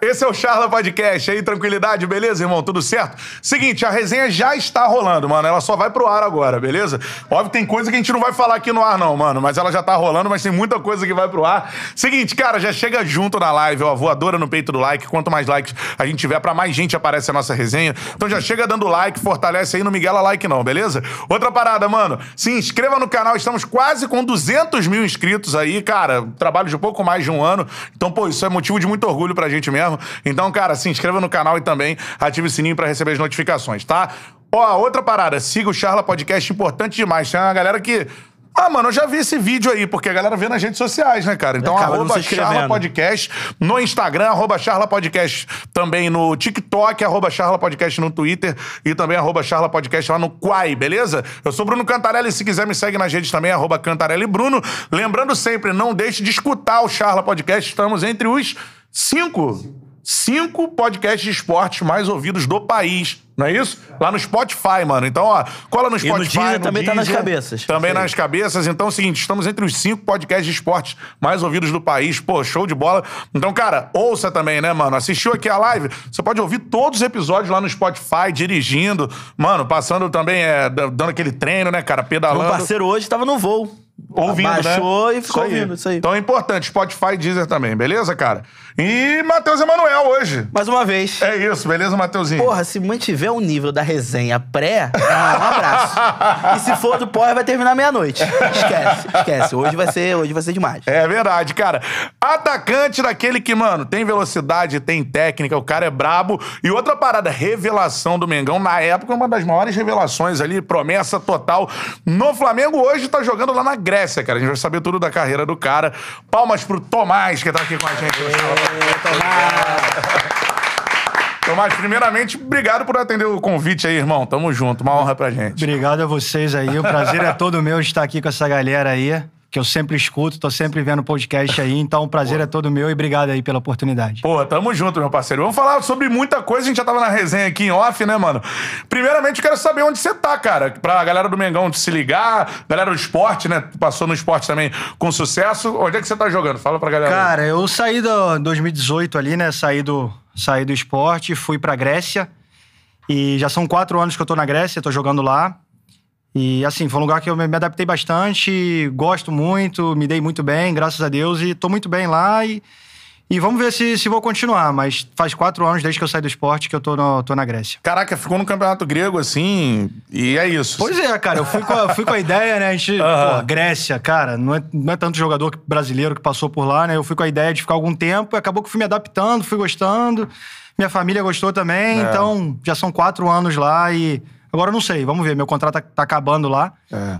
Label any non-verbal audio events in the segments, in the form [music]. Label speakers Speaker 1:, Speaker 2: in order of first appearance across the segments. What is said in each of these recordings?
Speaker 1: Esse é o Charla Podcast. Aí, tranquilidade, beleza, irmão? Tudo certo? Seguinte, a resenha já está rolando, mano. Ela só vai pro ar agora, beleza? Óbvio que tem coisa que a gente não vai falar aqui no ar, não, mano. Mas ela já tá rolando, mas tem muita coisa que vai pro ar. Seguinte, cara, já chega junto na live, ó. Voadora no peito do like. Quanto mais likes a gente tiver, pra mais gente aparece a nossa resenha. Então já chega dando like, fortalece aí. Não miguela like, não, beleza? Outra parada, mano. Se inscreva no canal. Estamos quase com 200 mil inscritos aí, cara. Trabalho de pouco mais de um ano. Então, pô, isso é motivo de muito orgulho pra gente mesmo. Então, cara, se inscreva no canal e também ative o sininho pra receber as notificações, tá? Ó, outra parada, siga o Charla Podcast, importante demais. Tem uma galera que. Ah, mano, eu já vi esse vídeo aí, porque a galera vê nas redes sociais, né, cara? Então,
Speaker 2: Acaba não
Speaker 1: arroba
Speaker 2: se inscrevendo.
Speaker 1: Charla Podcast no Instagram, arroba Charla Podcast também no TikTok, arroba Charla Podcast no Twitter e também arroba Charla Podcast lá no Quai, beleza? Eu sou Bruno Cantarelli, se quiser me segue nas redes também, arroba Cantarelli Bruno. Lembrando sempre, não deixe de escutar o Charla Podcast, estamos entre os cinco cinco podcasts de esporte mais ouvidos do país. Não é isso? Lá no Spotify, mano. Então, ó, cola no Spotify.
Speaker 2: Deezer também tá nas cabeças.
Speaker 1: Também
Speaker 2: Isso aí.
Speaker 1: nas cabeças. Então é o seguinte: estamos entre os cinco podcasts de esporte mais ouvidos do país. Pô, show de bola. Então, cara, ouça também, né, mano? Assistiu aqui a live? Você pode ouvir todos os episódios lá no Spotify, dirigindo, mano, passando também, é, da- dando aquele treino, né, cara?
Speaker 2: Meu
Speaker 1: Pedalando.
Speaker 2: parceiro hoje tava no voo.
Speaker 1: Ouvindo,
Speaker 2: Baixou
Speaker 1: né?
Speaker 2: e ficou
Speaker 1: aí.
Speaker 2: ouvindo, isso aí.
Speaker 1: Então é importante, Spotify e Deezer também, beleza, cara? E Matheus Emanuel hoje.
Speaker 2: Mais uma vez.
Speaker 1: É isso, beleza, Mateuzinho?
Speaker 2: Porra, se mantiver o nível da resenha pré, ah, um abraço. e se for do pós, vai terminar meia-noite. Esquece, esquece. Hoje vai ser, hoje vai ser demais.
Speaker 1: É verdade, cara. Atacante daquele que, mano, tem velocidade, tem técnica, o cara é brabo. E outra parada, revelação do Mengão. Na época, uma das maiores revelações ali, promessa total. No Flamengo, hoje tá jogando lá na Grécia, cara. A gente vai saber tudo da carreira do cara. Palmas pro Tomás, que tá aqui com a gente. Tomás, primeiramente, obrigado por atender o convite aí, irmão. Tamo junto, uma honra pra gente.
Speaker 3: Obrigado a vocês aí. O prazer é todo meu de estar aqui com essa galera aí, que eu sempre escuto, tô sempre vendo podcast aí, então o prazer é todo meu e obrigado aí pela oportunidade.
Speaker 1: Pô, tamo junto, meu parceiro. Vamos falar sobre muita coisa, a gente já tava na resenha aqui em off, né, mano? Primeiramente, eu quero saber onde você tá, cara. Pra galera do Mengão te se ligar, galera do esporte, né? Passou no esporte também com sucesso. Onde é que você tá jogando? Fala pra galera. aí.
Speaker 3: Cara, eu saí do 2018 ali, né? Saí do, saí do esporte, fui pra Grécia. E já são quatro anos que eu tô na Grécia, tô jogando lá. E assim, foi um lugar que eu me me adaptei bastante, gosto muito, me dei muito bem, graças a Deus, e tô muito bem lá. E, e vamos ver se, se vou continuar, mas faz quatro anos desde que eu saí do esporte que eu tô, no- tô na Grécia.
Speaker 1: Caraca, ficou no campeonato grego assim, e é isso.
Speaker 3: Pois é, cara, eu fui com a, fui com a ideia, né?
Speaker 1: [laughs]
Speaker 3: A gente, pô, Grécia, cara, não é, não é tanto jogador que- brasileiro que passou por lá, né? Eu fui com a ideia de ficar algum tempo e acabou que fui me adaptando, fui gostando. Minha família gostou também,
Speaker 1: É.
Speaker 3: então já são quatro anos lá e. Agora eu não sei, vamos ver. Meu contrato tá, tá acabando lá.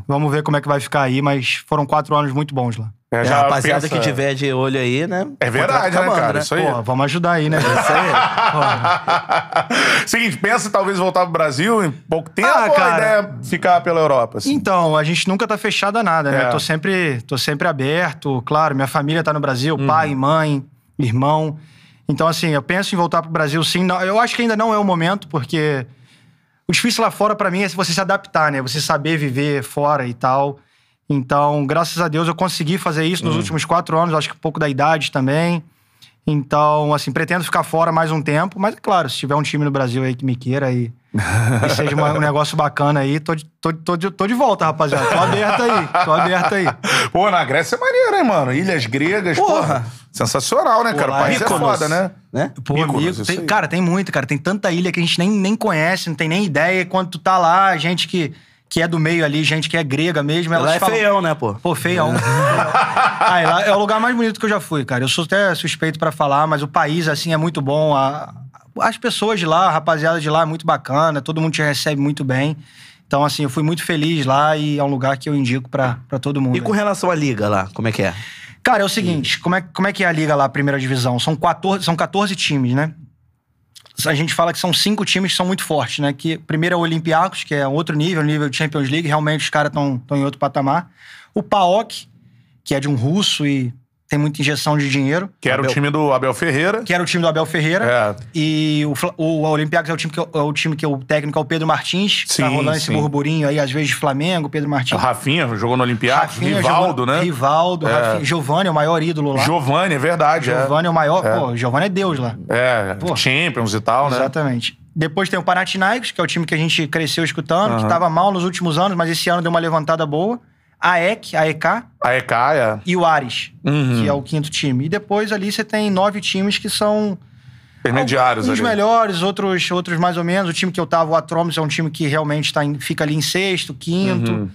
Speaker 3: Vamos ver como é que vai ficar aí, mas foram quatro anos muito bons lá.
Speaker 1: É,
Speaker 2: É,
Speaker 1: já
Speaker 2: a rapaziada
Speaker 1: pensa-
Speaker 2: que tiver de olho aí, né?
Speaker 1: É verdade, né,
Speaker 2: Acabando,
Speaker 1: cara? Isso aí.
Speaker 3: Pô, vamos ajudar aí, né?
Speaker 2: Isso
Speaker 1: [laughs]
Speaker 2: aí.
Speaker 1: Seguinte, pensa em talvez voltar pro Brasil em pouco tempo
Speaker 3: Ah,
Speaker 1: ou a
Speaker 3: cara.
Speaker 1: ideia é ficar pela Europa? Assim?
Speaker 3: Então, a gente nunca tá fechado a nada, né?
Speaker 1: É.
Speaker 3: Eu Tô sempre, tô sempre aberto, claro, minha família tá no Brasil,
Speaker 1: Uhum.
Speaker 3: pai, mãe, irmão. Então, assim, eu penso em voltar pro Brasil, sim. Não- eu acho que ainda não é o momento, porque o difícil lá fora pra mim é você se adaptar, né? Você saber viver fora e tal. Então, graças a Deus, eu consegui fazer isso nos últimos quatro anos, acho que um pouco da idade também. Então, assim, pretendo ficar fora mais um tempo, mas é claro, se tiver um time no Brasil aí que me queira aí, e seja uma- um [laughs] negócio bacana aí, tô de, tô, de- tô, de, tô de volta, rapaziada. Tô aberto aí, tô aberto aí.
Speaker 1: [laughs] Pô, na Grécia é maneiro, hein, mano? Ilhas gregas, porra.
Speaker 2: Porra.
Speaker 1: Sensacional, né, cara? O
Speaker 3: lá
Speaker 1: país é
Speaker 3: Mykonos.
Speaker 1: foda, né?
Speaker 2: né?
Speaker 3: Pô,
Speaker 1: Mykonos,
Speaker 3: amigo,
Speaker 1: isso
Speaker 3: tem-
Speaker 1: aí.
Speaker 3: cara, tem muito, cara. Tem tanta ilha que a gente nem, nem conhece, não tem nem ideia. Quando tu tá lá, gente que, que é do meio ali, gente que é grega mesmo, elas
Speaker 2: Ela é
Speaker 3: falam,
Speaker 2: feião, né, pô?
Speaker 3: Pô, [laughs] feião. ah, e lá é o lugar mais bonito que eu já fui, cara. Eu sou até suspeito pra falar, mas o país, assim, é muito bom. A- as pessoas de lá, a rapaziada de lá é muito bacana, todo mundo te recebe muito bem. Então, assim, eu fui muito feliz lá e é um lugar que eu indico pra, pra todo mundo.
Speaker 2: E com relação à liga lá, como é que é?
Speaker 3: Cara, é o seguinte, como é, como é que é a liga lá, a primeira divisão? São 14, são 14 times, né? A gente fala que são cinco times que são muito fortes, né? Que primeiro é o Olympiacos, que é outro nível, nível de Champions League, realmente os caras estão em outro patamar. O PAOK, que é de um russo e tem muita injeção de dinheiro.
Speaker 1: Que era o
Speaker 3: Abel-
Speaker 1: time do Abel Ferreira.
Speaker 3: que era o time do Abel Ferreira.
Speaker 1: É.
Speaker 3: E o, Fla- o, Olympiacos é o time que é o time que o técnico é o Pedro Martins, que tá
Speaker 1: Sim,
Speaker 3: rolando esse
Speaker 1: sim.
Speaker 3: burburinho aí, às vezes, de Flamengo, Pedro
Speaker 1: O
Speaker 3: Martins.
Speaker 1: Rafinha jogou no Olympiacos.
Speaker 3: Rafinha,
Speaker 1: Rivaldo,
Speaker 3: Giova-
Speaker 1: né?
Speaker 3: Rivaldo, Rafinha- Giovanni é o maior ídolo lá.
Speaker 1: Giovanni, é verdade. é.
Speaker 3: Giovanni é o maior. Pô, Giovanni é Deus lá.
Speaker 1: É,
Speaker 3: Pô.
Speaker 1: Champions e tal, né?
Speaker 3: Exatamente. Depois tem o Panathinaikos, que é o time que a gente cresceu escutando, que tava mal nos últimos anos, mas esse ano deu uma levantada boa. A EK, a EK
Speaker 1: A Ecaia.
Speaker 3: e o Ares,
Speaker 1: Uhum.
Speaker 3: que é o quinto time. E depois ali você tem nove times que são
Speaker 1: Intermediários
Speaker 3: Uns
Speaker 1: ali.
Speaker 3: melhores, outros, outros mais ou menos. O time que eu tava, o Atromes, é um time que realmente tá em- fica ali em sexto,
Speaker 1: Uhum.
Speaker 3: quinto.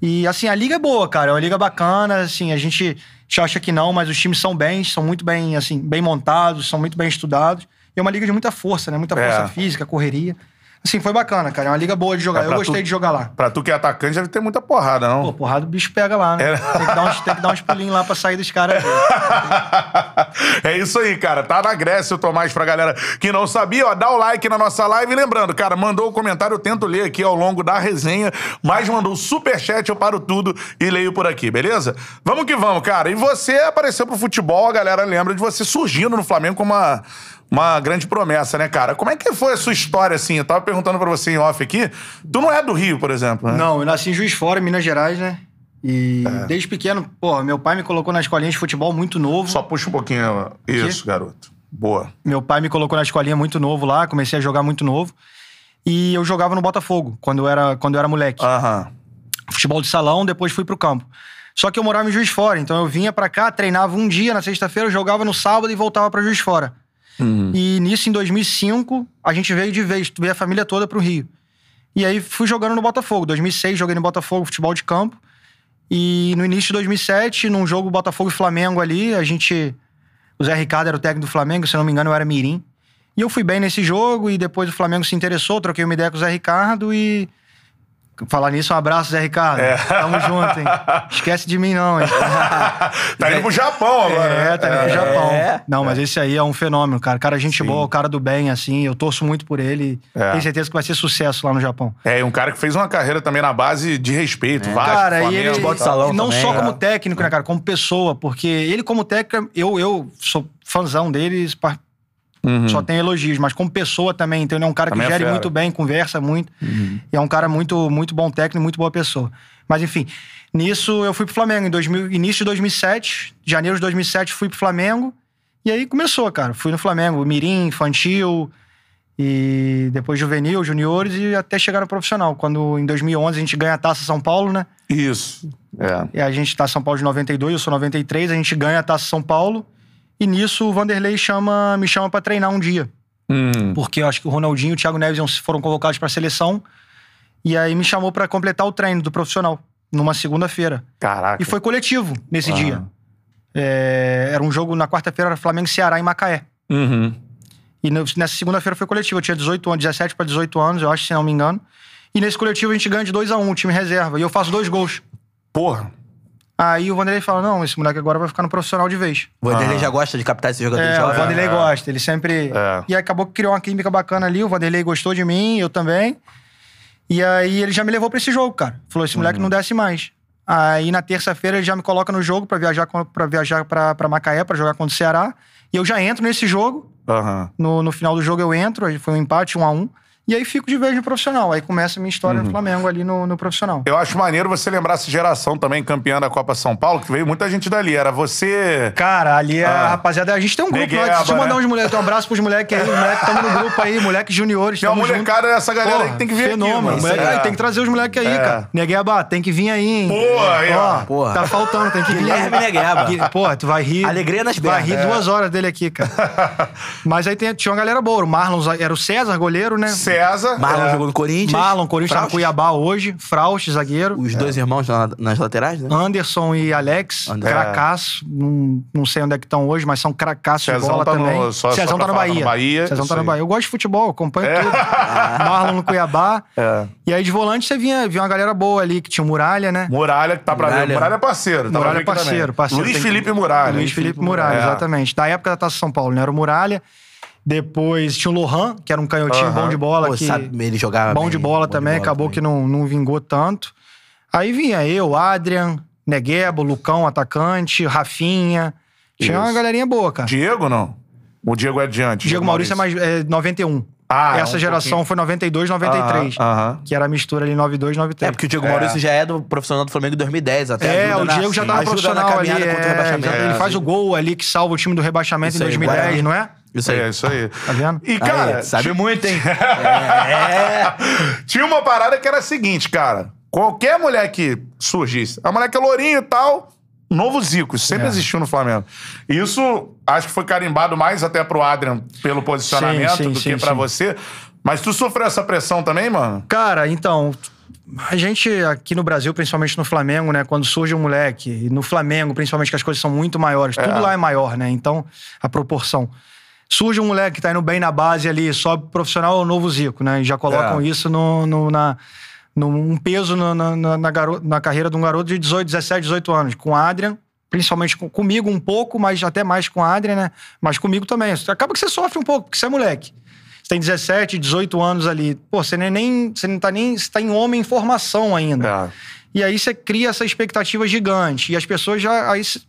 Speaker 3: E assim, a liga é boa, cara. É uma liga bacana, assim, a gente, a gente acha que não, mas os times são bens, são muito bem, assim, bem montados, são muito bem estudados. E é uma liga de muita força, né? Muita
Speaker 1: É.
Speaker 3: força física, correria. Assim, foi bacana, cara. É uma liga boa de
Speaker 1: É
Speaker 3: jogar.
Speaker 1: pra
Speaker 3: eu gostei
Speaker 1: tu-
Speaker 3: de jogar lá.
Speaker 1: Pra tu que é atacante, deve ter muita porrada, não?
Speaker 3: Pô, porrada o bicho pega lá, né?
Speaker 1: É.
Speaker 3: Tem, que dar uns, tem que dar uns pulinhos lá pra sair dos caras.
Speaker 1: [laughs] é isso aí, cara. Tá na Grécia o Tomás pra galera que não sabia, ó. Dá o like na nossa live. E lembrando, cara, mandou o comentário, eu tento ler aqui ao longo da resenha, mas mandou o superchat, eu paro tudo e leio por aqui, beleza? Vamos que vamos, cara. E você apareceu pro futebol, a galera lembra de você surgindo no Flamengo como uma. Uma grande promessa, né, cara? Como é que foi a sua história, assim? Eu tava perguntando pra você em off aqui. Tu não é do Rio, por exemplo, né?
Speaker 3: Não, eu nasci em Juiz Fora, em Minas Gerais, né? E
Speaker 1: É.
Speaker 3: desde pequeno, pô, meu pai me colocou na escolinha de futebol muito novo.
Speaker 1: Só puxa um pouquinho. Isso, garoto. Boa.
Speaker 3: Meu pai me colocou na escolinha muito novo lá, comecei a jogar muito novo. E eu jogava no Botafogo, quando eu era, quando eu era moleque.
Speaker 1: Aham.
Speaker 3: Futebol de salão, depois fui pro campo. Só que eu morava em Juiz Fora, então eu vinha pra cá, treinava um dia na sexta-feira, jogava no sábado e voltava pra Juiz Fora.
Speaker 1: Uhum.
Speaker 3: E nisso, em 2005, a gente veio de vez, veio a família toda pro Rio. E aí fui jogando no Botafogo. 2006 joguei no Botafogo, futebol de campo. E no início de 2007, num jogo Botafogo e Flamengo ali, a gente... O Zé Ricardo era o técnico do Flamengo, se eu não me engano eu era mirim. E eu fui bem nesse jogo e depois o Flamengo se interessou, troquei uma ideia com o Zé Ricardo e... Falar nisso, um abraço, Zé Ricardo. Tamo junto, hein? Esquece de mim não, hein?
Speaker 1: Tá indo pro Japão agora. né?
Speaker 3: É, tá indo pro Japão.
Speaker 2: É.
Speaker 3: Não, mas esse aí é um fenômeno, cara. Cara, gente boa, cara do bem, assim. Eu torço muito por ele.
Speaker 1: É.
Speaker 3: Tenho certeza que vai ser sucesso lá no Japão.
Speaker 1: É, e um cara que fez uma carreira também na base de respeito, Vasco,
Speaker 3: É. cara,
Speaker 1: Flamengo.
Speaker 3: e ele
Speaker 2: futebol de salão
Speaker 3: não
Speaker 2: também,
Speaker 3: só
Speaker 2: né?
Speaker 3: como técnico, né, cara, como pessoa, porque ele como técnico, eu eu sou fãzão dele, spa- só tenho elogios, mas como pessoa também, então ele é um cara que
Speaker 1: Hum. Também é
Speaker 3: gere
Speaker 1: fera. Uhum.
Speaker 3: muito bem, conversa muito, e é um cara muito muito bom técnico, muito boa pessoa. Mas enfim, nisso eu fui pro Flamengo em 2000, início de 2007, janeiro de 2007 fui pro Flamengo. E aí começou, cara. Fui no Flamengo, mirim, infantil, e depois juvenil, juniores e até chegar no profissional. Quando em 2011 a gente ganha a Taça São Paulo, né?
Speaker 1: Isso. É.
Speaker 3: E a gente tá São Paulo de 92, eu sou 93, a gente ganha a Taça São Paulo. E nisso o Vanderlei chama, me chama pra treinar um dia.
Speaker 1: Hum.
Speaker 3: Porque eu acho que o Ronaldinho e o Thiago Neves iam- foram convocados pra seleção. E aí me chamou pra completar o treino do profissional, numa segunda-feira.
Speaker 1: Caraca.
Speaker 3: E foi coletivo nesse
Speaker 1: Ah.
Speaker 3: dia. É, era um jogo na quarta-feira, era Flamengo e Ceará em Macaé.
Speaker 1: Uhum.
Speaker 3: E no- nessa segunda-feira foi coletivo. Eu tinha 18 anos, 17 para 18 anos, eu acho, se não me engano. E nesse coletivo a gente ganha de 2 a 1 o time reserva. E eu faço dois gols.
Speaker 1: Porra.
Speaker 3: Aí o Vanderlei fala: não, esse moleque agora vai ficar no profissional de vez.
Speaker 2: O Vanderlei já gosta de captar esse jogador
Speaker 3: É,
Speaker 2: de
Speaker 3: o
Speaker 2: jovem.
Speaker 3: Vanderlei
Speaker 1: Ah. é.
Speaker 3: gosta, ele sempre.
Speaker 1: É.
Speaker 3: E aí acabou que criou uma química bacana ali, o Vanderlei gostou de mim, eu também. E aí ele já me levou pra esse jogo, cara. Falou: esse moleque não desce mais. Aí na terça-feira ele já me coloca no jogo pra viajar com- pra viajar pra- pra Macaé, pra jogar contra o Ceará. E eu já entro nesse jogo.
Speaker 1: Aham.
Speaker 3: No, no final do jogo eu entro, aí foi um empate, um a um. E aí fico de vez no profissional. Aí começa a minha história no Flamengo ali no, no profissional.
Speaker 1: Eu acho maneiro você lembrar essa geração também campeã da Copa São Paulo, que veio muita gente dali. Era você.
Speaker 3: Cara, ali é,
Speaker 1: Ah.
Speaker 3: rapaziada, a gente tem um grupo,
Speaker 1: Negueba,
Speaker 3: né? Deixa eu mandar
Speaker 1: né?
Speaker 3: uns moleques, um abraço pros moleques aí, os moleques estamos no grupo aí, moleques juniores,
Speaker 1: Tem uma
Speaker 3: tamo junto.
Speaker 1: molecada dessa galera aí
Speaker 3: Porra,
Speaker 1: que tem que vir aqui,
Speaker 3: fenômeno.
Speaker 1: mano.
Speaker 3: Moleque,
Speaker 1: É.
Speaker 3: aí, tem que trazer os moleques aí,
Speaker 1: É.
Speaker 3: cara. Negueba, tem que vir aí, hein?
Speaker 1: Porra, aí, ó.
Speaker 2: Porra.
Speaker 3: Tá faltando, tem que vir.
Speaker 2: Guilherme Negueba.
Speaker 3: Gui- Porra, tu vai rir.
Speaker 2: Alegria nas
Speaker 3: Vai
Speaker 2: pernas.
Speaker 3: rir duas horas dele
Speaker 1: [laughs]
Speaker 3: aqui, cara. Mas aí tem- tinha uma galera boa. O Marlon Za- era o César, goleiro, né?
Speaker 1: César.
Speaker 2: Marlon
Speaker 1: é.
Speaker 2: jogou no Corinthians.
Speaker 3: Marlon, Corinthians tá no
Speaker 2: Fraust,
Speaker 3: Cuiabá hoje. Fraust, zagueiro.
Speaker 2: Os
Speaker 1: É.
Speaker 2: dois irmãos na- nas laterais, né?
Speaker 3: Anderson e Alex,
Speaker 2: Anderson.
Speaker 3: cracaço. Não, não sei onde é que estão hoje, mas são cracaço de
Speaker 1: Cezão
Speaker 3: bola
Speaker 1: tá no-
Speaker 3: também.
Speaker 1: só- só
Speaker 3: Cezão
Speaker 1: pra
Speaker 3: tá no
Speaker 1: falar, tá
Speaker 3: Bahia.
Speaker 1: no Bahia,
Speaker 3: Cezão
Speaker 1: isso
Speaker 3: tá no
Speaker 1: aí.
Speaker 3: Bahia. Eu gosto de futebol, acompanho
Speaker 1: [laughs]
Speaker 3: tudo. Marlon no Cuiabá.
Speaker 1: É.
Speaker 3: E aí de volante você vinha, vinha uma galera boa ali, que tinha o Muralha, né?
Speaker 1: Muralha, que tá pra ver.
Speaker 2: Muralha.
Speaker 1: Muralha é parceiro. Tá pra
Speaker 3: Muralha
Speaker 1: ver
Speaker 3: é
Speaker 1: aqui também.
Speaker 3: parceiro, parceiro.
Speaker 1: Luiz
Speaker 3: Tem-
Speaker 1: Felipe Muralha.
Speaker 3: Luiz Felipe Muralha,
Speaker 1: É.
Speaker 3: exatamente. Da época da Taça São Paulo, né? Era o Muralha. Depois tinha o Lohan, que era um canhotinho
Speaker 1: Aham.
Speaker 3: bom de bola.
Speaker 2: Pô,
Speaker 3: que...
Speaker 2: sabe, ele jogava
Speaker 3: Bom
Speaker 2: Ah, bem,
Speaker 3: de bola também, acabou que não, não vingou tanto. Aí vinha eu, Adrian, Neguebo, Lucão, atacante, Rafinha. Tinha uma
Speaker 1: Isso.
Speaker 3: galerinha boa, cara.
Speaker 1: Diego, não? O Diego é adiante.
Speaker 3: Diego Maurício é mais é 91.
Speaker 1: Ah,
Speaker 2: é
Speaker 3: Essa
Speaker 1: um
Speaker 3: geração foi 92, 93.
Speaker 1: Aham, aham.
Speaker 3: Que era a mistura ali 92,
Speaker 2: Ah,
Speaker 3: 93.
Speaker 2: É, porque o Diego
Speaker 1: É.
Speaker 2: Maurício já é do profissional do Flamengo em 2010 até.
Speaker 3: É, o
Speaker 2: ajuda na-
Speaker 3: Diego já tava
Speaker 2: ajuda
Speaker 3: profissional
Speaker 2: na
Speaker 3: ali.
Speaker 2: caminhada contra o
Speaker 3: é,
Speaker 2: rebaixamento.
Speaker 3: exato. ele faz o gol ali que salva o time do rebaixamento
Speaker 2: Isso
Speaker 3: em
Speaker 2: aí,
Speaker 3: 2010,
Speaker 2: Guarani.
Speaker 3: não é?
Speaker 2: Isso aí.
Speaker 1: É, isso aí.
Speaker 3: Tá vendo?
Speaker 1: E, cara.
Speaker 2: Aí, sabe
Speaker 1: ti- [laughs]
Speaker 2: muito, hein? [laughs] é.
Speaker 1: Tinha uma parada que era a seguinte, cara. Qualquer mulher que surgisse, a mulher que é lourinho e tal, novo Zico, isso sempre
Speaker 3: É.
Speaker 1: existiu no Flamengo. Isso acho que foi carimbado mais até pro Adrian pelo posicionamento
Speaker 3: Sim, sim,
Speaker 1: do
Speaker 3: sim,
Speaker 1: que pra
Speaker 3: sim.
Speaker 1: você. Mas tu sofreu essa pressão também, mano?
Speaker 3: Cara, então, a gente aqui no Brasil, principalmente no Flamengo, né, quando surge um moleque, e no Flamengo, principalmente que as coisas são muito maiores, tudo lá é maior, né? Então, a proporção. Surge um moleque que tá indo bem na base ali, sobe pro profissional, é o novo Zico, né? E já colocam
Speaker 1: É.
Speaker 3: isso no, no- na, num um peso na, na- na- na garo- na carreira de um garoto de 18, 17, 18 anos, com Adrian. Principalmente com- comigo um pouco, mas até mais com a Adrian, né? Mas comigo também. Acaba que você sofre um pouco, porque você é moleque. Você tem 17, 18 anos ali. Pô, você nem- nem. Você não tá nem. Você tá em homem em formação ainda.
Speaker 1: É.
Speaker 3: E aí você cria essa expectativa gigante. E as pessoas já. Aí, cê-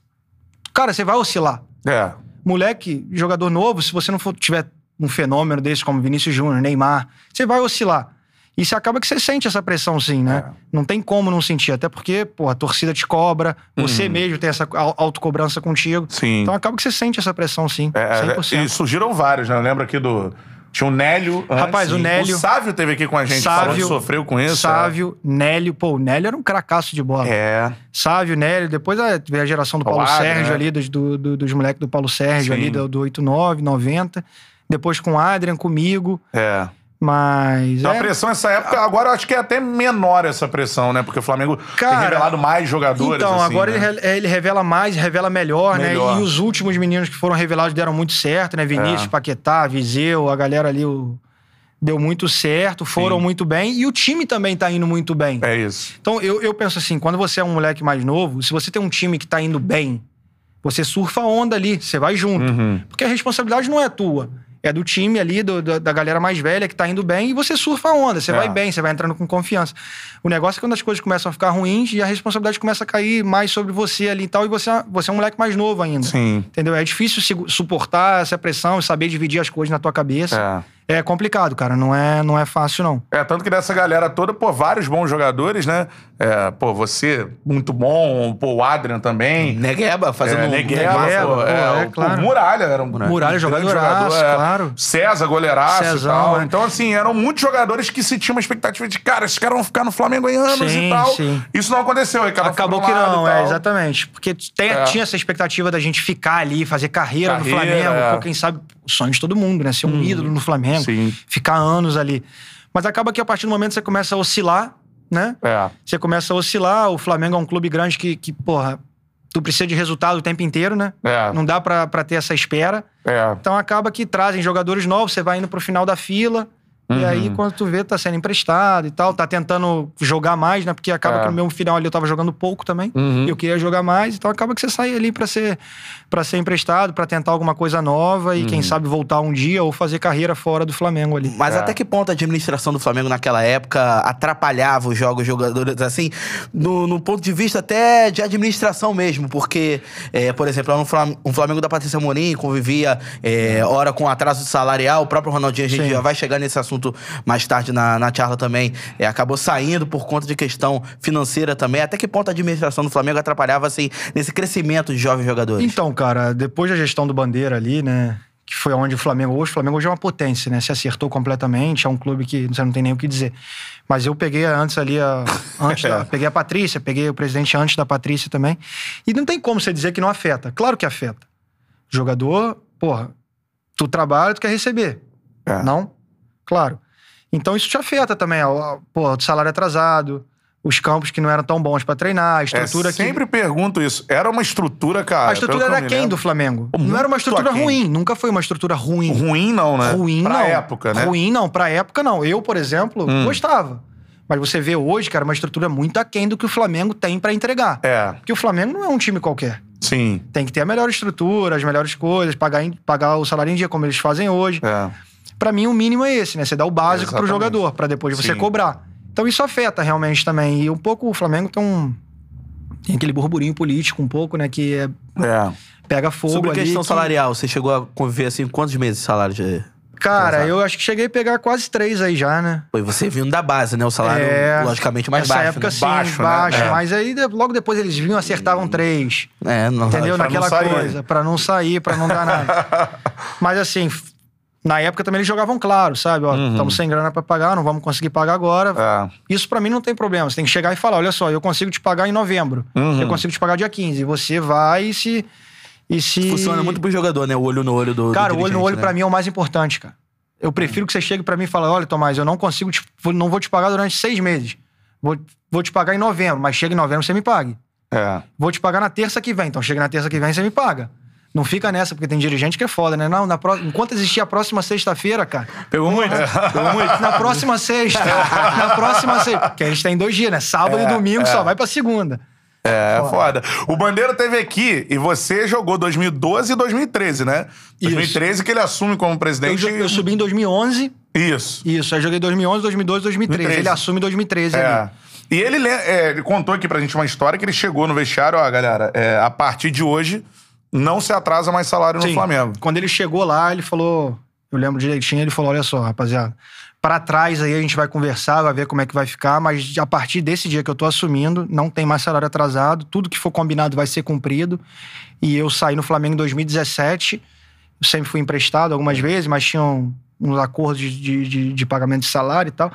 Speaker 3: cara, você vai oscilar.
Speaker 1: É.
Speaker 3: Moleque, jogador novo, se você não for- tiver um fenômeno desse como Vinícius Júnior, Neymar, você vai oscilar. E você acaba que você sente essa pressão, sim, né?
Speaker 1: É.
Speaker 3: Não tem como não sentir. Até porque, pô, a torcida te cobra, você mesmo tem essa au- autocobrança contigo.
Speaker 1: Uhum. Sim.
Speaker 3: Então acaba que você sente essa pressão, sim.
Speaker 1: É,
Speaker 3: 100%.
Speaker 1: e surgiram vários, né? Eu lembro aqui do. Tinha o Nélio. antes.
Speaker 3: Rapaz, o Nélio.
Speaker 1: O Sávio teve aqui com a gente. falou que
Speaker 3: Sávio.
Speaker 1: sofreu com isso.
Speaker 3: Sávio, Nélio. Pô, o Nélio era um cracaço de bola.
Speaker 1: É.
Speaker 3: Sávio, Nélio, depois é, veio a geração do Paulo
Speaker 1: Ao Adrian,
Speaker 3: Sérgio
Speaker 1: né?
Speaker 3: ali, dos, do- do- dos moleques do Paulo Sérgio
Speaker 1: Sim.
Speaker 3: ali, do, do 89, 90. Depois com o Adrian, comigo.
Speaker 1: É. é.
Speaker 3: Mas.
Speaker 1: Então
Speaker 3: é,
Speaker 1: a pressão nessa época, agora eu acho que é até menor essa pressão, né? Porque o Flamengo tem
Speaker 3: Cara,
Speaker 1: revelado mais jogadores.
Speaker 3: então,
Speaker 1: assim,
Speaker 3: agora
Speaker 1: né?
Speaker 3: ele, re- ele revela mais, revela melhor,
Speaker 1: Melhor. É.
Speaker 3: né? E os últimos meninos que foram revelados deram muito certo, né? Vinícius, Paquetá, Viseu, a galera ali o- deu muito certo, foram
Speaker 1: Sim.
Speaker 3: muito bem. E o time também tá indo muito bem.
Speaker 1: É isso.
Speaker 3: Então, eu, eu penso assim, quando você é um moleque mais novo, se você tem um time que tá indo bem, você surfa a onda ali, você vai junto.
Speaker 1: Uhum.
Speaker 3: Porque a responsabilidade não é tua. É do time ali, do- do- da galera mais velha que tá indo bem, e você surfa a onda, você
Speaker 1: É.
Speaker 3: vai bem, você vai entrando com confiança. O negócio é quando as coisas começam a ficar ruins e a responsabilidade começa a cair mais sobre você ali e tal, e você, você é um moleque mais novo ainda.
Speaker 1: Sim.
Speaker 3: Entendeu? É difícil segu- suportar essa pressão e saber dividir as coisas na tua cabeça.
Speaker 1: É.
Speaker 3: É, complicado, cara. Não é, não é fácil, não.
Speaker 1: É, tanto que dessa galera toda, pô, vários bons jogadores, né? É, pô, você, muito bom, pô, o Adrian também.
Speaker 2: Negueba fazendo
Speaker 1: É,
Speaker 2: um-
Speaker 1: Negueba,
Speaker 3: Negueba,
Speaker 1: pô,
Speaker 3: pô,
Speaker 1: é,
Speaker 3: é,
Speaker 1: o-
Speaker 3: claro.
Speaker 1: o Muralha era um
Speaker 3: Muralha,
Speaker 1: grande
Speaker 3: jogadoraço,
Speaker 1: é.
Speaker 3: claro.
Speaker 1: César, goleiraço
Speaker 3: Cezão,
Speaker 1: e tal.
Speaker 3: é.
Speaker 1: Então, assim, eram muitos jogadores que se tinha uma expectativa de, cara, esses caras vão ficar no Flamengo em anos
Speaker 3: Sim,
Speaker 1: e tal.
Speaker 3: sim.
Speaker 1: Isso não aconteceu. aí cada um
Speaker 3: Acabou
Speaker 1: foi
Speaker 3: que
Speaker 1: pra um lado
Speaker 3: não,
Speaker 1: e
Speaker 3: é,
Speaker 1: tal.
Speaker 3: exatamente. Porque tem-
Speaker 1: É.
Speaker 3: tinha essa expectativa da gente ficar ali, fazer carreira,
Speaker 1: Carreira,
Speaker 3: no Flamengo,
Speaker 1: é. Uhum.
Speaker 3: pô, quem sabe o sonho de todo mundo, né? Ser um ídolo no Flamengo,
Speaker 1: Sim.
Speaker 3: ficar anos ali. Mas acaba que a partir do momento que você começa a oscilar, né?
Speaker 1: É.
Speaker 3: Você começa a oscilar, o Flamengo é um clube grande que, que porra, tu precisa de resultado o tempo inteiro, né?
Speaker 1: É.
Speaker 3: Não dá pra, pra ter essa espera.
Speaker 1: É.
Speaker 3: Então acaba que trazem jogadores novos, você vai indo pro final da fila. E aí, quando tu vê, tá sendo emprestado e tal, tá tentando jogar mais, né? Porque acaba
Speaker 1: É.
Speaker 3: que no meu final ali eu tava jogando pouco também. E eu queria jogar mais, então acaba que você sai ali pra ser para ser emprestado, pra tentar alguma coisa nova e quem sabe voltar um dia ou fazer carreira fora do Flamengo ali.
Speaker 2: Mas
Speaker 1: É.
Speaker 2: até que ponto a administração do Flamengo naquela época atrapalhava os jogos, os jogadores, assim, no, no ponto de vista até de administração mesmo, porque, é, por exemplo, lá no Flam- o Flamengo da Patrícia Morim convivia é, hora com atraso salarial, o próprio Ronaldinho, a gente
Speaker 3: Sim.
Speaker 2: já vai chegar nesse assunto mais tarde na, na charla também, é, acabou saindo por conta de questão financeira também. Até que ponto a administração do Flamengo atrapalhava, assim, nesse crescimento de jovens jogadores?
Speaker 3: Então, cara, depois da gestão do Bandeira ali, né? Que foi onde o Flamengo hoje. O Flamengo hoje é uma potência, né? Se acertou completamente. É um clube que você não tem nem o que dizer. Mas eu peguei antes
Speaker 1: [laughs]
Speaker 3: ali a. Antes da- peguei a Patrícia, peguei o presidente antes da Patrícia também. E não tem como você dizer que não afeta. Claro que afeta. Jogador, porra, tu trabalha, tu quer receber.
Speaker 1: É.
Speaker 3: Não? Claro. Então isso te afeta também. ó, Porra, o salário atrasado, os campos que não eram tão bons pra treinar, a estrutura
Speaker 1: é,
Speaker 3: que.
Speaker 1: sempre pergunto isso. Era uma estrutura, cara.
Speaker 3: A
Speaker 1: Ah,
Speaker 3: estrutura
Speaker 1: pelo que
Speaker 3: era
Speaker 1: eu me
Speaker 3: quem
Speaker 1: lembro.
Speaker 3: do Flamengo?
Speaker 1: Muito
Speaker 3: Não era uma estrutura
Speaker 1: aquém.
Speaker 3: ruim, nunca foi uma estrutura ruim.
Speaker 1: Ruim não, né?
Speaker 3: Ruim
Speaker 1: pra
Speaker 3: não.
Speaker 1: época, né?
Speaker 3: Ruim não, pra época não. Eu, por exemplo,
Speaker 1: Hum.
Speaker 3: gostava. Mas você vê hoje, cara, uma estrutura muito aquém do que o Flamengo tem pra entregar.
Speaker 1: É,
Speaker 3: Porque o Flamengo não é um time qualquer.
Speaker 1: sim.
Speaker 3: Tem que ter a melhor estrutura, as melhores coisas, pagar, em- pagar o salário em dia como eles fazem hoje.
Speaker 1: É.
Speaker 3: Pra mim o mínimo é esse, né? Você dá o básico pro
Speaker 1: Exatamente.
Speaker 3: jogador, pra depois você
Speaker 1: Sim.
Speaker 3: cobrar. Então isso afeta realmente também. E um pouco o Flamengo tem um tem aquele burburinho político um pouco, né, que é
Speaker 1: É.
Speaker 3: pega fogo
Speaker 2: Sobre
Speaker 3: ali.
Speaker 2: questão
Speaker 3: que-
Speaker 2: salarial, você chegou a conviver assim quantos meses de salário? De...
Speaker 3: Cara,
Speaker 2: Exato.
Speaker 3: eu acho que cheguei a pegar quase três aí já, né?
Speaker 2: Pô, e você vindo da base, né? O salário,
Speaker 3: É,
Speaker 2: logicamente, mais
Speaker 3: Nessa
Speaker 2: baixo.
Speaker 3: época,
Speaker 2: né?
Speaker 3: sim,
Speaker 1: Baixo,
Speaker 3: baixo.
Speaker 1: né? É. Uhum.
Speaker 3: Mas aí de- logo depois eles vinham e acertavam três.
Speaker 2: É, não,
Speaker 3: Entendeu?
Speaker 1: pra não
Speaker 3: Naquela
Speaker 1: sair.
Speaker 3: coisa, pra não sair, pra não
Speaker 1: [laughs]
Speaker 3: dar nada. Mas assim, f- na época também eles jogavam claro, sabe? Ó, estamos sem grana pra pagar, não vamos conseguir pagar agora.
Speaker 1: Uhum. É.
Speaker 3: Isso pra mim não tem problema. Você tem que chegar e falar: olha só, eu consigo te pagar em novembro.
Speaker 1: Uhum.
Speaker 3: Eu consigo te pagar dia 15. Você vai e se. E se...
Speaker 2: Funciona muito pro jogador, né? O olho no olho do.
Speaker 3: Cara,
Speaker 2: do
Speaker 3: o olho no olho
Speaker 2: dirigente,
Speaker 3: pra
Speaker 2: né?
Speaker 3: mim é o mais importante, cara. Eu prefiro que você chegue pra mim e fale: olha, Tomás, eu não consigo, te- vou- não vou te pagar durante seis meses. Vou, vou te pagar em novembro, mas chega em novembro você me pague.
Speaker 1: É.
Speaker 3: Vou te pagar na terça que vem, então chega na terça que vem você me paga. Não fica nessa, porque tem dirigente que é foda, né? Não, na pró- enquanto existir a próxima sexta-feira, cara.
Speaker 2: Pegou muito.
Speaker 1: É.
Speaker 3: Pegou muito. Na próxima sexta. na próxima sexta. Porque a gente tem dois dias, né? Sábado e domingo, só vai pra segunda.
Speaker 1: É, foda. O Bandeira teve aqui e você jogou 2012 e 2013, né? 2013 que ele assume como
Speaker 3: Eu,
Speaker 1: presidente.
Speaker 3: jo- eu subi em 2011,
Speaker 1: Isso.
Speaker 3: isso. Aí joguei 2011, 2012, 2013.
Speaker 1: 2013.
Speaker 3: Ele assume 2013
Speaker 1: É.
Speaker 3: ali.
Speaker 1: E ele, le- é, ele contou aqui pra gente uma história que ele chegou no vestiário, ó, galera, é, a partir de hoje não se atrasa mais salário no
Speaker 3: Sim. [laughs]
Speaker 1: Flamengo.
Speaker 3: Quando ele chegou lá, ele falou. Eu lembro direitinho, ele falou: olha só, rapaziada, pra trás aí a gente vai conversar, vai ver como é que vai ficar, mas a partir desse dia que eu tô assumindo, não tem mais salário atrasado, tudo que for combinado vai ser cumprido. E eu saí no Flamengo em 2017, eu sempre fui emprestado algumas vezes, mas tinham uns acordos de, de- de- de pagamento de salário e tal.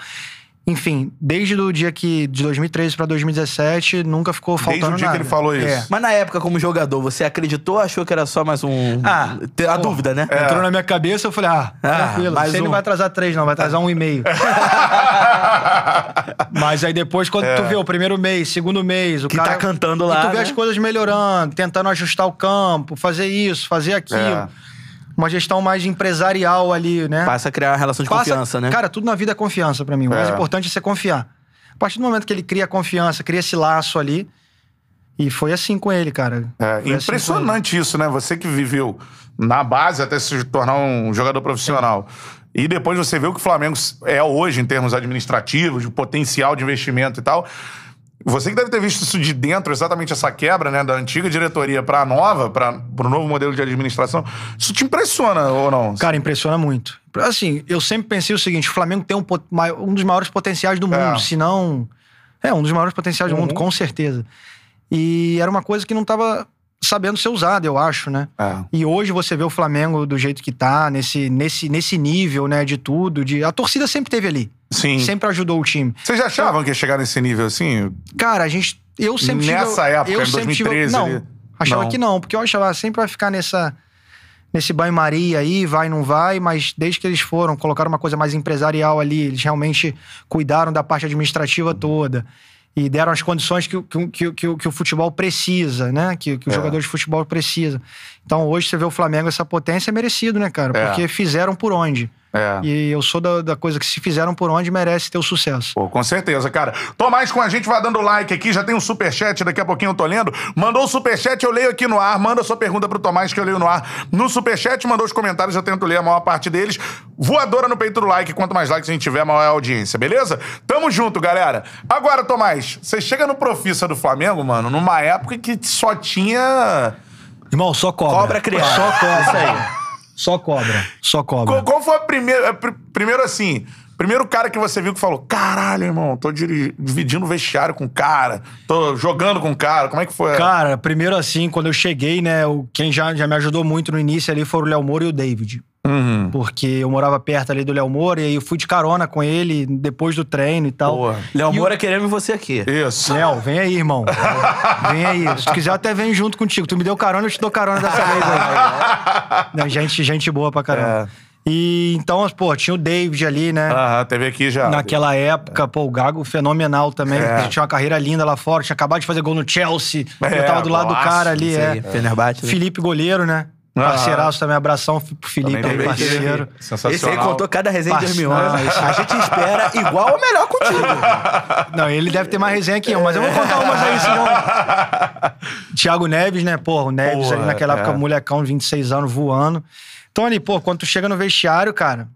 Speaker 3: Enfim, desde o dia que, de 2013 pra 2017, nunca ficou
Speaker 1: Desde o
Speaker 3: faltando nada.
Speaker 1: dia que ele falou isso.
Speaker 3: É.
Speaker 2: né? Mas na época, como jogador, você acreditou ou achou que era só mais um.
Speaker 3: Ah,
Speaker 2: Te- a
Speaker 3: pô. é.
Speaker 2: dúvida, né?
Speaker 3: Entrou na minha cabeça, eu falei, ah,
Speaker 2: Ah,
Speaker 3: tranquilo,
Speaker 2: mais
Speaker 3: você
Speaker 2: um.
Speaker 3: não vai atrasar três, não, vai atrasar um e meio. [laughs] Mas aí depois, quando tu vê o primeiro mês, segundo mês, o
Speaker 2: É. Que
Speaker 3: cara...
Speaker 2: tá cantando
Speaker 3: e
Speaker 2: lá.
Speaker 3: tu vê
Speaker 2: né?
Speaker 3: as coisas melhorando, tentando ajustar o campo, fazer isso, fazer aquilo.
Speaker 1: É.
Speaker 3: Uma gestão mais empresarial ali, né?
Speaker 2: Passa a criar uma relação de
Speaker 3: Passa-
Speaker 2: confiança, né?
Speaker 3: Cara, tudo na vida é confiança pra mim. O mais
Speaker 1: É.
Speaker 3: importante é você confiar. A partir do momento que ele cria a confiança, cria esse laço ali. E foi assim com ele, cara.
Speaker 1: É,
Speaker 3: Foi assim com ele.
Speaker 1: impressionante isso, né? Você que viveu na base até se tornar um jogador profissional. E depois você vê o que o Flamengo é hoje em termos administrativos, de potencial de investimento e tal. Você que deve ter visto isso de dentro, exatamente essa quebra, né, da antiga diretoria pra nova, para pro novo modelo de administração. Isso te impressiona ou não?
Speaker 3: Cara, impressiona muito. Assim, eu sempre pensei o seguinte: o Flamengo tem um, pot- mai- um dos maiores potenciais do mundo,
Speaker 1: É. Uhum.
Speaker 3: se não. É, um dos maiores potenciais do mundo, com certeza. E era uma coisa que não estava sabendo ser usada, eu acho, né?
Speaker 1: É.
Speaker 3: E hoje você vê o Flamengo do jeito que tá, nesse, nesse, nesse nível, né, de tudo. De... A torcida sempre teve ali.
Speaker 1: Sim.
Speaker 3: Sempre ajudou o time.
Speaker 1: Vocês já achavam que ia chegar nesse nível assim?
Speaker 3: Cara, a gente. Eu sempre tive-
Speaker 1: Nessa época,
Speaker 3: eu
Speaker 1: em
Speaker 3: sempre tive-
Speaker 1: 2013 ali?
Speaker 3: não, achava
Speaker 1: Não.
Speaker 3: que não, porque eu achava ah, sempre vai ficar nessa. Nesse banho-maria aí, vai, não vai, mas desde que eles foram, colocaram uma coisa mais empresarial ali, eles realmente cuidaram da parte administrativa toda e deram as condições que, o- que, o- que, o- que, o- que o futebol precisa, né? Que, que o
Speaker 1: É.
Speaker 3: jogador de futebol precisa. Então hoje você vê o Flamengo, essa potência é merecido, né, cara?
Speaker 1: É.
Speaker 3: Porque fizeram por onde.
Speaker 1: É.
Speaker 3: E eu sou da, da coisa que se fizeram por onde, merece ter o sucesso.
Speaker 1: Pô, com certeza, cara. Tomás com a gente, vai dando like aqui, já tem um superchat, daqui a pouquinho eu tô lendo. Mandou o superchat, eu leio aqui no ar, manda sua pergunta pro Tomás que eu leio no ar. No superchat, mandou os comentários, eu tento ler a maior parte deles. Voadora no peito do like, quanto mais likes a gente tiver, maior é a audiência, beleza? Tamo junto, galera. Agora, Tomás, você chega no Profissa do Flamengo, mano, numa época que só tinha...
Speaker 3: Irmão, só cobra.
Speaker 2: Cobra criada.
Speaker 3: Só cobra.
Speaker 2: Isso aí.
Speaker 3: Só cobra. Só
Speaker 1: Qual,
Speaker 3: cobra.
Speaker 1: qual foi a primeira... a pr- Primeiro assim... Primeiro cara que você viu que falou: caralho, irmão, tô diri- dividindo o vestiário com o cara, tô jogando com o cara, como é que foi?
Speaker 3: Cara, primeiro assim, quando eu cheguei, né, o, quem já, já me ajudou muito no início ali foram o Léo Moura e o David.
Speaker 1: Uhum.
Speaker 3: Porque eu morava perto ali do Léo Moura e aí eu fui de carona com ele depois do treino e tal.
Speaker 1: Boa.
Speaker 2: Léo Moura querendo você aqui.
Speaker 1: Isso.
Speaker 3: Léo, vem aí, irmão. Vem aí. Se tu quiser, eu até venho junto contigo. Tu me deu carona, eu te dou carona dessa vez aí.
Speaker 1: [laughs]
Speaker 3: Não, gente, gente boa pra caramba.
Speaker 1: É.
Speaker 3: E então, pô, tinha o David ali, né?
Speaker 1: Aham, teve aqui já.
Speaker 3: Naquela época, pô, o Gago fenomenal também.
Speaker 1: É.
Speaker 3: Tinha uma carreira linda lá fora, tinha acabado de fazer gol no Chelsea.
Speaker 1: É,
Speaker 3: eu tava do lado do
Speaker 1: golaço,
Speaker 3: cara ali,
Speaker 2: Isso aí,
Speaker 3: é.
Speaker 2: Fenerbahçe. né?
Speaker 3: Felipe goleiro, né?
Speaker 1: Ah.
Speaker 3: Parceiraço também, abração pro Felipe,
Speaker 1: Também
Speaker 3: aí,
Speaker 1: teve aqui.
Speaker 3: parceiro.
Speaker 2: Esse aí
Speaker 1: Sensacional.
Speaker 2: contou cada resenha de
Speaker 3: Parce-
Speaker 2: Hermione.
Speaker 3: Não, isso-
Speaker 2: A gente espera igual ou melhor contigo.
Speaker 3: Não, ele deve ter mais resenha que eu, mas eu vou contar umas aí, senão... Thiago Neves, né? Porra, o Neves
Speaker 1: Porra,
Speaker 3: ali naquela época,
Speaker 1: é.
Speaker 3: molecão, 26 anos, voando. Então ali, pô, quando tu chega no vestiário, cara,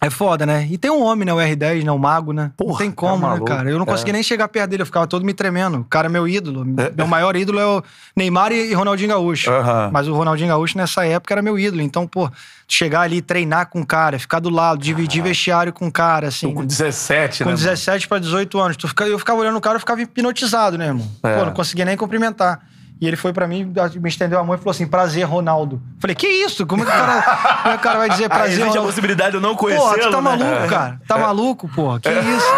Speaker 3: É foda, né? E tem um homem, né? O R10, né? O Mago, né? não
Speaker 2: Porra,
Speaker 3: tem como,
Speaker 2: tá
Speaker 3: né,
Speaker 2: maluco.
Speaker 3: cara? Eu não
Speaker 2: É.
Speaker 3: conseguia nem chegar perto dele, eu ficava todo me tremendo. O cara é meu ídolo. Meu maior ídolo é o Neymar e e Ronaldinho Gaúcho.
Speaker 1: Aham.
Speaker 3: Mas o Ronaldinho Gaúcho, nessa época, era meu ídolo. Então, pô, chegar ali, treinar com o cara, ficar do lado, dividir vestiário com o cara, assim.
Speaker 1: Com
Speaker 3: né?
Speaker 1: 17,
Speaker 3: Com
Speaker 1: né?
Speaker 3: 17 pra 18 anos. Tu fica, eu ficava olhando o cara, eu ficava hipnotizado, né, irmão?
Speaker 1: É.
Speaker 3: Pô, não conseguia nem cumprimentar. E ele foi pra mim, me estendeu a mão e falou assim: prazer, Ronaldo. Falei, que isso? Como é que o cara, como é que o cara
Speaker 4: [laughs]
Speaker 3: vai dizer prazer,
Speaker 4: Existe a
Speaker 3: Ronaldo?
Speaker 4: possibilidade de eu não conhecê-lo,
Speaker 3: Porra, tu tá
Speaker 4: né?
Speaker 3: maluco,
Speaker 4: É.
Speaker 3: cara. Tá maluco, porra. Que isso?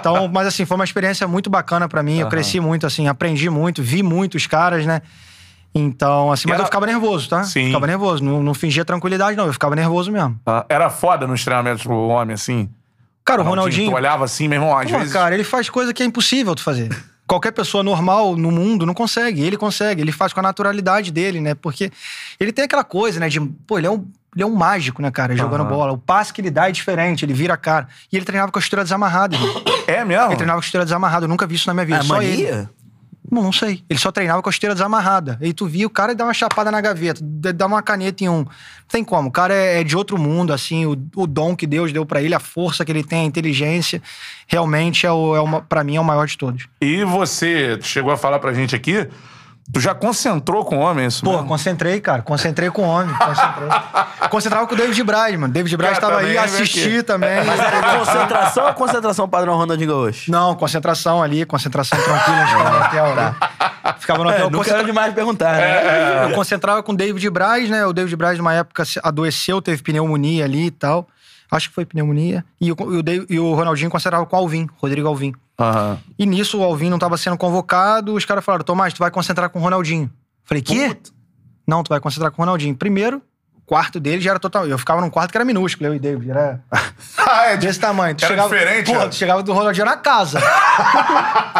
Speaker 3: Então, mas assim, foi uma experiência muito bacana pra mim. Eu cresci muito, assim, aprendi muito, vi muito os caras, né? Então, assim, mas
Speaker 1: Era-
Speaker 3: eu ficava nervoso, tá?
Speaker 1: Sim.
Speaker 3: Ficava nervoso. Não, não fingia tranquilidade, não. Eu ficava nervoso mesmo.
Speaker 1: Ah, Era foda nos treinamentos pro homem, assim.
Speaker 3: Cara, o Ronaldinho.
Speaker 1: Tu olhava assim, meu irmão, às
Speaker 3: Pô,
Speaker 1: vezes.
Speaker 3: cara, ele faz coisa que é impossível
Speaker 1: [laughs]
Speaker 3: tu fazer. Qualquer pessoa normal no mundo não consegue. Ele consegue, ele faz com a naturalidade dele, né? Porque ele tem aquela coisa, né? De, pô, ele é um, ele é um mágico, né, cara? Jogando
Speaker 1: Aham.
Speaker 3: bola. O passe que ele dá é diferente, ele vira a cara. E ele treinava com a esteira desamarrada. irmão.
Speaker 1: [coughs] É mesmo?
Speaker 3: Ele treinava com a esteira desamarrada, eu nunca vi isso na minha vida.
Speaker 2: É
Speaker 3: só ele.
Speaker 2: mania?
Speaker 3: Não, não sei. Ele só treinava com a esteira desamarrada. E tu via o cara dar uma chapada na gaveta, d- dar uma caneta em um. Não tem como. O cara é, é de outro mundo, assim. O, o dom que Deus deu pra ele, a força que ele tem, a inteligência, realmente é o, é o ma- pra mim é o maior de todos.
Speaker 1: E você chegou a falar pra gente aqui, tu já concentrou com o homem é isso?
Speaker 3: Pô,
Speaker 1: mesmo?
Speaker 3: concentrei, cara. Concentrei com o [laughs] homem. Concentrei. Concentrava com o David Braz, mano. David Braz
Speaker 1: Cara,
Speaker 3: tava
Speaker 1: também,
Speaker 3: aí,
Speaker 1: né, é-
Speaker 3: assisti
Speaker 1: aqui.
Speaker 3: também.
Speaker 2: Concentração ou concentração padrão Ronaldinho Gaúcho?
Speaker 3: Não, concentração ali, concentração tranquila,
Speaker 1: [laughs]
Speaker 3: a gente ficava no hotel. né? Ficava no hotel.
Speaker 2: É, não
Speaker 3: concentra-
Speaker 2: quero demais perguntar, né?
Speaker 1: Ah.
Speaker 3: Eu concentrava com o David Braz, né? O David Braz, numa época, se- adoeceu, teve pneumonia ali e tal. Acho que foi pneumonia. E o, e o Dave- e o Ronaldinho concentrava com o Alvin, Rodrigo Alvin.
Speaker 1: Aham.
Speaker 3: E nisso o Alvin não tava sendo convocado. Os caras falaram: Tomás, tu vai concentrar com o Ronaldinho. Falei: Quê? Não, tu vai concentrar com o Ronaldinho. Primeiro, o quarto dele já era total. Eu ficava num quarto que era minúsculo, eu e David. Era
Speaker 1: [laughs] Ah, é,
Speaker 3: desse tamanho. Tu
Speaker 1: Era diferente,
Speaker 3: Pô,
Speaker 1: era?
Speaker 3: tu chegava do Ronaldinho
Speaker 1: [laughs]
Speaker 3: na casa.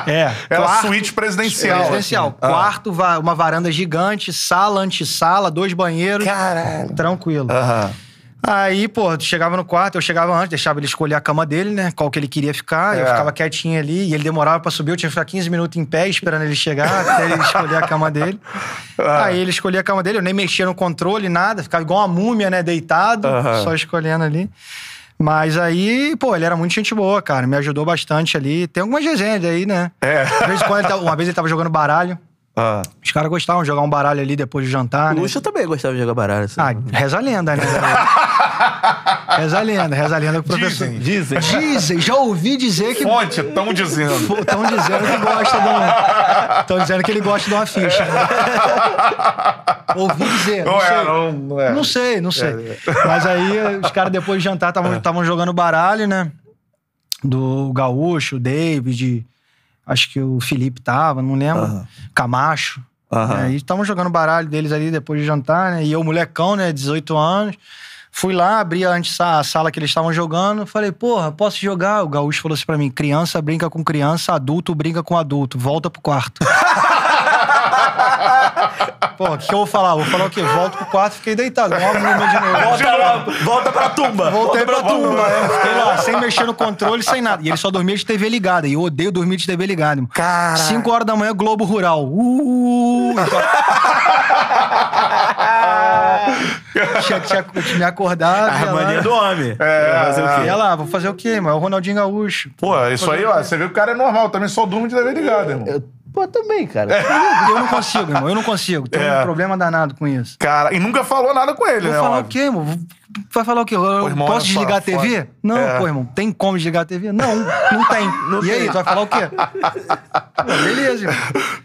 Speaker 3: é.
Speaker 1: era
Speaker 3: quarto-
Speaker 1: suíte presidencial. assim. Ah.
Speaker 3: Residencial. Quarto, va- uma varanda gigante, sala, antessala, dois banheiros.
Speaker 1: Caralho.
Speaker 3: Tranquilo.
Speaker 1: Aham.
Speaker 3: Aí, pô, tu chegava no quarto, eu chegava antes, deixava ele escolher a cama dele, né? Qual que ele queria ficar.
Speaker 1: É.
Speaker 3: Eu ficava quietinho ali. E ele demorava pra subir, eu tinha que ficar 15 minutos em pé esperando ele chegar, [laughs] até ele escolher a cama dele.
Speaker 1: Ah.
Speaker 3: Aí ele escolhia a cama dele, eu nem mexia no controle, nada. Ficava igual uma múmia, né? Deitado,
Speaker 1: Aham.
Speaker 3: só escolhendo ali. Mas aí, pô, ele era muito gente boa, cara. Me ajudou bastante ali. Tem algumas resenhas aí, né?
Speaker 1: É.
Speaker 3: De vez em quando ele tava- uma vez ele tava jogando baralho.
Speaker 1: Ah.
Speaker 3: Os caras gostavam de jogar um baralho ali depois do jantar, né?
Speaker 2: Ah, Luxo eu também gostava de jogar baralho. assim.
Speaker 3: Ah, reza
Speaker 1: [laughs]
Speaker 3: a lenda, né? reza a lenda, reza a lenda que o professor.
Speaker 1: Dizem.
Speaker 2: Dizem.
Speaker 3: Dizem, já ouvi dizer que.
Speaker 1: Fonte, tão dizendo.
Speaker 3: Estão dizendo que gosta de um. Estão dizendo que ele gosta de uma ficha. né?
Speaker 1: [laughs]
Speaker 3: ouvi dizer. Não,
Speaker 1: Não
Speaker 3: sei.
Speaker 1: é, não, não é.
Speaker 3: Não sei, não sei. Mas aí os caras depois de jantar
Speaker 1: É.
Speaker 3: estavam jogando baralho, né? Do Gaúcho, o David, acho que o Felipe tava, não lembro. Camacho.
Speaker 1: Aham.
Speaker 3: Aí estavam É, jogando baralho deles ali depois de jantar, né? E eu, molecão, né? 18 anos. Fui lá, abri antes a sala que eles estavam jogando. Falei, porra, posso jogar? O Gaúcho falou assim pra mim: criança brinca com criança, adulto brinca com adulto. Volta pro quarto. [laughs] Pô, o que eu vou falar? Vou falar o quê? Volto pro quarto, fiquei deitado. Uma múmia de novo.
Speaker 1: De novo.
Speaker 2: Volta pra tumba.
Speaker 3: Voltei pra
Speaker 1: volta.
Speaker 3: tumba, né? Fiquei lá, sem mexer no controle, sem nada. E ele só dormia de TV ligada. E eu odeio dormir de TV ligada, irmão.
Speaker 2: Caraca.
Speaker 3: 5 horas da manhã, Globo Rural. Uh!
Speaker 2: Ah,
Speaker 3: Ah, tinha, tinha, tinha me acordado.
Speaker 4: A
Speaker 3: ia lá.
Speaker 1: é
Speaker 4: mania do homem.
Speaker 3: É.
Speaker 4: Vai fazer o quê?
Speaker 3: Ia lá, vou fazer o quê, mano? É o Ronaldinho Gaúcho.
Speaker 1: Pô, isso aí, ó. Você vê que o cara é normal, também só durmo de TV ligado, irmão.
Speaker 2: Eu- Pô, também, cara.
Speaker 3: É, Eu não consigo, irmão. Eu não consigo. Tenho
Speaker 1: É.
Speaker 3: um problema danado com isso.
Speaker 1: Cara, e nunca falou nada com ele,
Speaker 3: Vou
Speaker 1: né?
Speaker 3: falar o
Speaker 1: óbvio.
Speaker 3: quê, irmão? Vai falar o quê? Eu
Speaker 1: irmão, olha
Speaker 3: posso
Speaker 1: só,
Speaker 3: desligar a TV?
Speaker 1: foda.
Speaker 3: Não,
Speaker 1: É.
Speaker 3: pô, irmão. Tem como desligar a TV? Não, não tem. e aí, tu vai falar o
Speaker 1: [laughs]
Speaker 3: quê? Pô, Beleza, irmão.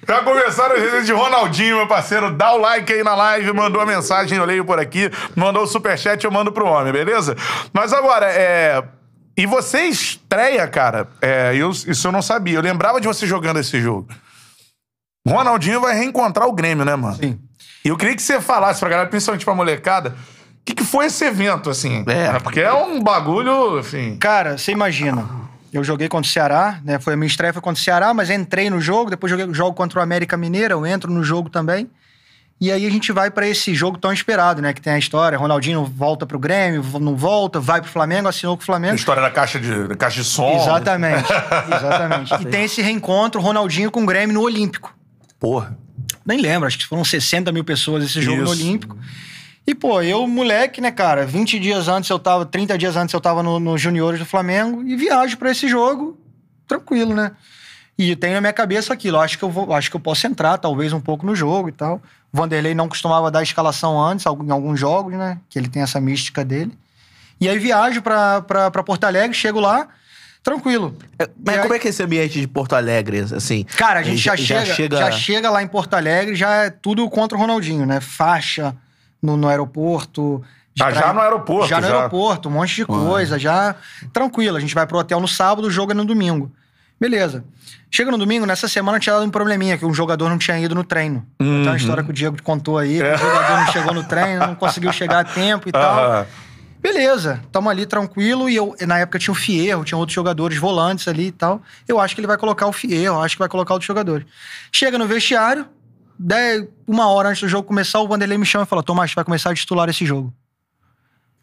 Speaker 1: Já começaram as redes de Ronaldinho, meu parceiro. Dá o like aí na live, mandou a mensagem, eu leio por aqui. Mandou o superchat, eu mando pro homem, beleza? Mas agora, é... E você estreia, cara, é, eu- isso eu não sabia. Eu lembrava de você jogando esse jogo. Ronaldinho vai reencontrar o Grêmio, né, mano?
Speaker 3: Sim.
Speaker 1: E eu queria que você falasse pra galera, principalmente pra molecada, o que, que foi esse evento, assim?
Speaker 2: É.
Speaker 1: Porque é um bagulho, assim, enfim...
Speaker 3: Cara, você imagina. Eu joguei contra o Ceará, né? Foi a minha estreia foi contra o Ceará, mas entrei no jogo, depois joguei jogo contra o América Mineira, eu entro no jogo também. E aí a gente vai pra esse jogo tão esperado, né? Que tem a história, Ronaldinho volta pro Grêmio, não volta, vai pro Flamengo, assinou com o
Speaker 1: A
Speaker 3: Flamengo.
Speaker 1: história da caixa de, da caixa de som.
Speaker 3: Exatamente. Exatamente. E tem esse reencontro Ronaldinho com o Grêmio no Olímpico.
Speaker 1: Porra.
Speaker 3: Nem lembro, acho que foram 60 mil pessoas esse jogo no
Speaker 1: Isso.
Speaker 3: Olímpico. E, pô, eu, moleque, né, cara, 20 dias antes eu tava, 30 dias antes eu tava nos no juniores do Flamengo e viajo pra esse jogo, tranquilo, né? E tenho na minha cabeça aquilo, acho que eu vou, acho que eu posso entrar, talvez, um pouco no jogo e tal. O Vanderlei não costumava dar escalação antes, algu- em alguns jogos, né? Que ele tem essa mística dele. E aí viajo pra, pra, pra Porto Alegre, chego lá, tranquilo.
Speaker 2: É, Mas
Speaker 3: E aí-
Speaker 2: como é que é esse ambiente de Porto Alegre, assim?
Speaker 3: Cara, a gente
Speaker 2: Ele
Speaker 3: já, chega, já chega... lá em Porto Alegre, já é tudo contra o Ronaldinho, né? Faixa no, no aeroporto. de
Speaker 1: Ah, já no aeroporto,
Speaker 3: Já no
Speaker 1: já.
Speaker 3: aeroporto, um monte de coisa, já. Tranquilo, a gente vai pro hotel no sábado, o jogo é no domingo. Beleza. Chega no domingo, nessa semana tinha dado um probleminha, que um jogador não tinha ido no treino. Tem
Speaker 1: Uhum.
Speaker 3: uma história que o Diego contou aí, que o jogador não chegou no treino, não conseguiu chegar a tempo e tal.
Speaker 1: É. [laughs] Aham.
Speaker 3: Beleza, tamo ali tranquilo. E eu, na época tinha o Fierro, tinha outros jogadores volantes ali e tal. Eu acho que ele vai colocar o Fierro, acho que vai colocar outros jogadores. Chega no vestiário, dez, uma hora antes do jogo começar, o Vanderlei me chama e fala: Tomás, tu vai começar a titular esse jogo.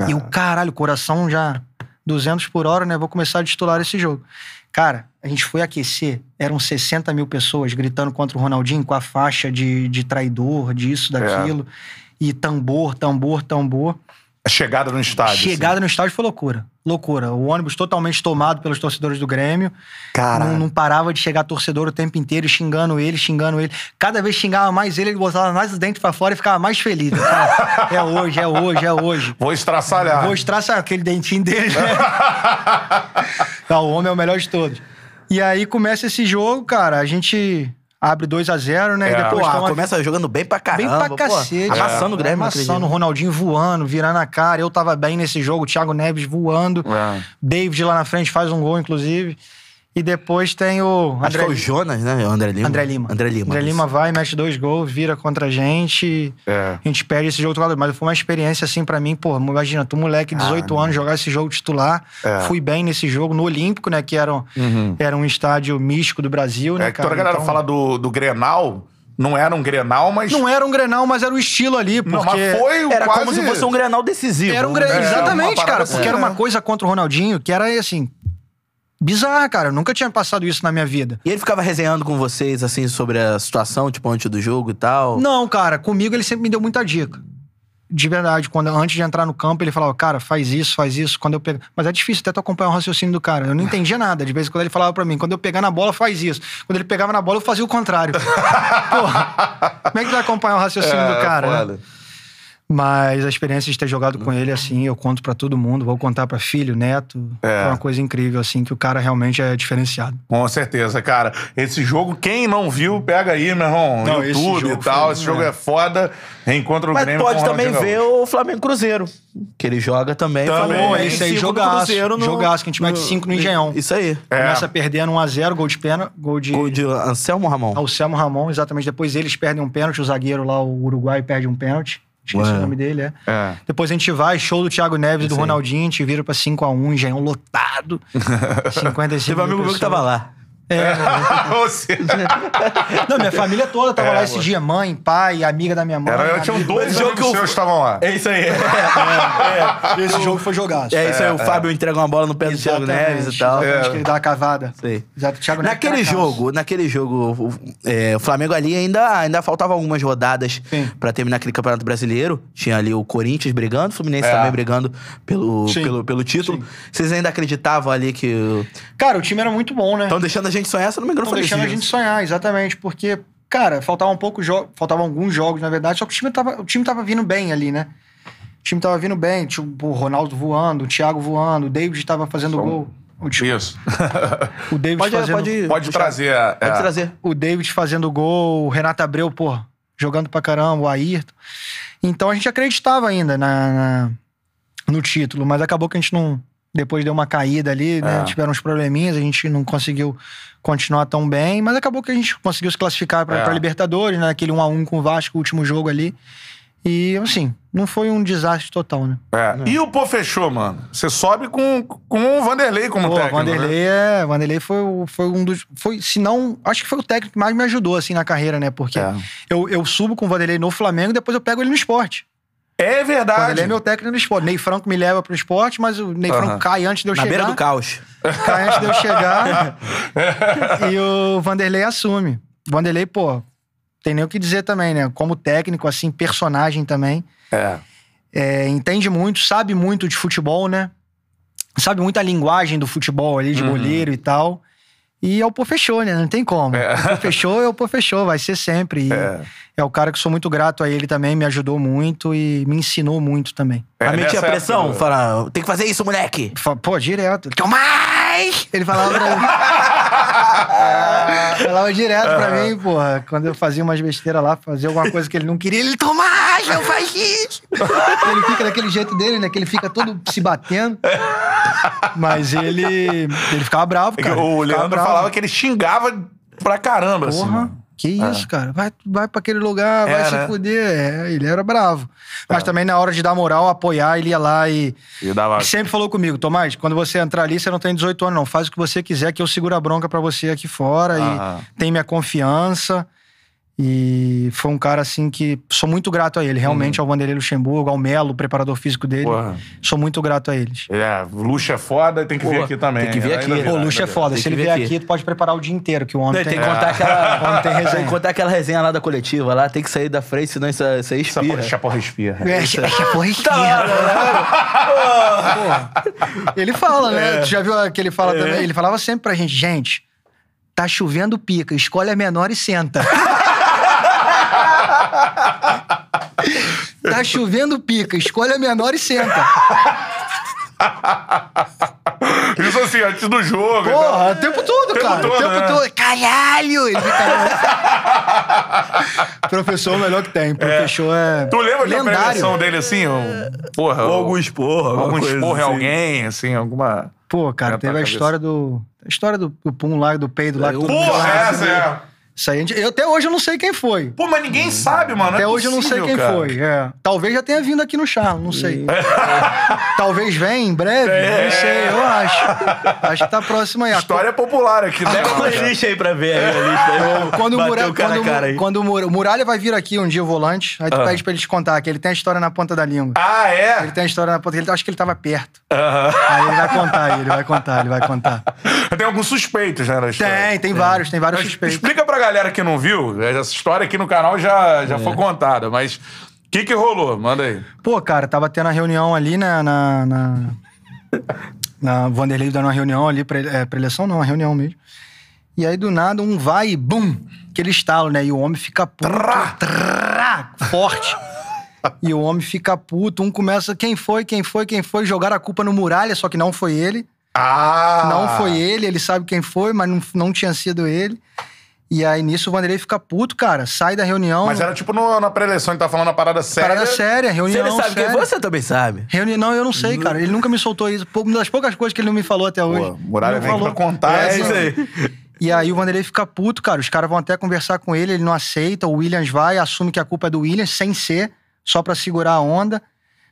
Speaker 3: E o caralho, o coração já 200 por hora, né? Vou começar a titular esse jogo. Cara, a gente foi aquecer, eram 60 mil pessoas gritando contra o Ronaldinho com a faixa de, de traidor, disso, daquilo. E tambor, tambor, tambor.
Speaker 1: A Chegada no
Speaker 2: assim.
Speaker 1: estádio. assim.
Speaker 3: Chegada no estádio foi loucura. Loucura. O ônibus totalmente tomado pelos torcedores do Grêmio. Não, não parava de chegar torcedor o tempo inteiro, xingando ele, xingando ele. Cada vez xingava mais ele, ele botava mais os dentes pra fora e ficava mais feliz. Eu falava, é hoje, é hoje, é hoje.
Speaker 1: Vou
Speaker 2: Tá.
Speaker 1: estraçalhar.
Speaker 3: Vou estraçar aquele dentinho
Speaker 2: [laughs]
Speaker 3: dele, né? Não, o homem é o melhor de todos. E aí começa esse jogo, cara. A gente abre 2 a 0 né?
Speaker 1: É.
Speaker 3: E depois
Speaker 2: Pô,
Speaker 3: toma-
Speaker 2: começa jogando bem pra
Speaker 3: Bem
Speaker 2: caramba.
Speaker 3: pra cacete.
Speaker 2: Pô, amassando o Grêmio, não
Speaker 3: Amassando o
Speaker 2: acredito.
Speaker 3: Ronaldinho voando, virando a cara. Eu tava bem nesse jogo, o Thiago Neves voando.
Speaker 1: [laughs] É.
Speaker 3: David lá na frente faz um gol, inclusive. E depois tem o
Speaker 2: Acho que
Speaker 3: André,
Speaker 1: é
Speaker 2: foi o Jonas, né? O André Lima.
Speaker 3: André Lima.
Speaker 2: André Lima.
Speaker 3: André
Speaker 2: isso.
Speaker 3: Lima vai, mete dois gols, vira contra a gente.
Speaker 1: É.
Speaker 3: A gente perde esse jogo titular. Mas foi uma experiência assim pra mim, pô, imagina, tu moleque, 18 anos, jogar esse jogo titular.
Speaker 1: Ah, É.
Speaker 3: Fui bem nesse jogo, no Olímpico, né? Que era, um- era um estádio místico do Brasil, né,
Speaker 1: É que
Speaker 3: cara?
Speaker 1: toda a galera
Speaker 3: Então,
Speaker 1: fala do, do Grenal. Não era um Grenal, mas.
Speaker 3: Não era um Grenal, mas era o estilo ali, porque...
Speaker 1: Não, mas foi
Speaker 2: Era
Speaker 1: quase...
Speaker 2: como se fosse um Grenal decisivo.
Speaker 3: Era um
Speaker 2: né?
Speaker 3: grande.
Speaker 1: É, uma
Speaker 3: exatamente,
Speaker 1: parada
Speaker 3: cara.
Speaker 1: assim,
Speaker 3: Porque era
Speaker 1: né?
Speaker 3: uma coisa contra o Ronaldinho que era assim. Bizarra, cara. Eu nunca tinha passado isso na minha vida.
Speaker 2: E ele ficava resenhando com vocês, assim, sobre a situação, tipo, antes do jogo e tal.
Speaker 3: Não, cara, comigo ele sempre me deu muita dica. De verdade, quando antes de entrar no campo, ele falava, cara, faz isso, faz isso. Quando eu pegar. Mas é difícil até tu acompanhar o raciocínio do cara. Eu não entendia nada. De vez em quando ele falava pra mim, quando eu pegar na bola, faz isso. Quando ele pegava na bola, eu fazia o contrário.
Speaker 1: [laughs]
Speaker 3: Porra, como é que tu vai acompanhar o raciocínio do cara? né?
Speaker 1: É, foda.
Speaker 3: Mas a experiência de ter jogado com ele, assim, eu conto pra todo mundo, vou contar pra filho, neto.
Speaker 1: É.
Speaker 3: Foi uma coisa incrível, assim, que o cara realmente é diferenciado.
Speaker 1: Com certeza, cara. Esse jogo, quem não viu, pega aí, meu irmão.
Speaker 3: Não, esse
Speaker 1: YouTube e
Speaker 3: jogo
Speaker 1: tal.
Speaker 3: foi-
Speaker 1: Esse jogo é foda. Reencontra o
Speaker 2: um- Mas
Speaker 1: Grêmio.
Speaker 2: pode
Speaker 1: com o
Speaker 2: também
Speaker 1: Ronaldinho
Speaker 2: ver
Speaker 1: Gaúcho.
Speaker 2: o Flamengo Cruzeiro. Que ele joga também.
Speaker 1: Também.
Speaker 2: Flamengo
Speaker 1: Pô,
Speaker 2: em
Speaker 3: esse aí,
Speaker 2: cinco do
Speaker 3: jogaço.
Speaker 2: Cruzeiro no-
Speaker 3: Jogaço, que a gente mete cinco no Engenhão.
Speaker 2: Isso aí.
Speaker 1: É.
Speaker 3: Começa perdendo 1x0, gol de pena, gol de
Speaker 2: Gol de Anselmo Ramon.
Speaker 3: Anselmo Ramon, exatamente. Depois eles perdem um pênalti, o zagueiro lá, o Uruguai, perde um pênalti. Esqueci
Speaker 2: Ué.
Speaker 3: o nome dele, é.
Speaker 1: É.
Speaker 3: Depois a gente vai, show do Thiago Neves e
Speaker 2: Isso
Speaker 3: do
Speaker 2: aí.
Speaker 3: Ronaldinho, a gente vira pra 5x1, Engenhão
Speaker 2: [laughs]
Speaker 3: lotado. 55
Speaker 2: Teve um amigo meu que tava lá.
Speaker 1: [laughs] Você-
Speaker 3: É. Não, minha família toda tava lá esse dia. Mãe, pai, amiga da minha mãe.
Speaker 1: Era, tinham
Speaker 3: amigo.
Speaker 1: dois
Speaker 2: Mas o jogo
Speaker 1: amigos
Speaker 2: que É, eu-
Speaker 1: seus que estavam lá.
Speaker 2: É isso aí.
Speaker 3: Esse jogo foi jogado.
Speaker 2: É isso aí, o Fábio entrega uma bola no pé do Thiago Neves e tal.
Speaker 3: Exatamente,
Speaker 1: É.
Speaker 3: que ele dá uma cavada.
Speaker 2: Sei.
Speaker 3: Exato, o Thiago Neves
Speaker 2: Naquele
Speaker 3: tem uma calça.
Speaker 2: jogo, naquele jogo, o, é, o Flamengo ali ainda, ainda faltava algumas rodadas
Speaker 3: Sim.
Speaker 2: pra terminar aquele Campeonato Brasileiro. Tinha ali o Corinthians brigando, o Fluminense
Speaker 1: É.
Speaker 2: também brigando pelo,
Speaker 3: Sim.
Speaker 2: pelo, pelo título. Vocês ainda acreditavam ali que.
Speaker 3: Cara, o time era muito bom, né?
Speaker 2: Estão deixando a gente sonhar, se eu não me engano,
Speaker 3: Estão
Speaker 2: foi
Speaker 3: deixando a
Speaker 2: isso.
Speaker 3: gente sonhar, exatamente, porque, cara, faltavam poucos jogos, faltavam alguns jogos, na verdade, só que o time tava, o time tava vindo bem ali, né? O time tava vindo bem, tipo, o Ronaldo voando, o Thiago voando, o David tava fazendo gol. O, Thi-
Speaker 1: [laughs] Isso.
Speaker 3: o David
Speaker 2: um Pode,
Speaker 3: fazendo
Speaker 2: pode,
Speaker 1: Pode
Speaker 2: puxar.
Speaker 1: trazer. é.
Speaker 2: Pode trazer.
Speaker 3: o David fazendo gol, o Renato Abreu, pô, jogando pra caramba, o Ayrton. Então a gente acreditava ainda na, na- no título, mas acabou que a gente não. Depois deu uma caída ali, né?
Speaker 1: É.
Speaker 3: Tiveram uns probleminhas, a gente não conseguiu continuar tão bem, mas acabou que a gente conseguiu se classificar pra,
Speaker 1: É.
Speaker 3: pra Libertadores, né? Aquele 1x1 com o Vasco, o último jogo ali. E, assim, não foi um desastre total, né?
Speaker 1: É. E o Pô Fechou, mano? Você sobe com, com o Vanderlei como
Speaker 3: Pô,
Speaker 1: técnico. né?
Speaker 3: Vanderlei é. Vanderlei foi, o- foi um dos. Foi, se não. Acho que foi o técnico que mais me ajudou, assim, na carreira, né? Porque
Speaker 1: É.
Speaker 3: eu, eu subo com o Vanderlei no Flamengo e depois eu pego ele no esporte.
Speaker 1: É
Speaker 3: O
Speaker 1: verdade.
Speaker 3: Vanderlei é meu técnico no esporte. Ney Franco me leva pro esporte, mas o Ney
Speaker 1: Aham.
Speaker 3: Franco cai antes de eu
Speaker 2: Na
Speaker 3: chegar.
Speaker 2: beira do caos.
Speaker 3: Cai antes de
Speaker 2: [laughs]
Speaker 3: eu chegar. e o Vanderlei assume. Vanderlei, pô, tem nem o que dizer também, né? Como técnico, assim, personagem também.
Speaker 1: [laughs] É.
Speaker 3: é, entende muito, sabe muito de futebol, né? Sabe muito a linguagem do futebol ali, de
Speaker 1: Uhum.
Speaker 3: goleiro e tal. E é o pô fechou, né? Não tem como. O pô fechou é o pô fechou, vai ser sempre. E
Speaker 1: É.
Speaker 3: é. o cara que sou muito grato a ele também, me ajudou muito e me ensinou muito também.
Speaker 1: É,
Speaker 2: a metia
Speaker 1: nessa
Speaker 2: pressão,
Speaker 1: época-
Speaker 2: fala, tem que fazer isso, moleque.
Speaker 3: Fa- Pô, direto. Quer mais? Ele falava pra
Speaker 1: [laughs]
Speaker 3: mim.
Speaker 1: né?
Speaker 3: falava direto pra mim, porra. Quando eu fazia umas besteiras lá, fazia alguma coisa que ele não queria, ele toma mais, eu faz isso. ele fica daquele jeito dele, né? Que ele fica todo se batendo. Mas ele. Ele ficava bravo,
Speaker 1: É que
Speaker 3: cara.
Speaker 1: o
Speaker 3: Ficava
Speaker 1: Leandro
Speaker 3: bravo.
Speaker 1: falava que ele xingava pra caramba, assim.
Speaker 3: Porra,
Speaker 1: mano.
Speaker 3: que isso, cara. Vai, vai pra aquele lugar,
Speaker 1: É,
Speaker 3: vai
Speaker 1: né?
Speaker 3: se fuder. É, ele era bravo. Mas também na hora de dar moral, apoiar, ele ia lá e.
Speaker 1: E dava...
Speaker 3: E sempre falou comigo, Tomás, quando você entrar ali, você não tem 18 anos, não. Faz o que você quiser, que eu seguro a bronca pra você aqui fora.
Speaker 1: Aham.
Speaker 3: E tem minha confiança. E foi um cara, assim, que sou muito grato a ele. Realmente, ao Vanderlei Luxemburgo, ao Melo, o preparador físico dele.
Speaker 1: Porra.
Speaker 3: Sou muito grato a eles.
Speaker 1: Ele é, luxo é foda e tem que vir
Speaker 2: Porra,
Speaker 1: aqui também.
Speaker 2: tem que vir
Speaker 1: Ainda
Speaker 2: aqui.
Speaker 1: virá,
Speaker 3: Pô, o Luxo é
Speaker 1: ainda
Speaker 3: foda.
Speaker 2: Tem
Speaker 3: Se
Speaker 2: que
Speaker 3: ele
Speaker 2: vir
Speaker 3: vier
Speaker 2: aqui.
Speaker 3: aqui. tu pode preparar o dia inteiro, que o homem
Speaker 2: Tem,
Speaker 3: tem...
Speaker 2: tem que Ah. contar aquela.
Speaker 3: É. Quando tem resenha.
Speaker 2: Tem que contar aquela resenha lá da coletiva lá, tem que sair da frente, senão isso, é- isso aí
Speaker 1: virá. Essa porra,
Speaker 2: espirra. [laughs]
Speaker 1: essa porra espirra. [laughs]
Speaker 3: [laughs] É, é, porra, que- Pô, ele
Speaker 1: [laughs]
Speaker 3: fala,
Speaker 1: É.
Speaker 3: né? Tu já viu a que ele fala também? Ele falava sempre pra gente, gente, tá chovendo pica, escolhe a menor e senta. [laughs] tá chovendo pica, escolhe a menor
Speaker 1: [laughs]
Speaker 3: e senta.
Speaker 1: Isso assim, antes do jogo. então. e tal.
Speaker 3: Porra, o tempo todo,
Speaker 1: Tempo
Speaker 3: cara.
Speaker 1: todo,
Speaker 3: o tempo
Speaker 1: né?
Speaker 3: todo. Caralho! Ele fica- Professor é o melhor que tem. Professor é,
Speaker 1: [laughs] Tu lembra de uma
Speaker 3: lendário.
Speaker 1: prevenção dele assim? Um, porra,
Speaker 4: Ou algum esporro, alguma
Speaker 1: algum
Speaker 4: coisa
Speaker 1: esporro em
Speaker 4: assim.
Speaker 1: alguém, assim, alguma.
Speaker 3: Pô, cara,
Speaker 1: É, pra
Speaker 3: teve a
Speaker 1: cabeça.
Speaker 3: história do... A história do, do pum lá, do peido lá. que todo mundo
Speaker 1: Porra,
Speaker 3: lá,
Speaker 1: essa é.
Speaker 3: Isso aí, a gente- eu, até hoje eu não sei quem foi.
Speaker 1: Pô, mas ninguém sabe, mano.
Speaker 3: até
Speaker 1: é
Speaker 3: hoje eu não sei
Speaker 1: possível,
Speaker 3: quem
Speaker 1: cara.
Speaker 3: foi. é. Talvez já tenha vindo aqui no Charlo, não sei. [laughs] Talvez venha em breve, não sei, eu acho. Acho que tá próximo aí. A
Speaker 1: História popular aqui,
Speaker 2: É
Speaker 1: né?
Speaker 4: Pega uma lista aí pra ver aí, a lista aí.
Speaker 3: co- é, Quando, o,
Speaker 4: Bateu
Speaker 3: Mura-
Speaker 4: cara
Speaker 3: quando,
Speaker 4: a cara
Speaker 3: o
Speaker 4: aí.
Speaker 3: Mu- quando o Mura- o Muralha vai vir aqui um dia, o volante, aí tu pede pra ele te contar, que ele tem a história na ponta da língua.
Speaker 1: Ah,
Speaker 3: Ele
Speaker 1: é?
Speaker 3: tem a história na ponta, ele, acho que ele tava perto. Aí ele vai contar, ele vai contar, ele vai contar.
Speaker 1: Tem alguns suspeitos, né? na história.
Speaker 3: Tem, tem vários, tem vários
Speaker 1: Mas
Speaker 3: suspeitos.
Speaker 1: Explica pra galera que não viu. Essa história aqui no canal já,
Speaker 3: É.
Speaker 1: já foi contada, mas o que, que rolou? Manda aí.
Speaker 3: Pô, cara, tava tendo a reunião ali na. Na, na, na Vanderlei dando uma reunião ali, pra, é, preleção não, uma reunião mesmo. E aí do nada um vai e bum! Aquele estalo, né? E o homem fica puto. trá, forte. E o homem fica puto, um começa, quem foi, quem foi, quem foi, jogar a culpa no muralha, só que não foi ele.
Speaker 1: Ah!
Speaker 3: Não foi ele, ele sabe quem foi, mas não, não tinha sido ele. E aí nisso o Vanderlei fica puto, cara, sai da reunião.
Speaker 1: Mas era tipo no- na preleção, ele tá falando uma parada séria.
Speaker 3: Parada séria,
Speaker 2: Se
Speaker 3: reunião
Speaker 2: ele sabe
Speaker 3: séria.
Speaker 2: quem você também sabe.
Speaker 3: Reuni... Não, eu não sei, cara. Ele nunca me soltou isso. Pou- Uma das poucas coisas que ele não me falou até hoje.
Speaker 1: Hum. Pô, Muralha
Speaker 3: Não
Speaker 1: vem aqui pra
Speaker 3: falou.
Speaker 1: contar. né?
Speaker 3: É,
Speaker 1: essa-
Speaker 3: isso aí. E aí o Vanderlei fica puto, cara. Os caras vão até conversar com ele, ele não aceita. O Williams vai, assume que a culpa é do Williams, sem ser, só pra segurar a onda.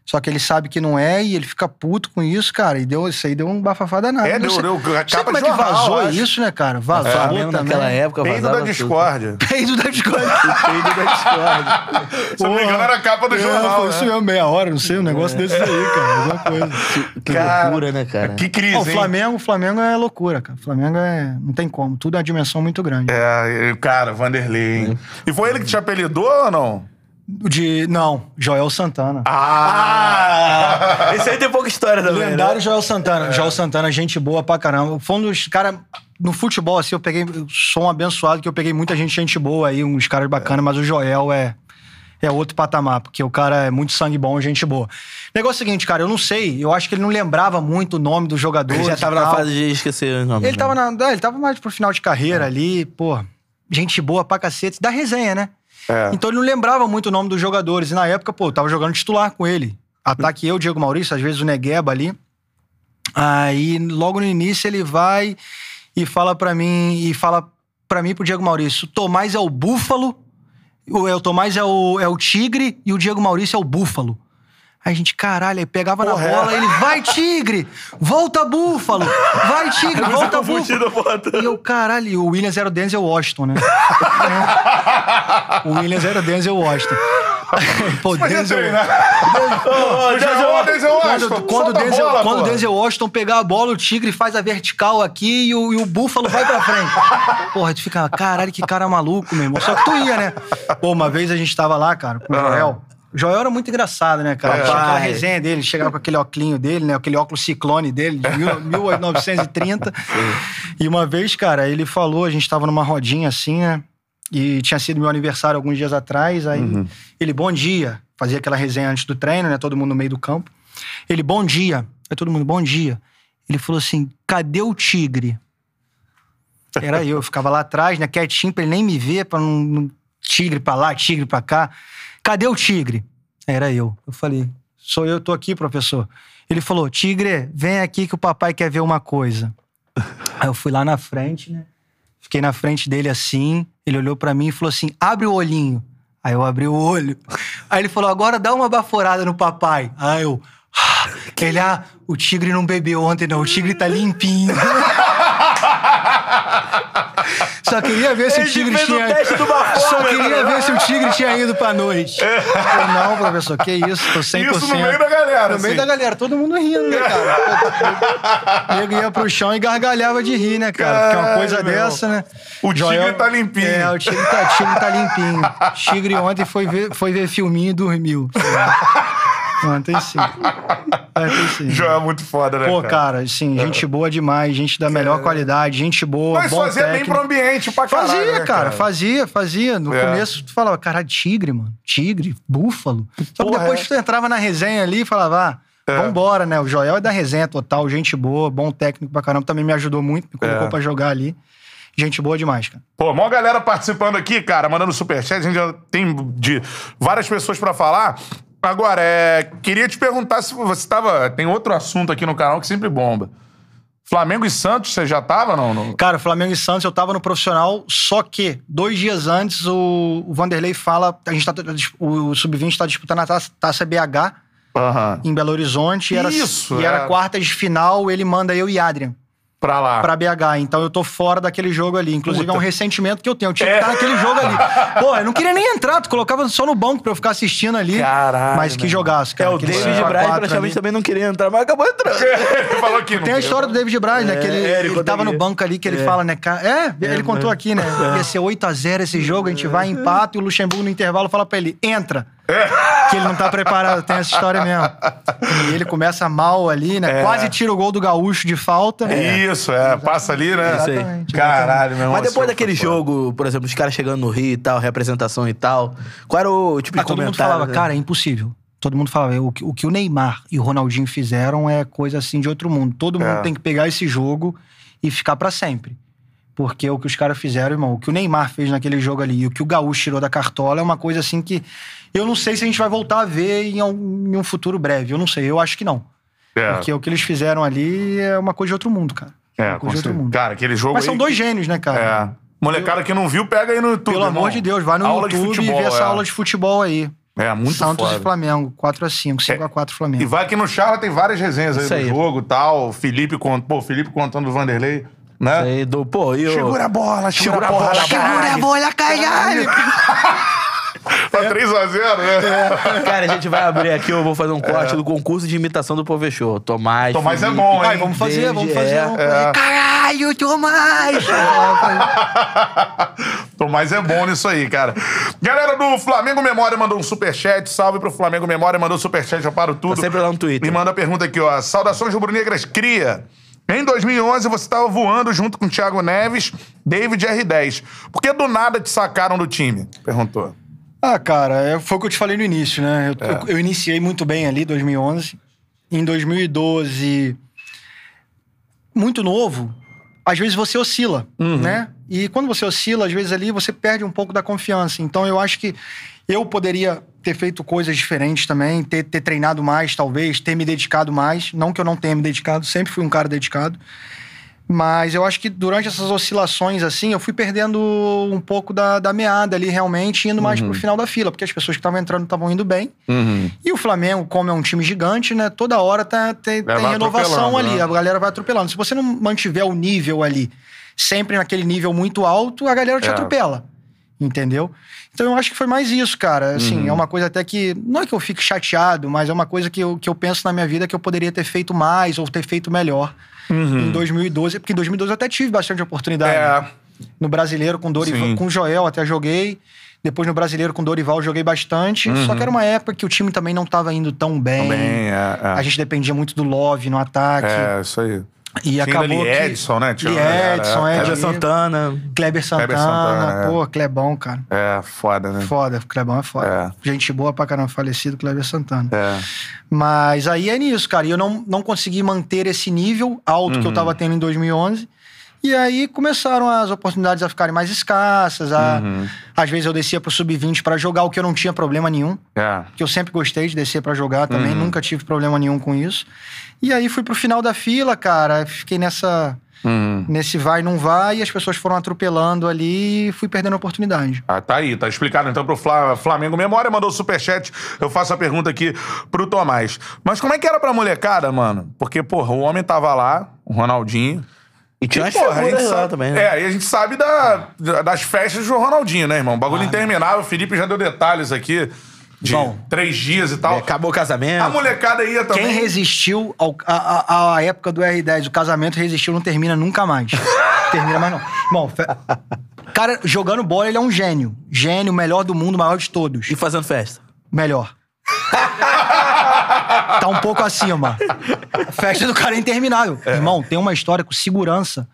Speaker 3: Só que ele sabe que não é e ele fica puto com isso, cara. E deu, isso aí deu um bafafá danado.
Speaker 1: É,
Speaker 3: Não
Speaker 1: deu-
Speaker 3: sei-
Speaker 1: deu
Speaker 3: não sei
Speaker 1: capa
Speaker 3: como é
Speaker 1: de
Speaker 3: que
Speaker 1: jornal,
Speaker 3: vazou
Speaker 1: acho.
Speaker 3: isso, né, cara? Vazou
Speaker 2: Flamengo
Speaker 3: também.
Speaker 2: Tá naquela
Speaker 3: [laughs]
Speaker 2: época
Speaker 1: Peido da
Speaker 2: vazava tudo.
Speaker 1: discórdia.
Speaker 3: Peido da Discord.
Speaker 2: Peido da discórdia.
Speaker 1: Se eu não me engano, era a capa do
Speaker 3: É,
Speaker 1: jornal.
Speaker 3: foi
Speaker 1: né?
Speaker 3: isso mesmo, meia hora, não sei, um
Speaker 2: É.
Speaker 3: negócio desse aí, cara. Alguma coisa.
Speaker 2: Que
Speaker 1: Cara,
Speaker 2: loucura, né, cara?
Speaker 1: Que crise,
Speaker 3: Não, o
Speaker 1: hein?
Speaker 3: Flamengo, o Flamengo é loucura, cara. O Flamengo é. Não tem como. Tudo é uma dimensão muito grande.
Speaker 1: É, e, cara, Vanderlei, hein?
Speaker 3: É.
Speaker 1: E foi ele que te apelidou ou não?
Speaker 3: De. Não, Joel Santana.
Speaker 2: Ah,
Speaker 1: Ah!
Speaker 2: Esse aí tem pouca história também.
Speaker 3: Lendário
Speaker 2: né?
Speaker 3: Joel Santana. Joel Santana, gente boa pra caramba. Foi um dos caras. No futebol, assim, eu peguei. eu Sou um abençoado que eu peguei muita gente, gente boa aí, uns caras bacanas, mas o Joel é. É outro patamar, porque o cara é muito sangue bom, gente boa. Negócio é o seguinte, cara, eu não sei, eu acho que ele não lembrava muito o nome do jogador.
Speaker 2: Ele já tava na fase de É. esquecer os nomes. né?
Speaker 3: Ele tava, na, ah, ele tava mais pro final de carreira ali, pô. Gente boa pra cacete, da resenha, né?
Speaker 1: É.
Speaker 3: Então ele não lembrava muito o nome dos jogadores. E na época, pô, eu tava jogando titular com ele. Ataque eu, Diego Maurício, às vezes o Negueba ali. Aí, logo no início, ele vai e fala pra mim, e fala pra mim e pro Diego Maurício: o Tomás é o Búfalo, o, é, o Tomás é o, é o Tigre e o Diego Maurício é o Búfalo. Aí a gente, caralho, aí pegava
Speaker 1: Porra, é.
Speaker 3: na bola, ele, vai tigre, volta búfalo, vai tigre, volta búfalo.
Speaker 4: Confundida, bota.
Speaker 3: E eu, caralho, e o Williams era o Denzel Washington, né? o Williams era o Denzel
Speaker 1: [laughs]
Speaker 3: Washington. Pô,
Speaker 1: Mas
Speaker 3: Denzel...
Speaker 1: entrei, né? [laughs] é O João Denzel
Speaker 3: Quando,
Speaker 1: Washington.
Speaker 3: quando, o
Speaker 1: solta a
Speaker 3: Denzel,
Speaker 1: bola,
Speaker 3: quando o
Speaker 1: pô.
Speaker 3: Denzel Washington pegar a bola, o Tigre faz a vertical aqui e o, e o Búfalo vai pra frente. Porra, tu fica, caralho, que cara maluco, meu irmão. Só que tu ia, né? Pô, uma vez a gente tava lá, cara, com o Joel. O Joel era muito engraçado, né, cara?
Speaker 1: Papai.
Speaker 3: Tinha aquela resenha dele, chegava com aquele óculinho dele, né? Aquele óculos ciclone dele, de mil- 1930. e uma vez, cara, ele falou, a gente tava numa rodinha assim, né? E tinha sido meu aniversário alguns dias atrás. Aí ele, bom dia. Fazia aquela resenha antes do treino, né? Todo mundo no meio do campo. Ele, bom dia. Aí todo mundo, bom dia. Ele falou assim: cadê o tigre? Era eu, eu ficava lá atrás, né, quietinho, pra ele nem me ver, pra não. não- Tigre pra lá, tigre pra cá. Cadê o tigre? Era eu. Eu falei: sou eu, tô aqui, professor. Ele falou: tigre, vem aqui que o papai quer ver uma coisa. Aí eu fui lá na frente, né? Fiquei na frente dele assim, ele olhou pra mim e falou assim: abre o olhinho. Aí eu abri o olho. Aí ele falou: agora dá uma baforada no papai. Aí eu. "Ah." Ele, ah, o tigre não bebeu ontem, não. O tigre tá limpinho. Só queria ver se
Speaker 4: Ele
Speaker 3: o tigre
Speaker 4: fez o
Speaker 3: tinha.
Speaker 4: teste do Bafoma,
Speaker 3: Só queria ver se o tigre tinha ido pra noite. Eu falei, não, professor, que isso? Tô 100%.
Speaker 1: É. Isso no meio da galera,
Speaker 3: No meio
Speaker 1: assim.
Speaker 3: da galera, todo mundo rindo, né, cara?
Speaker 1: [laughs]
Speaker 3: O nego ia pro chão e gargalhava de rir, né, cara? Porque uma coisa
Speaker 1: Caralho, meu.
Speaker 3: dessa, né?
Speaker 1: O tigre tá limpinho.
Speaker 3: É, o tigre tá, o tigre tá limpinho. O tigre ontem foi ver, foi ver filminho e dormiu. ontem sim. Ontem sim.
Speaker 1: Joel é muito foda, né,
Speaker 3: Pô,
Speaker 1: cara?
Speaker 3: cara, assim, gente boa demais, gente da melhor qualidade, gente boa,
Speaker 1: Mas
Speaker 3: bom
Speaker 1: fazia bem
Speaker 3: técnico.
Speaker 1: pro ambiente, pra caralho,
Speaker 3: Fazia,
Speaker 1: né,
Speaker 3: cara, fazia, fazia. No
Speaker 1: É.
Speaker 3: começo tu falava, caralho, tigre, mano. Tigre, búfalo. Só que
Speaker 1: Porra,
Speaker 3: depois
Speaker 1: é.
Speaker 3: tu entrava na resenha ali e falava, ah, vambora, né? O Joel é da resenha total, gente boa, bom técnico pra caramba. Também me ajudou muito, me colocou
Speaker 1: É.
Speaker 3: pra jogar ali. Gente boa demais, cara.
Speaker 1: Pô, mó galera participando aqui, cara, mandando superchat. A gente já tem de várias pessoas pra falar. Agora, é, queria te perguntar se você tava. Tem outro assunto aqui no canal que sempre bomba. Flamengo e Santos, você já tava, não? não?
Speaker 3: Cara, Flamengo e Santos, eu tava no profissional, só que dois dias antes o, o Vanderlei fala, a gente tá, o Sub-20 tá disputando a taça, taça BH
Speaker 1: Aham.
Speaker 3: em Belo Horizonte. e era,
Speaker 1: Isso,
Speaker 3: E era
Speaker 1: é.
Speaker 3: quarta de final, ele manda eu e Adrian.
Speaker 1: Pra
Speaker 4: Ah.
Speaker 1: lá.
Speaker 3: pra BH. Então eu tô fora daquele jogo ali. Inclusive
Speaker 1: Puta.
Speaker 3: é um ressentimento que eu tenho. Eu
Speaker 4: É.
Speaker 3: tinha que estar naquele jogo
Speaker 4: [laughs]
Speaker 3: ali. Pô, eu não queria nem entrar, tu colocava só no banco pra eu ficar assistindo ali.
Speaker 1: Caralho,
Speaker 3: Mas que
Speaker 1: meu
Speaker 3: jogaço, cara.
Speaker 4: É, o
Speaker 3: Aquele
Speaker 4: David
Speaker 3: 5x4
Speaker 4: Braz
Speaker 3: ali.
Speaker 4: praticamente também não queria entrar, mas acabou entrando.
Speaker 1: [laughs]
Speaker 2: É,
Speaker 1: Ele falou aqui, não
Speaker 3: Tem a história do David Braz, né? Que ele,
Speaker 4: É, ele
Speaker 3: ele
Speaker 4: conta
Speaker 3: tava
Speaker 4: aqui.
Speaker 3: no banco ali, que ele fala, né? cara- É, ele contou aqui, né?
Speaker 4: É.
Speaker 3: Ia ser 8x0 esse jogo, a gente vai, empata, e o Luxemburgo no intervalo fala pra ele, entra.
Speaker 4: É.
Speaker 3: Que ele não tá preparado, tem essa história mesmo. E ele começa mal ali,
Speaker 4: É.
Speaker 3: né? Quase tira o gol do Gaúcho de falta.
Speaker 1: Isso, é. Passa ali, né?
Speaker 2: Isso aí.
Speaker 1: Caralho, meu irmão.
Speaker 2: Mas depois
Speaker 1: assim,
Speaker 2: daquele
Speaker 1: foi foda.
Speaker 2: jogo, por exemplo, os caras chegando no Rio e tal, representação e tal, qual era o tipo de
Speaker 3: Ah, todo mundo
Speaker 2: comentário?
Speaker 3: falava,
Speaker 2: né?
Speaker 3: cara, é impossível. Todo mundo falava, o que, o que o Neymar e o Ronaldinho fizeram é coisa assim de outro mundo. Todo
Speaker 1: É.
Speaker 3: mundo tem que pegar esse jogo e ficar pra sempre. Porque o que os caras fizeram, irmão, o que o Neymar fez naquele jogo ali e o que o Gaúcho tirou da cartola é uma coisa assim que eu não sei se a gente vai voltar a ver em um, em um futuro breve. Eu não sei, eu acho que não.
Speaker 1: É,
Speaker 3: Porque o que eles fizeram ali é uma coisa de outro mundo, cara.
Speaker 1: é,
Speaker 3: uma
Speaker 1: com
Speaker 3: coisa de outro
Speaker 1: certeza.
Speaker 3: mundo.
Speaker 1: Cara, aquele jogo
Speaker 3: Mas são
Speaker 1: aí-
Speaker 3: dois gênios, né, cara?
Speaker 1: É. Molecada que não viu, pega aí no YouTube.
Speaker 3: Pelo amor
Speaker 1: irmão.
Speaker 3: de Deus, vai no
Speaker 1: Aula de
Speaker 3: YouTube
Speaker 1: futebol,
Speaker 3: e vê essa
Speaker 1: é.
Speaker 3: aula de futebol aí.
Speaker 1: É, muito
Speaker 3: Santos
Speaker 1: foda.
Speaker 3: e Flamengo, 4x5, 5x4 Flamengo.
Speaker 1: É. E vai que no Charla tem várias resenhas aí
Speaker 2: Isso
Speaker 1: do
Speaker 2: aí.
Speaker 1: jogo e tal. Felipe contando, pô, Felipe contando do Vanderlei, né?
Speaker 2: Aí do, pô, e o...
Speaker 1: Segura a bola, segura,
Speaker 2: Segura
Speaker 1: a
Speaker 2: a
Speaker 1: bola.
Speaker 2: bola,
Speaker 1: Segura a bola.
Speaker 3: bolha, caralho!
Speaker 1: Tá 3x0,
Speaker 3: É.
Speaker 1: né?
Speaker 2: Cara, a gente vai abrir aqui, eu vou fazer um corte do concurso de imitação do Povechô. Tomás.
Speaker 1: Tomás é
Speaker 2: Felipe,
Speaker 1: bom, hein?
Speaker 3: Vamos fazer, vamos
Speaker 2: Desde-
Speaker 3: fazer.
Speaker 2: é,
Speaker 3: vamos fazer. Caralho, Tomás! Aí
Speaker 1: [laughs] Tomás é bom nisso aí, cara. Galera do Flamengo Memória mandou um superchat. Salve pro Flamengo Memória, mandou superchat, já paro tudo.
Speaker 2: Tá sempre lá no Twitter.
Speaker 1: E manda a pergunta aqui, ó. Saudações rubro-negras, cria. Em 2011, você estava voando junto com Thiago Neves, David R10. Por que do nada te sacaram do time? Perguntou.
Speaker 3: Ah, cara, é- foi o que eu te falei no início, né? Eu, eu- eu iniciei muito bem ali, 2011. Em 2012, muito novo, às vezes você oscila, né? E quando você oscila, às vezes ali você perde um pouco da confiança. Então eu acho que eu poderia ter feito coisas diferentes também, ter, ter treinado mais, talvez, ter me dedicado mais. Não que eu não tenha me dedicado, sempre fui um cara dedicado. Mas eu acho que durante essas oscilações, assim, eu fui perdendo um pouco da, da meada ali, realmente, indo mais
Speaker 1: Uhum.
Speaker 3: pro final da fila, porque as pessoas que estavam entrando estavam indo bem. E o Flamengo, como é um time gigante, né? Toda hora tá, tem,
Speaker 1: vai
Speaker 3: tem renovação
Speaker 1: atropelando,
Speaker 3: ali,
Speaker 1: né?
Speaker 3: a galera vai atropelando. Se você não mantiver o nível ali, sempre naquele nível muito alto, a galera te
Speaker 1: É.
Speaker 3: atropela. Entendeu? Então eu acho que foi mais isso, cara. Assim,
Speaker 1: Uhum.
Speaker 3: é uma coisa até que. Não é que eu fique chateado, mas é uma coisa que eu, que eu penso na minha vida que eu poderia ter feito mais ou ter feito melhor em 2012. Porque em 2012 eu até tive bastante oportunidade.
Speaker 1: Uhum. Hum. É.
Speaker 3: né? No brasileiro, com Dorival,
Speaker 1: Sim.
Speaker 3: com Joel até joguei. Depois no Brasileiro com o Dorival joguei bastante. Só que era uma época que o time também não tava indo tão bem.
Speaker 1: Também, Uhum. é, é.
Speaker 3: A gente tá dependia muito do Love no ataque.
Speaker 1: É, isso aí.
Speaker 3: E
Speaker 1: Tinha ainda
Speaker 3: acabou
Speaker 1: ali
Speaker 3: que...
Speaker 1: Edson, né? Tinha
Speaker 3: Lee
Speaker 1: uma galera,
Speaker 3: Edson,
Speaker 1: é.
Speaker 3: é.
Speaker 2: Kleber [laughs]
Speaker 3: Edson.
Speaker 2: Santana.
Speaker 3: Kleber Santana.
Speaker 1: Santana, é.
Speaker 3: Pô, Clebão, cara.
Speaker 1: É, foda, né?
Speaker 3: Foda, o Clebão é foda. Gente boa pra caramba, falecido Kleber Santana.
Speaker 1: É.
Speaker 3: Mas aí é nisso, cara. E eu não, não consegui manter esse nível alto que eu tava tendo em 2011. E aí começaram as oportunidades a ficarem mais escassas. A... Às vezes eu descia pro sub-20 pra jogar, o que eu não tinha problema nenhum.
Speaker 1: É.
Speaker 3: Que eu sempre gostei de descer pra jogar também, nunca tive problema nenhum com isso. E aí fui pro final da fila, cara. Fiquei nessa.
Speaker 1: Uhum.
Speaker 3: Nesse vai, não vai, e as pessoas foram atropelando ali e fui perdendo a oportunidade.
Speaker 1: Ah, tá aí, tá explicado então pro Fla- Flamengo Memória, mandou o superchat. Eu faço a pergunta aqui pro Tomás. Mas como é que era pra molecada, mano? Porque, porra, o homem tava lá, o Ronaldinho.
Speaker 2: E tinha
Speaker 1: E,
Speaker 2: umas
Speaker 1: porra, a gente
Speaker 2: figuras lá
Speaker 1: sabe,
Speaker 2: também, né?
Speaker 1: É, e a gente sabe da- da- das festas do Ronaldinho, né, irmão? Bagulho interminável. O Felipe já deu detalhes aqui de
Speaker 3: Ah, Bom.
Speaker 1: três dias e tal.
Speaker 2: Acabou o casamento.
Speaker 1: a molecada ia também.
Speaker 3: Quem resistiu ao- a- a- à época do R10, o casamento resistiu, não termina nunca mais. termina mais não. Bom, fe- cara, jogando bola, ele é um gênio. Gênio, melhor do mundo, maior de todos.
Speaker 2: E fazendo festa.
Speaker 1: [laughs]
Speaker 3: Melhor. tá um pouco acima. A festa do cara é interminável. Irmão, tem uma história com segurança.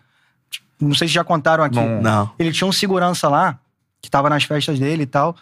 Speaker 3: Não sei se já contaram aqui.
Speaker 1: Não.
Speaker 2: Não.
Speaker 3: Ele tinha um segurança lá, que tava nas festas dele e tal.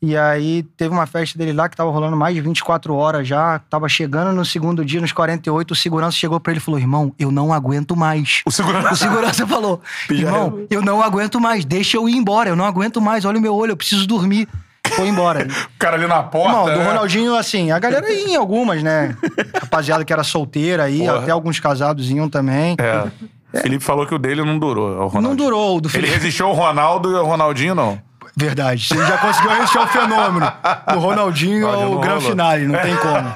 Speaker 3: E aí teve uma festa dele lá que tava rolando mais de 24 horas já. Tava chegando no segundo dia, nos 48, o segurança chegou pra ele e falou: Irmão, eu não aguento mais.
Speaker 1: O segurança.
Speaker 3: O segurança falou: Irmão, eu não aguento mais, deixa eu ir embora, eu não aguento mais, olha o meu olho, eu preciso dormir. Foi embora.
Speaker 1: O cara ali na porta.
Speaker 3: Não, do
Speaker 1: né?
Speaker 3: Ronaldinho, assim, a galera ia em algumas,
Speaker 1: [laughs]
Speaker 3: né? Rapaziada que era solteira aí,
Speaker 1: Porra.
Speaker 3: até alguns casados iam também.
Speaker 1: É. Felipe falou que o dele não durou. é o Ronaldinho.
Speaker 3: Não durou o do
Speaker 1: Ele
Speaker 3: Felipe.
Speaker 1: resistiu ao Ronaldo e ao Ronaldinho, não.
Speaker 3: Verdade. Você já conseguiu resistir ao fenômeno. O Ronaldinho é
Speaker 1: Olha,
Speaker 3: o
Speaker 1: não
Speaker 3: grande
Speaker 1: rolou.
Speaker 3: finale, não tem como.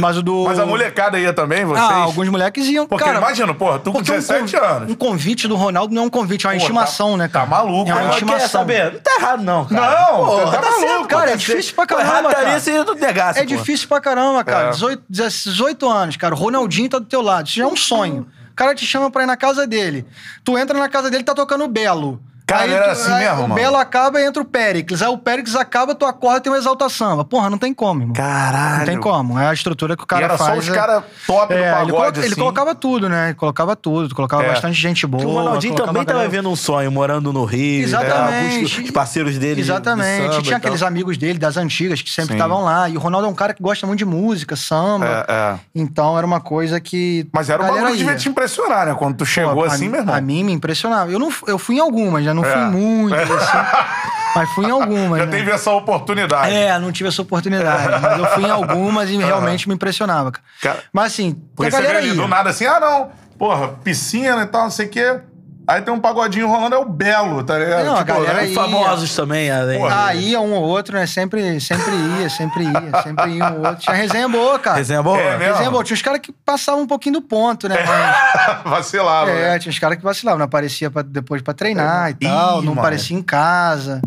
Speaker 3: Mas o do.
Speaker 1: Mas a molecada ia também, vocês?
Speaker 3: Ah, alguns moleques iam.
Speaker 1: Porque
Speaker 3: cara,
Speaker 1: imagina, porra, tu com
Speaker 3: porque
Speaker 1: 17
Speaker 3: um con-
Speaker 1: anos.
Speaker 3: Um convite do Ronaldo não é um convite, é uma
Speaker 1: Pô,
Speaker 3: intimação,
Speaker 1: tá-
Speaker 3: né, cara?
Speaker 1: tá maluco, né?
Speaker 3: É uma
Speaker 1: Mas
Speaker 2: Quer
Speaker 3: intimação.
Speaker 2: saber? Não tá errado, não. Cara.
Speaker 1: Não,
Speaker 2: Porra,
Speaker 1: tá maluco,
Speaker 2: certo,
Speaker 3: cara, é
Speaker 2: Você-
Speaker 3: difícil pra
Speaker 2: Pô,
Speaker 3: caramba,
Speaker 2: errado estaria
Speaker 3: cara.
Speaker 2: se tu negasse,
Speaker 3: É
Speaker 2: pô.
Speaker 3: difícil pra caramba, cara.
Speaker 1: É.
Speaker 3: 18, 18 anos, cara. O Ronaldinho tá do teu lado. Isso já é um sonho. O cara te chama pra ir na casa dele. Tu entra na casa dele, tá tocando o Belo.
Speaker 1: Cara, era
Speaker 3: tu-
Speaker 1: assim mesmo,
Speaker 3: o
Speaker 1: mano.
Speaker 3: Belo acaba e entra o Péricles. Aí o Péricles acaba, tu acorda e tem um Exalta Samba. Porra, não tem como, irmão.
Speaker 1: Caralho.
Speaker 3: Não tem como. É a estrutura que o cara
Speaker 1: E era só
Speaker 3: faz.
Speaker 1: os
Speaker 3: é-
Speaker 1: cara top do
Speaker 3: É, ele,
Speaker 1: pagode,
Speaker 3: coloca- ele
Speaker 1: assim.
Speaker 3: colocava tudo, né? Ele colocava tudo. Tu Colocava
Speaker 1: É.
Speaker 3: bastante gente boa.
Speaker 2: O Ronaldinho
Speaker 3: colocava
Speaker 2: também
Speaker 3: a galera-
Speaker 2: tava vivendo um sonho, morando no Rio.
Speaker 3: Exatamente.
Speaker 2: né? Alguns dos parceiros dele. de- de
Speaker 3: Exatamente.
Speaker 2: samba
Speaker 3: Tinha
Speaker 2: e tal.
Speaker 3: aqueles amigos dele, das antigas, que sempre
Speaker 1: Sim.
Speaker 3: estavam lá. E o Ronaldo é um cara que gosta muito de música, samba.
Speaker 1: É, é.
Speaker 3: Então era uma coisa que.
Speaker 1: Mas era
Speaker 3: a
Speaker 1: um
Speaker 3: galera
Speaker 1: bagulho que devia
Speaker 3: ia.
Speaker 1: te impressionar, né? Quando tu chegou
Speaker 3: Pô, a
Speaker 1: assim,
Speaker 3: mim-
Speaker 1: meu irmão.
Speaker 3: A mim me impressionava. Eu, não, fu- eu fui em algumas, já não fui
Speaker 1: É.
Speaker 3: em
Speaker 1: [laughs]
Speaker 3: muitas, assim. mas fui em algumas.
Speaker 1: Já
Speaker 3: né?
Speaker 1: teve essa oportunidade.
Speaker 3: É, não tive essa oportunidade. mas eu fui em algumas
Speaker 1: [laughs]
Speaker 3: e realmente me impressionava. cara.
Speaker 1: Cara,
Speaker 3: Mas assim,
Speaker 1: Porque
Speaker 3: a
Speaker 1: você vê
Speaker 3: galera
Speaker 1: ali
Speaker 3: ia.
Speaker 1: do nada assim, ah, não, porra, piscina e tal, não sei o quê. Aí tem um pagodinho rolando, é o Belo, tá ligado?
Speaker 3: Não, a galera
Speaker 2: Os
Speaker 3: ia.
Speaker 2: famosos também, além.
Speaker 1: Porra.
Speaker 3: Ah, ia um ou outro, né? Sempre, sempre ia, sempre ia, sempre ia um ou outro. Tinha resenha boa, cara.
Speaker 2: Resenha boa.
Speaker 1: É, né?
Speaker 3: Resenha boa. Tinha uns caras que passavam um pouquinho do ponto,
Speaker 1: [laughs]
Speaker 3: né? Mas-
Speaker 1: [laughs] vacilava.
Speaker 3: É,
Speaker 1: né? É,
Speaker 3: tinha uns caras que vacilavam, não aparecia pra- depois pra treinar e tal, não
Speaker 1: mano.
Speaker 3: aparecia em casa.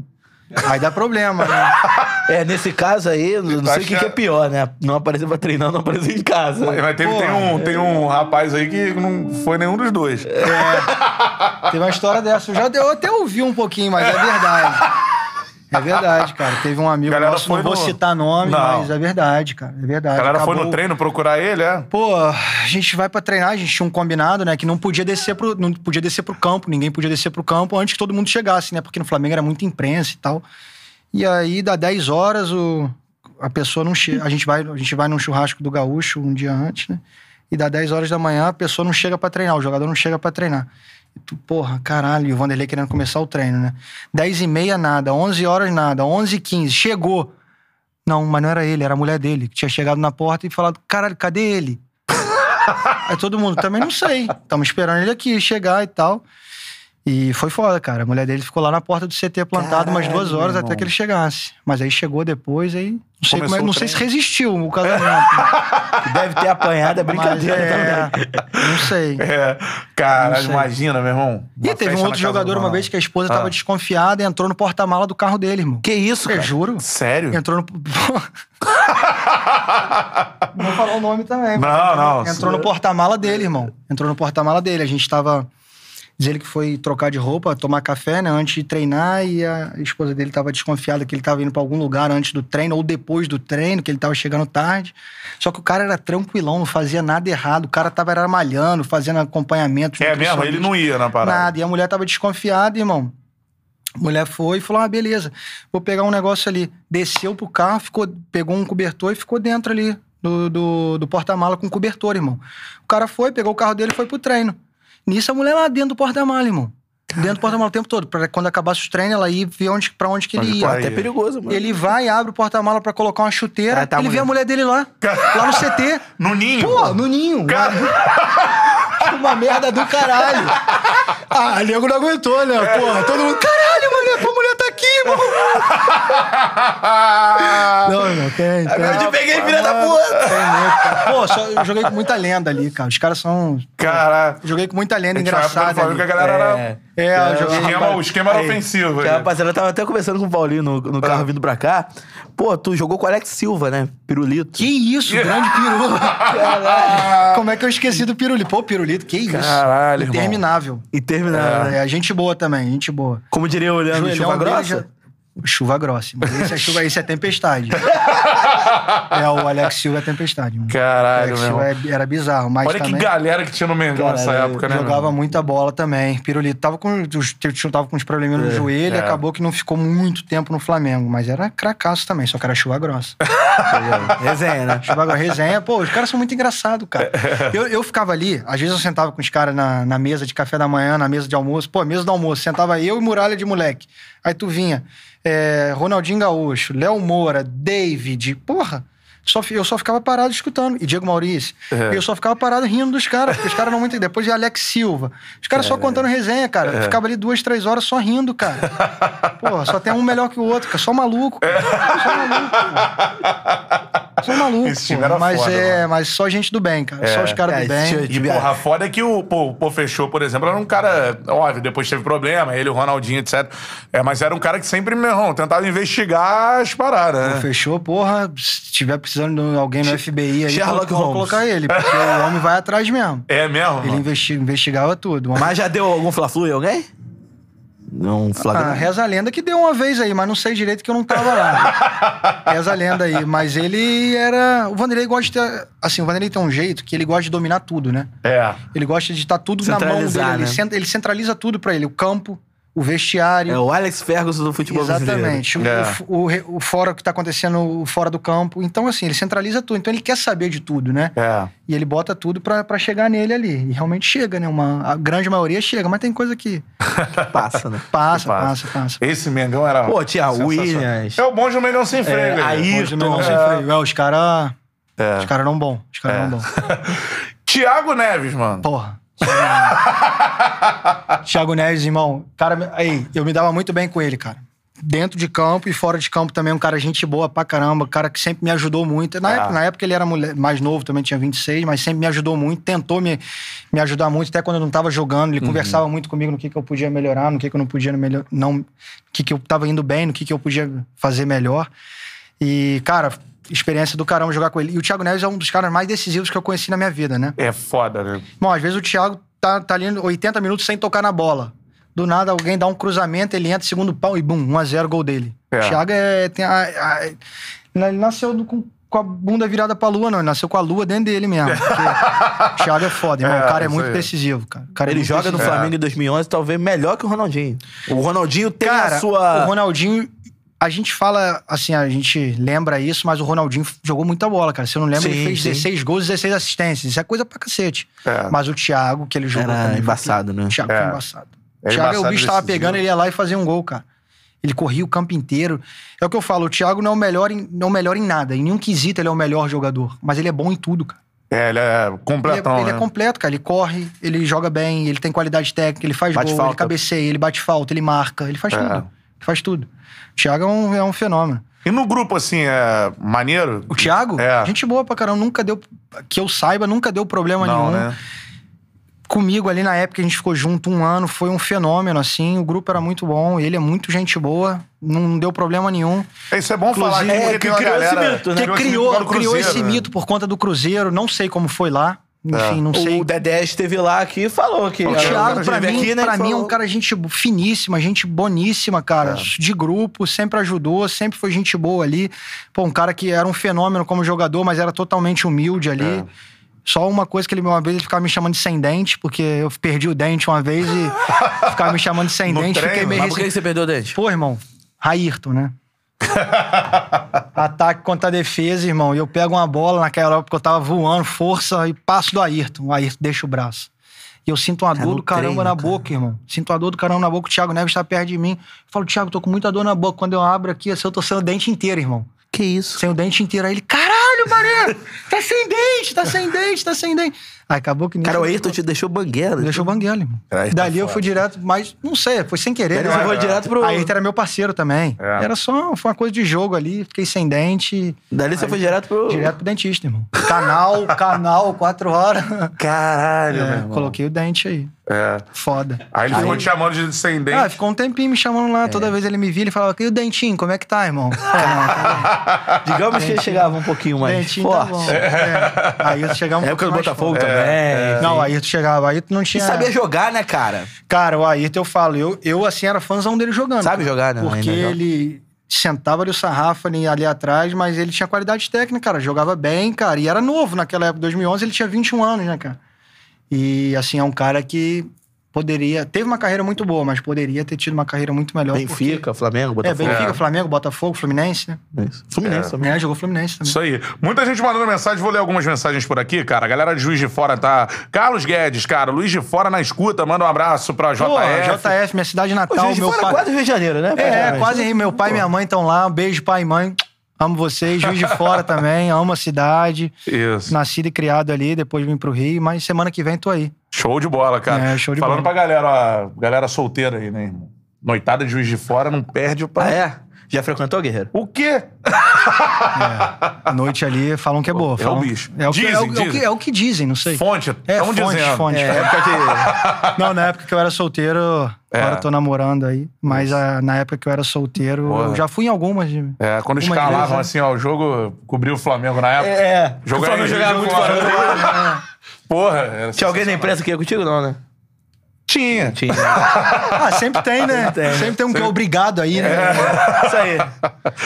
Speaker 3: Aí dá problema, né?
Speaker 2: É, nesse caso aí, não
Speaker 1: Tá
Speaker 2: sei o que, que é
Speaker 1: achando-
Speaker 2: pior, né? Não aparecer pra treinar, não aparecer em casa.
Speaker 1: Mas teve, tem,
Speaker 3: Porra.
Speaker 1: um, tem um rapaz aí que não foi nenhum dos dois.
Speaker 3: É, Teve uma história dessa. Eu, já, eu até ouvi um pouquinho, mas é verdade. É verdade, cara. Teve um amigo
Speaker 1: Galera
Speaker 3: nosso,
Speaker 1: foi
Speaker 3: não vou
Speaker 1: no-
Speaker 3: citar nome,
Speaker 1: Não.
Speaker 3: mas é verdade, cara. É verdade.
Speaker 1: A galera foi
Speaker 3: Acabou-
Speaker 1: no treino procurar ele, é?
Speaker 3: Pô, a gente vai pra treinar, a gente tinha um combinado, né? Que não podia descer pro, não podia descer pro campo, ninguém podia descer pro campo antes que todo mundo chegasse, né? Porque no Flamengo era muita imprensa e tal. E aí, dá 10 horas, o, a pessoa não chega. A gente, vai, a gente vai num churrasco do gaúcho um dia antes, né? E dá 10 horas da manhã, a pessoa não chega pra treinar, o jogador não chega pra treinar. E tu, porra, caralho, e o Vanderlei querendo começar o treino, né? 10 e meia, nada. 11 horas, nada. 11 e 15, chegou. Não, mas não era ele, era a mulher dele, que tinha chegado na porta e falado: caralho, cadê ele? [laughs] Aí todo mundo, também não sei. Estamos esperando ele aqui chegar e tal. E foi foda, cara. A mulher dele ficou lá na porta do CT plantado umas duas
Speaker 2: Caralho,
Speaker 3: horas
Speaker 2: meu
Speaker 3: até que ele chegasse. Mas aí chegou depois, aí. Não sei, como
Speaker 1: Começou
Speaker 3: é-
Speaker 1: o
Speaker 3: não sei se
Speaker 1: treino.
Speaker 3: resistiu o
Speaker 1: [laughs]
Speaker 3: casamento.
Speaker 2: Deve ter apanhado, é
Speaker 3: mas,
Speaker 2: brincadeira
Speaker 3: é,
Speaker 2: também.
Speaker 3: não sei.
Speaker 1: É.
Speaker 3: Não
Speaker 1: Caralho,
Speaker 3: sei.
Speaker 1: imagina, meu irmão.
Speaker 3: E
Speaker 1: Uma
Speaker 3: teve
Speaker 1: festa
Speaker 3: um
Speaker 1: na
Speaker 3: outro
Speaker 1: casa do
Speaker 3: jogador uma
Speaker 1: Ronaldo.
Speaker 3: vez que a esposa
Speaker 1: Ah.
Speaker 3: tava desconfiada e entrou no porta-mala do carro dele, irmão.
Speaker 2: Que isso,
Speaker 3: Eu
Speaker 2: cara?
Speaker 3: juro.
Speaker 1: Sério?
Speaker 3: Entrou no. [laughs] Não vou falar o nome também.
Speaker 1: Não, não.
Speaker 3: Entrou no porta-mala dele, irmão. Entrou no porta-mala dele. A gente tava Diz ele que foi trocar de roupa, tomar café, né, antes de treinar, e a esposa dele estava desconfiada que ele estava indo para algum lugar antes do treino ou depois do treino, que ele estava chegando tarde. Só que o cara era tranquilão, não fazia nada errado, o cara tava era malhando, fazendo acompanhamento.
Speaker 1: É mesmo? Ele não ia na parada.
Speaker 3: Nada, e a mulher tava desconfiada, irmão. A mulher foi e falou: ah, beleza, vou pegar um negócio ali. Desceu pro carro, ficou, pegou um cobertor e ficou dentro ali do, do, do porta-mala com cobertor, irmão. O cara foi, pegou o carro dele e foi pro treino. Nisso a mulher lá dentro do porta-mala, irmão. Dentro do porta-mala o tempo todo, pra quando acabasse os treinos, ela ia ver onde, pra onde que ele
Speaker 1: Onde
Speaker 3: ia.
Speaker 1: tá
Speaker 2: Até é perigoso, mano.
Speaker 3: Ele vai, abre o porta-mala pra colocar uma chuteira,
Speaker 2: Ah, tá,
Speaker 3: ele vê
Speaker 2: mulher.
Speaker 3: a mulher dele lá, lá [laughs] no CT.
Speaker 1: No ninho.
Speaker 3: Pô, no ninho. lá. Uma [laughs] merda do caralho. [laughs] Ah, nego não aguentou, né? Porra, todo mundo. Caralho, mulher, pô, a mulher tá aqui, irmão.
Speaker 1: [laughs]
Speaker 3: [laughs] Não, não, é- tem, tem.
Speaker 2: Eu te peguei, filha da puta!
Speaker 3: Tem medo, cara. Pô, só, eu joguei com muita lenda ali, cara. Os caras são.
Speaker 1: Cara,
Speaker 3: Joguei com muita lenda
Speaker 1: a gente vai pro
Speaker 3: engraçada.
Speaker 1: Flamengo que a
Speaker 3: é ali.
Speaker 1: galera era...
Speaker 3: É, eu joguei.
Speaker 1: O esquema, o esquema era ofensivo.
Speaker 3: é
Speaker 2: Que,
Speaker 1: né?
Speaker 2: rapaziada, eu tava até conversando com o Paulinho no, no carro vindo pra cá. Pô, tu jogou com o Alex Silva, né? Pirulito.
Speaker 3: Que isso, grande pirulito. Como é que eu esqueci do pirulito? Pô, pirulito, que isso.
Speaker 1: Caralho, irmão.
Speaker 3: Interminável.
Speaker 2: E terminar, né?
Speaker 3: É, gente boa também, gente boa.
Speaker 2: Como diria o
Speaker 1: é
Speaker 2: Leandro,
Speaker 3: Joelhão
Speaker 2: chuva
Speaker 3: dele
Speaker 2: grossa.
Speaker 3: já- Chuva grossa, mas esse é chuva, esse
Speaker 1: [laughs]
Speaker 3: é tempestade. é, o Alex Silva é tempestade. mano.
Speaker 1: Caralho,
Speaker 3: o Alex
Speaker 1: meu
Speaker 3: Silva
Speaker 1: irmão.
Speaker 3: é- era bizarro, mas
Speaker 1: Olha que
Speaker 3: também...
Speaker 1: galera que tinha no Mengão nessa
Speaker 3: Cara,
Speaker 1: época, né?
Speaker 3: Jogava
Speaker 1: meu?
Speaker 3: muita bola também. Pirulito tava com, os- tinha- tava com uns probleminhas no joelho,
Speaker 1: é.
Speaker 3: acabou que não ficou muito tempo no Flamengo, mas era cracaço também, só que era chuva grossa.
Speaker 2: [laughs] Resenha, né?
Speaker 3: Chuva grossa, resenha, pô, os caras são muito engraçados, cara. Eu, eu ficava ali, às vezes eu sentava com os caras na, na mesa de café da manhã, na mesa de almoço, pô, mesa do almoço, sentava eu e muralha de moleque. Aí tu vinha, é, Ronaldinho Gaúcho, Léo Moura, David, porra. Só, fi- eu só ficava parado escutando. E Diego Maurício. Eu só ficava parado rindo dos caras, porque os caras não muito. Depois de Alex Silva. Os caras só contando resenha, cara. Eu Ficava ali duas, três horas só rindo, cara. Porra, só tem um melhor que o outro, cara. Só maluco, cara. Só maluco, cara. Só maluco.
Speaker 1: Esse time
Speaker 3: pô.
Speaker 1: era
Speaker 3: mas
Speaker 1: foda,
Speaker 3: é,
Speaker 1: mano.
Speaker 3: mas só gente do bem, cara. Só os caras
Speaker 2: É,
Speaker 3: do
Speaker 2: esse
Speaker 3: bem.
Speaker 2: time-
Speaker 1: E, porra, a foda é que o pô, o pô Fechou, por exemplo, era um cara. Óbvio, depois teve problema, ele, o Ronaldinho, etc. É, mas era um cara que sempre, meu irmão, tentava investigar as paradas, né?
Speaker 3: Fechou, porora. Se tiver precisando de alguém no FBI aí,
Speaker 2: Sherlock
Speaker 3: pode pode
Speaker 2: Holmes.
Speaker 3: colocar ele, porque o homem vai atrás mesmo.
Speaker 1: É mesmo?
Speaker 3: Ele
Speaker 1: mano?
Speaker 3: investi- investigava tudo. Mas
Speaker 2: Mas já deu algum Fla-Flu em alguém? Não, um
Speaker 3: Ah,
Speaker 2: flagrante.
Speaker 3: reza a lenda que deu uma vez aí, mas não sei direito que eu não
Speaker 1: [laughs]
Speaker 3: tava lá. reza a lenda aí. Mas ele era. O Vanderlei gosta de ter. Assim, o Vanderlei tem um jeito que ele gosta de dominar tudo, né?
Speaker 1: É.
Speaker 3: Ele gosta de estar tudo na mão dele.
Speaker 2: Centralizar,
Speaker 3: Ele,
Speaker 2: né?
Speaker 3: cent- ele centraliza tudo pra ele: o campo, o vestiário.
Speaker 2: É o Alex Ferguson do futebol brasileiro.
Speaker 3: Exatamente. O-
Speaker 1: É.
Speaker 3: O, o re- o fora que tá acontecendo o fora do campo. Então, assim, ele centraliza tudo. Então, ele quer saber de tudo, né?
Speaker 1: É.
Speaker 3: E ele bota tudo pra pra chegar nele ali. E realmente chega, né? Uma, a grande maioria chega, mas tem coisa que
Speaker 2: Passa, né?
Speaker 1: Passa.
Speaker 3: passa, passa, passa.
Speaker 1: Esse Mengão era.
Speaker 2: Pô, tinha
Speaker 1: sensacional.
Speaker 2: Williams.
Speaker 1: É o bom de um Mengão sem freio,
Speaker 2: É,
Speaker 1: galera.
Speaker 2: aí-
Speaker 3: Hoje o Mengão
Speaker 2: É.
Speaker 3: sem freio. É, os caras.
Speaker 1: É.
Speaker 3: Os caras não bom. Os caras não bom.
Speaker 1: Tiago Neves, mano.
Speaker 3: Porra. [laughs] Thiago Neves, irmão. Cara, aí, eu me dava muito bem com ele, cara. Dentro de campo e fora de campo também, um cara gente boa pra caramba, um cara que sempre me ajudou muito. Na,
Speaker 1: É.
Speaker 3: época, na época ele era mole- mais novo, também tinha 26, mas sempre me ajudou muito, tentou me, me ajudar muito, até quando eu não tava jogando, ele conversava muito comigo no que, que eu podia melhorar, no que, que eu não podia melhorar, não, no que, que eu tava indo bem, no que, que eu podia fazer melhor. E, cara, experiência do caramba jogar com ele. E o Thiago Neves é um dos caras mais decisivos que eu conheci na minha vida, né?
Speaker 1: É foda, né?
Speaker 3: Bom, às vezes o Thiago tá, tá ali 80 minutos sem tocar na bola. Do nada, alguém dá um cruzamento, ele entra, segundo pau e bum, 1x0, gol dele.
Speaker 1: É.
Speaker 3: O Thiago é, tem a- a- ele nasceu do- com, com a bunda virada pra lua, não. Ele nasceu com a lua dentro
Speaker 1: [laughs]
Speaker 3: dele mesmo. porque o Thiago é foda, irmão.
Speaker 1: É,
Speaker 3: o cara é
Speaker 1: isso
Speaker 3: muito
Speaker 1: aí.
Speaker 3: decisivo, cara. O cara é
Speaker 2: Ele
Speaker 3: muito
Speaker 2: joga no
Speaker 3: decisivo.
Speaker 2: Flamengo em 2011, talvez melhor que o Ronaldinho. O Ronaldinho tem
Speaker 3: Cara,
Speaker 2: a sua...
Speaker 3: o Ronaldinho... A gente fala, assim, a gente lembra isso, mas o Ronaldinho jogou muita bola, cara. Se eu não lembro,
Speaker 2: Sim,
Speaker 3: ele fez
Speaker 2: sim.
Speaker 3: 16 gols, 16 assistências. Isso é coisa pra cacete.
Speaker 1: É.
Speaker 3: Mas o Thiago, que ele jogou também,
Speaker 2: Era
Speaker 3: foi
Speaker 2: embaçado, né?
Speaker 3: O Thiago
Speaker 1: É.
Speaker 3: foi embaçado.
Speaker 1: É
Speaker 3: O Thiago,
Speaker 1: embaçado
Speaker 3: o bicho tava
Speaker 1: decisivo.
Speaker 3: pegando, ele ia lá e fazia um gol, cara. Ele corria o campo inteiro. É o que eu falo, o Thiago não é o melhor em, não é o melhor em nada. Em nenhum quesito ele é o melhor jogador. Mas ele é bom em tudo, cara.
Speaker 1: É, ele é
Speaker 3: Ele, é,
Speaker 1: completão,
Speaker 3: ele é
Speaker 1: né?
Speaker 3: completo, cara. Ele corre, ele joga bem, ele tem qualidade técnica, ele faz
Speaker 2: Bate
Speaker 3: gol, ele
Speaker 2: falta.
Speaker 3: cabeceia, ele bate falta, ele marca, ele faz
Speaker 1: É.
Speaker 3: tudo. Ele faz tudo. O Thiago é um, é um fenômeno.
Speaker 1: E no grupo, assim, é maneiro?
Speaker 3: O Thiago,
Speaker 1: É.
Speaker 3: gente boa pra caramba, nunca deu. Que eu saiba, nunca deu problema
Speaker 1: Não,
Speaker 3: nenhum.
Speaker 1: né?
Speaker 3: comigo ali na época, a gente ficou junto um ano, foi um fenômeno, assim. O grupo era muito bom, ele é muito gente boa, não deu problema nenhum.
Speaker 1: Isso é bom falar aqui,
Speaker 2: Inclusive,
Speaker 1: porque
Speaker 2: é,
Speaker 1: tem uma
Speaker 2: criou esse
Speaker 1: galera...
Speaker 2: mito, né?
Speaker 3: Que
Speaker 1: esse
Speaker 3: criou,
Speaker 1: mito lá no
Speaker 3: criou
Speaker 1: Cruzeiro,
Speaker 3: esse
Speaker 1: né?
Speaker 3: mito por conta do Cruzeiro, não sei como foi lá. Enfim, não sei.
Speaker 2: O Dedé esteve lá aqui e falou que.
Speaker 3: O
Speaker 1: cara,
Speaker 3: Thiago,
Speaker 1: o cara
Speaker 3: pra,
Speaker 2: esteve
Speaker 3: mim,
Speaker 2: aqui, né,
Speaker 3: pra
Speaker 2: e
Speaker 3: mim, é um É.
Speaker 2: falou-
Speaker 3: cara gente finíssima, gente boníssima, cara. De grupo, sempre ajudou, sempre foi gente boa ali. Pô, um cara que era um fenômeno como jogador, mas era totalmente humilde ali. Só uma coisa que ele uma vez ele ficava me chamando de sem dente, porque eu perdi o dente uma vez [laughs] e ficava me chamando de sem
Speaker 1: No
Speaker 3: dente, fiquei
Speaker 1: treino?
Speaker 3: meio
Speaker 2: Mas por
Speaker 3: ressentido.
Speaker 2: que você perdeu o dente?
Speaker 3: Pô, irmão, Raírton, né? Ataque contra a defesa, irmão. E eu pego uma bola naquela hora porque eu tava voando, força, e passo do Ayrton. O Ayrton deixa o braço. E eu sinto uma
Speaker 2: Tá
Speaker 3: dor
Speaker 2: no
Speaker 3: do caramba
Speaker 2: treino,
Speaker 3: na
Speaker 2: cara.
Speaker 3: boca, irmão. Sinto uma dor do caramba na boca. O Thiago Neves tá perto de mim. Eu falo, Thiago, tô com muita dor na boca. Quando eu abro aqui, assim, eu tô sem o dente inteiro, irmão.
Speaker 2: Que isso?
Speaker 3: Sem o dente inteiro. Aí ele, caralho, Maria! Tá sem dente, tá sem dente, tá sem dente. Aí acabou que nem.
Speaker 2: Cara, o Ayrton te deixou banguela.
Speaker 3: Deixou o Banguela, irmão.
Speaker 1: Aí tá
Speaker 3: Dali eu
Speaker 1: foda.
Speaker 3: fui direto, mas não sei, foi sem querer.
Speaker 2: Ele
Speaker 3: né?
Speaker 2: foi direto pro.
Speaker 3: Aí era meu parceiro também.
Speaker 1: É.
Speaker 3: Era só foi uma coisa de jogo ali, fiquei sem dente,
Speaker 2: Dali você foi direto pro.
Speaker 3: direto pro dentista, irmão. Canal, [laughs] canal, quatro horas.
Speaker 1: Caralho,
Speaker 3: [laughs]
Speaker 1: meu
Speaker 3: É,
Speaker 1: irmão.
Speaker 3: coloquei o dente aí.
Speaker 1: É.
Speaker 3: Foda.
Speaker 1: Aí ele ficou te chamando de descendente.
Speaker 3: Ah, ficou um tempinho me chamando lá, toda vez ele me via, ele falava, e o dentinho, como é que tá, irmão?
Speaker 2: Digamos que ele chegava um pouquinho
Speaker 3: O
Speaker 2: mais
Speaker 3: dentinho tá
Speaker 2: forte.
Speaker 3: bom. É. Aí eu chegava um
Speaker 2: É época do
Speaker 3: pouco mais
Speaker 2: Botafogo
Speaker 3: forte. É,
Speaker 2: também.
Speaker 3: Não, aí tu chegava, aí tu não
Speaker 2: E
Speaker 3: tinha...
Speaker 2: sabia jogar, né, cara?
Speaker 3: Cara, o Ayrton, eu falo, eu, eu assim era fãzão dele jogando.
Speaker 2: Sabe
Speaker 3: cara.
Speaker 2: jogar, né?
Speaker 3: Porque
Speaker 2: Ainda joga.
Speaker 3: ele sentava ali o sarrafo ali, ali atrás, mas ele tinha qualidade técnica, cara. Jogava bem, cara. E era novo naquela época, 2011, ele tinha 21 anos, né, cara? E assim, é um cara que poderia. Teve uma carreira muito boa, mas poderia ter tido uma carreira muito melhor.
Speaker 2: Benfica, Flamengo,
Speaker 3: Porque... É,
Speaker 2: Botafogo.
Speaker 3: Benfica, Flamengo, Botafogo, Fluminense, né?
Speaker 2: Isso. Fluminense também.
Speaker 3: É, jogou Fluminense também.
Speaker 1: Isso aí. Muita gente mandando mensagem, vou ler algumas mensagens por aqui, cara. A galera de Juiz de Fora tá. Carlos Guedes, cara, Luiz de Fora na escuta, manda um abraço pra JF.
Speaker 3: Pô, JF, minha cidade
Speaker 2: Pô,
Speaker 3: natal,
Speaker 2: gente,
Speaker 3: Tá meu
Speaker 2: fora
Speaker 3: pai.
Speaker 2: quase Rio de Janeiro, né?
Speaker 3: É,
Speaker 2: praticamente?
Speaker 3: quase aí. Meu pai e minha mãe estão lá. Um beijo, pai e mãe. Amo vocês. Juiz de Fora também. Amo a cidade.
Speaker 1: Isso.
Speaker 3: Nascido e criado ali. Depois vim pro Rio. Mas semana que vem tô aí.
Speaker 1: Show de bola, cara.
Speaker 3: É, show de
Speaker 1: Falando
Speaker 3: bola.
Speaker 1: pra galera, ó, galera solteira aí, né, irmão? Noitada de Juiz de Fora não perde pra.
Speaker 2: Ah, é? Já frequentou, Guerreiro?
Speaker 1: O quê?
Speaker 3: A noite ali falam que é
Speaker 1: É
Speaker 3: boa.
Speaker 1: o
Speaker 3: falam-
Speaker 1: bicho.
Speaker 3: É o, que, é, o,
Speaker 1: Dizem,
Speaker 3: é o que, é o que dizem, não sei.
Speaker 1: Fonte.
Speaker 3: É,
Speaker 1: tão
Speaker 3: fonte,
Speaker 1: dizendo.
Speaker 3: fonte.
Speaker 2: É, época que.
Speaker 3: [laughs] Não, na época que eu era solteiro,
Speaker 1: É.
Speaker 3: agora eu tô namorando aí. Mas ah, na época que eu era solteiro,
Speaker 1: Porra.
Speaker 3: eu já fui em algumas. né? de-
Speaker 1: É, quando
Speaker 3: Algumas
Speaker 1: escalavam
Speaker 3: vezes,
Speaker 1: assim, ó, o jogo cobriu o Flamengo na época.
Speaker 2: É.
Speaker 1: Jogar
Speaker 2: o Flamengo
Speaker 1: em Rio
Speaker 2: jogava
Speaker 1: de
Speaker 2: muito
Speaker 1: Janeiro.
Speaker 2: fora. do ar.
Speaker 1: Porra, era
Speaker 2: Tinha alguém na imprensa que ia contigo? Não, né?
Speaker 1: Tinha.
Speaker 2: [laughs] Tinha.
Speaker 3: Ah, sempre tem, né?
Speaker 2: Sempre tem.
Speaker 3: Sempre tem um que é obrigado aí, né?
Speaker 2: Isso aí.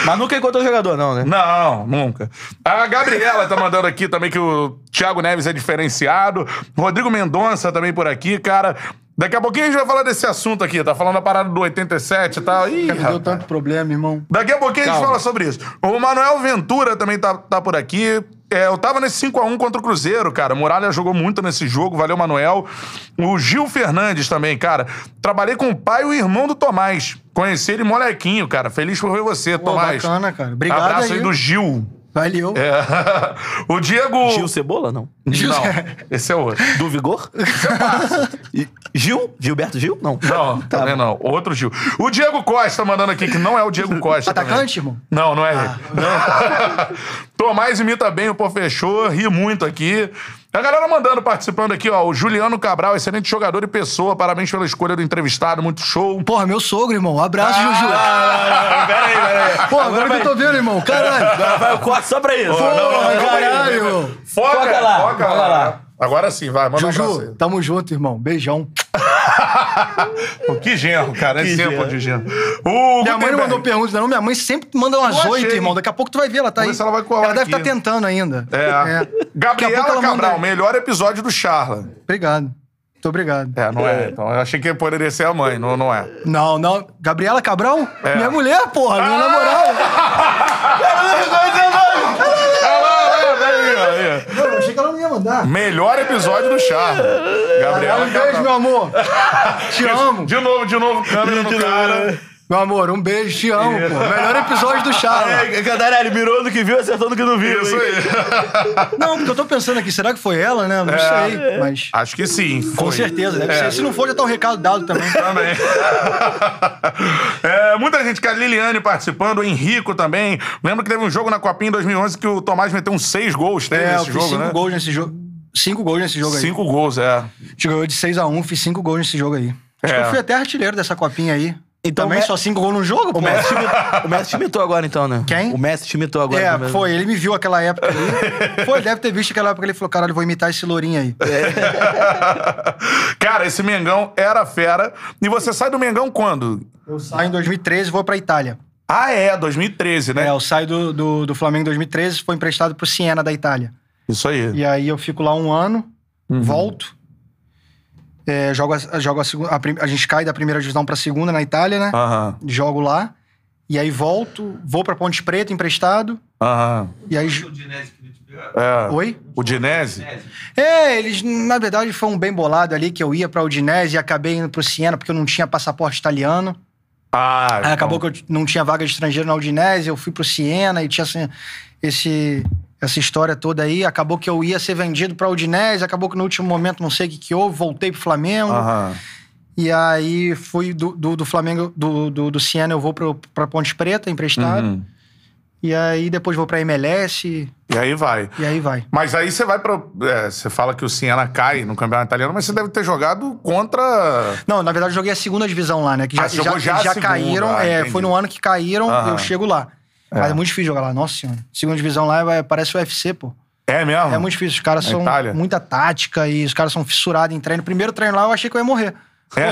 Speaker 2: Mas nunca encontrou jogador, não, né?
Speaker 1: Não, nunca. A Gabriela tá mandando aqui também que o Thiago Neves é diferenciado. Rodrigo Mendonça também por aqui, cara. Daqui a pouquinho a gente vai falar desse assunto aqui. Tá falando a parada do 87 e tal. Ih,
Speaker 3: Me deu
Speaker 1: rapaz.
Speaker 3: tanto problema, irmão.
Speaker 1: Daqui a pouquinho a gente
Speaker 2: Calma.
Speaker 1: fala sobre isso. O Manuel Ventura também tá, tá por aqui. É, eu tava nesse 5x1 contra o Cruzeiro, cara. Muralha jogou muito nesse jogo, valeu, Manuel. O Gil Fernandes também, cara. Trabalhei com o pai e o irmão do Tomás. Conheci ele molequinho, cara. Feliz por ver você,
Speaker 3: Pô,
Speaker 1: Tomás.
Speaker 3: bacana, cara. Obrigado
Speaker 1: Abraço aí
Speaker 3: aí.
Speaker 1: do Gil.
Speaker 3: Valeu.
Speaker 1: É. [laughs] O Diego.
Speaker 2: Gil Cebola, não.
Speaker 1: Não, esse é outro.
Speaker 2: Do Vigor? [laughs] E- Gil? Gilberto Gil? Não.
Speaker 3: [laughs]
Speaker 1: Não,
Speaker 3: Tá
Speaker 1: também não. Outro Gil. O Diego Costa mandando aqui, que não é o
Speaker 3: [laughs]
Speaker 1: Diego Costa. também.
Speaker 3: Atacante, irmão?
Speaker 1: Não, não é
Speaker 3: Ah.
Speaker 1: ele.
Speaker 3: [laughs]
Speaker 1: Tomás imita bem o Pô Fechou, ri muito aqui. A galera mandando, participando aqui, ó. O Juliano Cabral, excelente jogador e pessoa. Parabéns pela escolha do entrevistado, muito show.
Speaker 3: Porra, meu sogro, irmão. Abraço, Juju.
Speaker 1: Ah, Pera aí, pera aí.
Speaker 3: Pô, agora, que eu tô vendo, irmão. Caralho.
Speaker 2: Agora vai o corte só pra isso.
Speaker 1: Não, não, não,
Speaker 3: Porra,
Speaker 1: não,
Speaker 3: caralho.
Speaker 1: Foca,
Speaker 2: Foca lá,
Speaker 1: foca
Speaker 2: foca
Speaker 1: lá.
Speaker 2: lá.
Speaker 1: Agora sim, vai, manda um abraço aí.
Speaker 3: Juju, tamo junto, irmão. Beijão.
Speaker 1: Pô, que genro, cara.
Speaker 2: Que
Speaker 1: Esse tempo
Speaker 2: genro.
Speaker 1: de genro. O
Speaker 3: Minha mãe não
Speaker 1: Gutenberg.
Speaker 3: mandou perguntas, não. Minha mãe sempre manda umas
Speaker 1: Eu
Speaker 3: oito,
Speaker 1: achei.
Speaker 3: irmão. Daqui a pouco tu vai ver, ela tá
Speaker 1: Vamos
Speaker 3: aí.
Speaker 1: ver se ela vai colar
Speaker 3: Ela deve
Speaker 1: aqui.
Speaker 3: estar tentando ainda.
Speaker 1: É. Gabriela
Speaker 3: pouco ela manda
Speaker 1: Cabral,
Speaker 3: aí.
Speaker 1: melhor episódio do Charla.
Speaker 3: Obrigado. Muito obrigado.
Speaker 1: É, não é. Então, eu achei que poderia ser a mãe, não, não é.
Speaker 3: Não, não. Gabriela Cabral? Minha mulher, porra.
Speaker 1: Ah!
Speaker 3: Minha namorada.
Speaker 1: É,
Speaker 3: Eu achei que ela não ia mandar.
Speaker 1: Melhor episódio do Charla. Gabriela
Speaker 3: Um beijo, meu
Speaker 1: Cabral. [laughs]
Speaker 3: amor. Te amo.
Speaker 1: De novo, de novo, câmera no
Speaker 3: né?
Speaker 1: cara.
Speaker 3: Meu amor, um beijo, te amo, pô. Melhor episódio do Charla.
Speaker 2: É, Cantarelli, mirou no que viu, acertou no que não viu.
Speaker 1: Isso
Speaker 2: hein?
Speaker 1: aí.
Speaker 3: Não, porque eu tô pensando aqui, será que foi ela, né? Não
Speaker 1: É.
Speaker 3: sei, mas.
Speaker 1: Acho que sim.
Speaker 3: Com
Speaker 1: foi. É,
Speaker 3: certeza, deve ser. Se não for, já tá o recado dado também.
Speaker 1: Também. [laughs] É, muita gente, cara. Liliane participando, o Henrico também. Lembro que teve um jogo na Copinha em 2011 que o Tomás meteu uns seis gols teve
Speaker 3: É, eu
Speaker 1: nesse
Speaker 3: fiz
Speaker 1: jogo,
Speaker 3: cinco
Speaker 1: né?
Speaker 3: gols nesse jogo. Cinco gols nesse jogo aí.
Speaker 1: Cinco gols, é. [laughs]
Speaker 3: A gente ganhou de 6x1, fiz um, cinco gols nesse jogo aí. Acho
Speaker 1: É.
Speaker 3: que eu fui até artilheiro dessa copinha aí.
Speaker 2: Então,
Speaker 3: Também
Speaker 2: o Me-
Speaker 3: só cinco gols num jogo, pô.
Speaker 2: O Messi, te
Speaker 3: [laughs]
Speaker 2: imitou, o Messi te imitou agora, então, né?
Speaker 3: Quem?
Speaker 2: O Messi te imitou agora.
Speaker 3: É,
Speaker 2: também.
Speaker 3: foi, ele me viu aquela
Speaker 2: [laughs]
Speaker 3: época ali. Foi, deve ter visto aquela época ele falou: caralho, vou imitar esse lourinho aí.
Speaker 2: É.
Speaker 1: Cara, esse Mengão era fera. E você sai do Mengão quando?
Speaker 3: Eu saio em 2013 e vou pra Itália.
Speaker 1: Ah, é, 2013, né?
Speaker 3: É, eu saio do, do, do Flamengo em 2013, foi emprestado pro Siena da Itália.
Speaker 1: Isso aí.
Speaker 3: E aí eu fico lá um ano,
Speaker 2: Uhum.
Speaker 3: volto. é, jogo a, jogo a, segu- a prim- a gente cai da primeira divisão pra segunda na Itália,
Speaker 2: Ah.
Speaker 3: né?
Speaker 1: Aham,
Speaker 3: Jogo lá. E aí volto, vou pra Ponte Preta emprestado.
Speaker 1: aham.
Speaker 3: E aí.
Speaker 5: O Dinese queria te pegar.
Speaker 2: Ah.
Speaker 1: É.
Speaker 3: Oi?
Speaker 1: O Dinese?
Speaker 3: É, eles, na verdade, foi um bem bolado ali que eu ia pra Udinese e acabei indo pro Siena porque eu não tinha passaporte italiano.
Speaker 1: Ah,
Speaker 3: Aí É, acabou que eu t- não tinha vaga de estrangeiro na Udinese, eu fui pro Siena e tinha assim, esse, essa história toda aí. Acabou que eu ia ser vendido pra Udinese, acabou que no último momento não sei o que, que houve, voltei pro Flamengo.
Speaker 1: Aham.
Speaker 3: E aí fui do, do, do Flamengo, do, do, do Siena, eu vou pro, pra Ponte Preta, emprestado.
Speaker 1: Uhum.
Speaker 3: E aí depois vou pra MLS e,
Speaker 1: E aí vai.
Speaker 3: e aí vai.
Speaker 1: Mas aí você vai pra. é, você fala que o Siena cai no campeonato italiano, mas você deve ter jogado contra.
Speaker 3: Não, na verdade eu joguei a segunda divisão lá, né? Que já,
Speaker 1: Ah, você jogou já a segunda,
Speaker 3: caíram.
Speaker 1: ah,
Speaker 3: é,
Speaker 1: entendi.
Speaker 3: foi no ano que caíram,
Speaker 1: Aham.
Speaker 3: eu chego lá. Mas é muito difícil jogar lá, nossa senhora. Segunda divisão lá é- parece o UFC, pô.
Speaker 1: É mesmo?
Speaker 3: É muito difícil. Os caras
Speaker 1: Na
Speaker 3: são
Speaker 1: Itália?
Speaker 3: muita tática e os caras são fissurados em treino. Primeiro treino lá eu achei que eu ia morrer.
Speaker 1: É.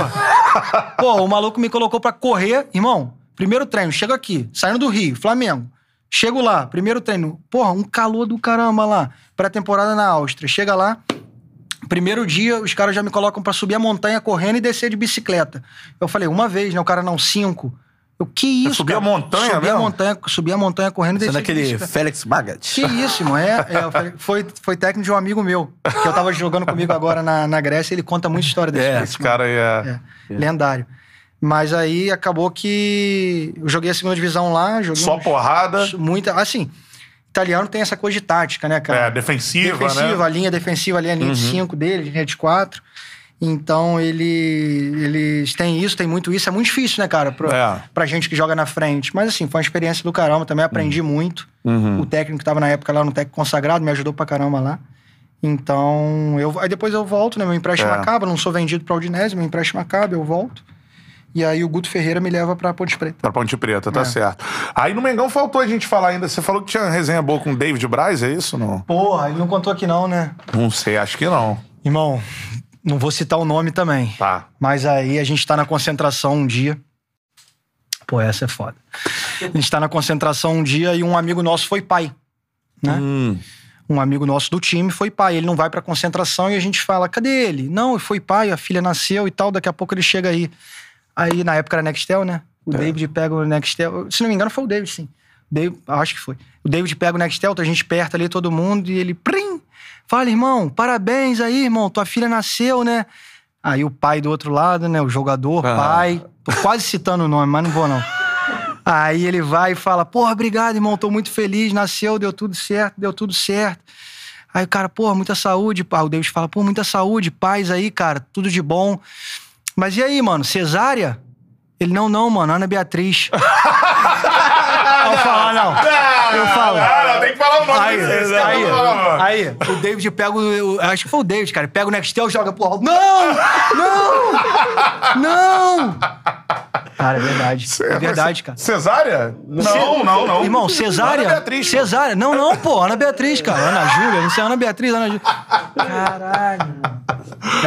Speaker 3: Pô, o maluco me colocou pra correr, irmão. Primeiro treino, chego aqui, saindo do Rio, Flamengo. Chego lá, primeiro treino. Porra, um calor do caramba lá. Pré-temporada na Áustria. Chega lá, primeiro dia, os caras já me colocam pra subir a montanha correndo e descer de bicicleta. Eu falei, uma vez, né? O cara não, cinco. Eu, que isso?
Speaker 1: subia
Speaker 3: cara?
Speaker 1: a montanha
Speaker 3: Subia a
Speaker 1: mesmo? é
Speaker 3: montanha, subia a montanha correndo e
Speaker 2: Sendo
Speaker 3: descer de
Speaker 2: aquele
Speaker 3: bicicleta.
Speaker 2: Félix Magat.
Speaker 3: Que isso, irmão. É, é, eu falei, foi, foi técnico de um amigo meu, que eu tava jogando comigo agora na, na Grécia, ele conta muita história desse
Speaker 2: É,
Speaker 1: Esse cara aí é.
Speaker 3: É, Lendário. Mas aí acabou que eu joguei a segunda divisão lá, joguei
Speaker 1: Só
Speaker 3: uns-
Speaker 1: porrada.
Speaker 3: muita, assim, italiano tem essa coisa de tática, né, cara?
Speaker 1: É, defensiva,
Speaker 3: defensiva,
Speaker 1: né? Uhum.
Speaker 3: a linha defensiva ali, a linha de 5 dele, linha de 4. Então, ele, eles têm isso, tem muito isso. É muito difícil, né, cara, pra,
Speaker 1: É.
Speaker 3: pra gente que joga na frente. Mas, assim, foi uma experiência do caramba. Também aprendi
Speaker 1: Uhum.
Speaker 3: muito. O técnico que tava na época lá, um técnico consagrado, me ajudou pra caramba lá. Então, eu, aí depois eu volto, né? Meu empréstimo
Speaker 1: É.
Speaker 3: acaba, não sou vendido pra Udinese, meu empréstimo acaba, eu volto. E aí o Guto Ferreira me leva pra Ponte Preta.
Speaker 1: Pra Ponte Preta, tá
Speaker 3: É.
Speaker 1: certo. Aí no Mengão faltou a gente falar ainda. Você falou que tinha resenha boa com o David Braz, é isso? Não,
Speaker 3: Porra, ele não contou aqui não, né?
Speaker 1: não sei, acho que não.
Speaker 3: Irmão, não vou citar o nome também.
Speaker 1: Tá.
Speaker 3: Mas aí a gente tá na concentração um dia. Pô, essa é foda. A gente tá na concentração um dia e um amigo nosso foi pai. Né?
Speaker 1: Hum.
Speaker 3: Um amigo nosso do time foi pai. Ele não vai pra concentração e a gente fala: cadê ele? Não, foi pai, a filha nasceu e tal. Daqui a pouco ele chega aí. Aí na época era Nextel, né? O David pega o Nextel. Se não me engano, foi o David, sim. O David, acho que foi. O David pega o Nextel, tá a gente perto ali, todo mundo, e ele. Prim! Fala, irmão, parabéns aí, irmão. Tua filha nasceu, né? Aí o pai do outro lado, né? O jogador, pai. Tô quase citando o nome, mas não vou, não. Aí ele vai e fala: Porra, obrigado, irmão. Tô muito feliz. Nasceu, deu tudo certo, deu tudo certo. Aí o cara, porra, muita saúde, pai. O David fala, pô, muita saúde, paz aí, cara, tudo de bom. Mas e aí, mano, cesárea? Ele, não, não, mano, Ana Beatriz. [laughs] Aí eu falo, "Ah, não. Eu falo.
Speaker 1: Ah, não, tem que falar o nome
Speaker 3: Aí,
Speaker 1: desse, esse
Speaker 3: aí,
Speaker 1: cara não fala, mano.
Speaker 3: aí, o David pega o. eu Acho que foi o David, cara. Pega o Nextel, joga pro alto. Não! Não! Não! Cara, é verdade.
Speaker 1: Cê-
Speaker 3: É
Speaker 1: mas
Speaker 3: verdade,
Speaker 1: cê-
Speaker 3: cara.
Speaker 1: Cesárea? Não, não, não.
Speaker 3: Irmão, cesárea.
Speaker 1: Ana Beatriz.
Speaker 3: Cesárea. Não, não, pô. Ana Beatriz, cara. Ana Júlia. Não sei, Ana Beatriz, Ana Júlia. Caralho. mano.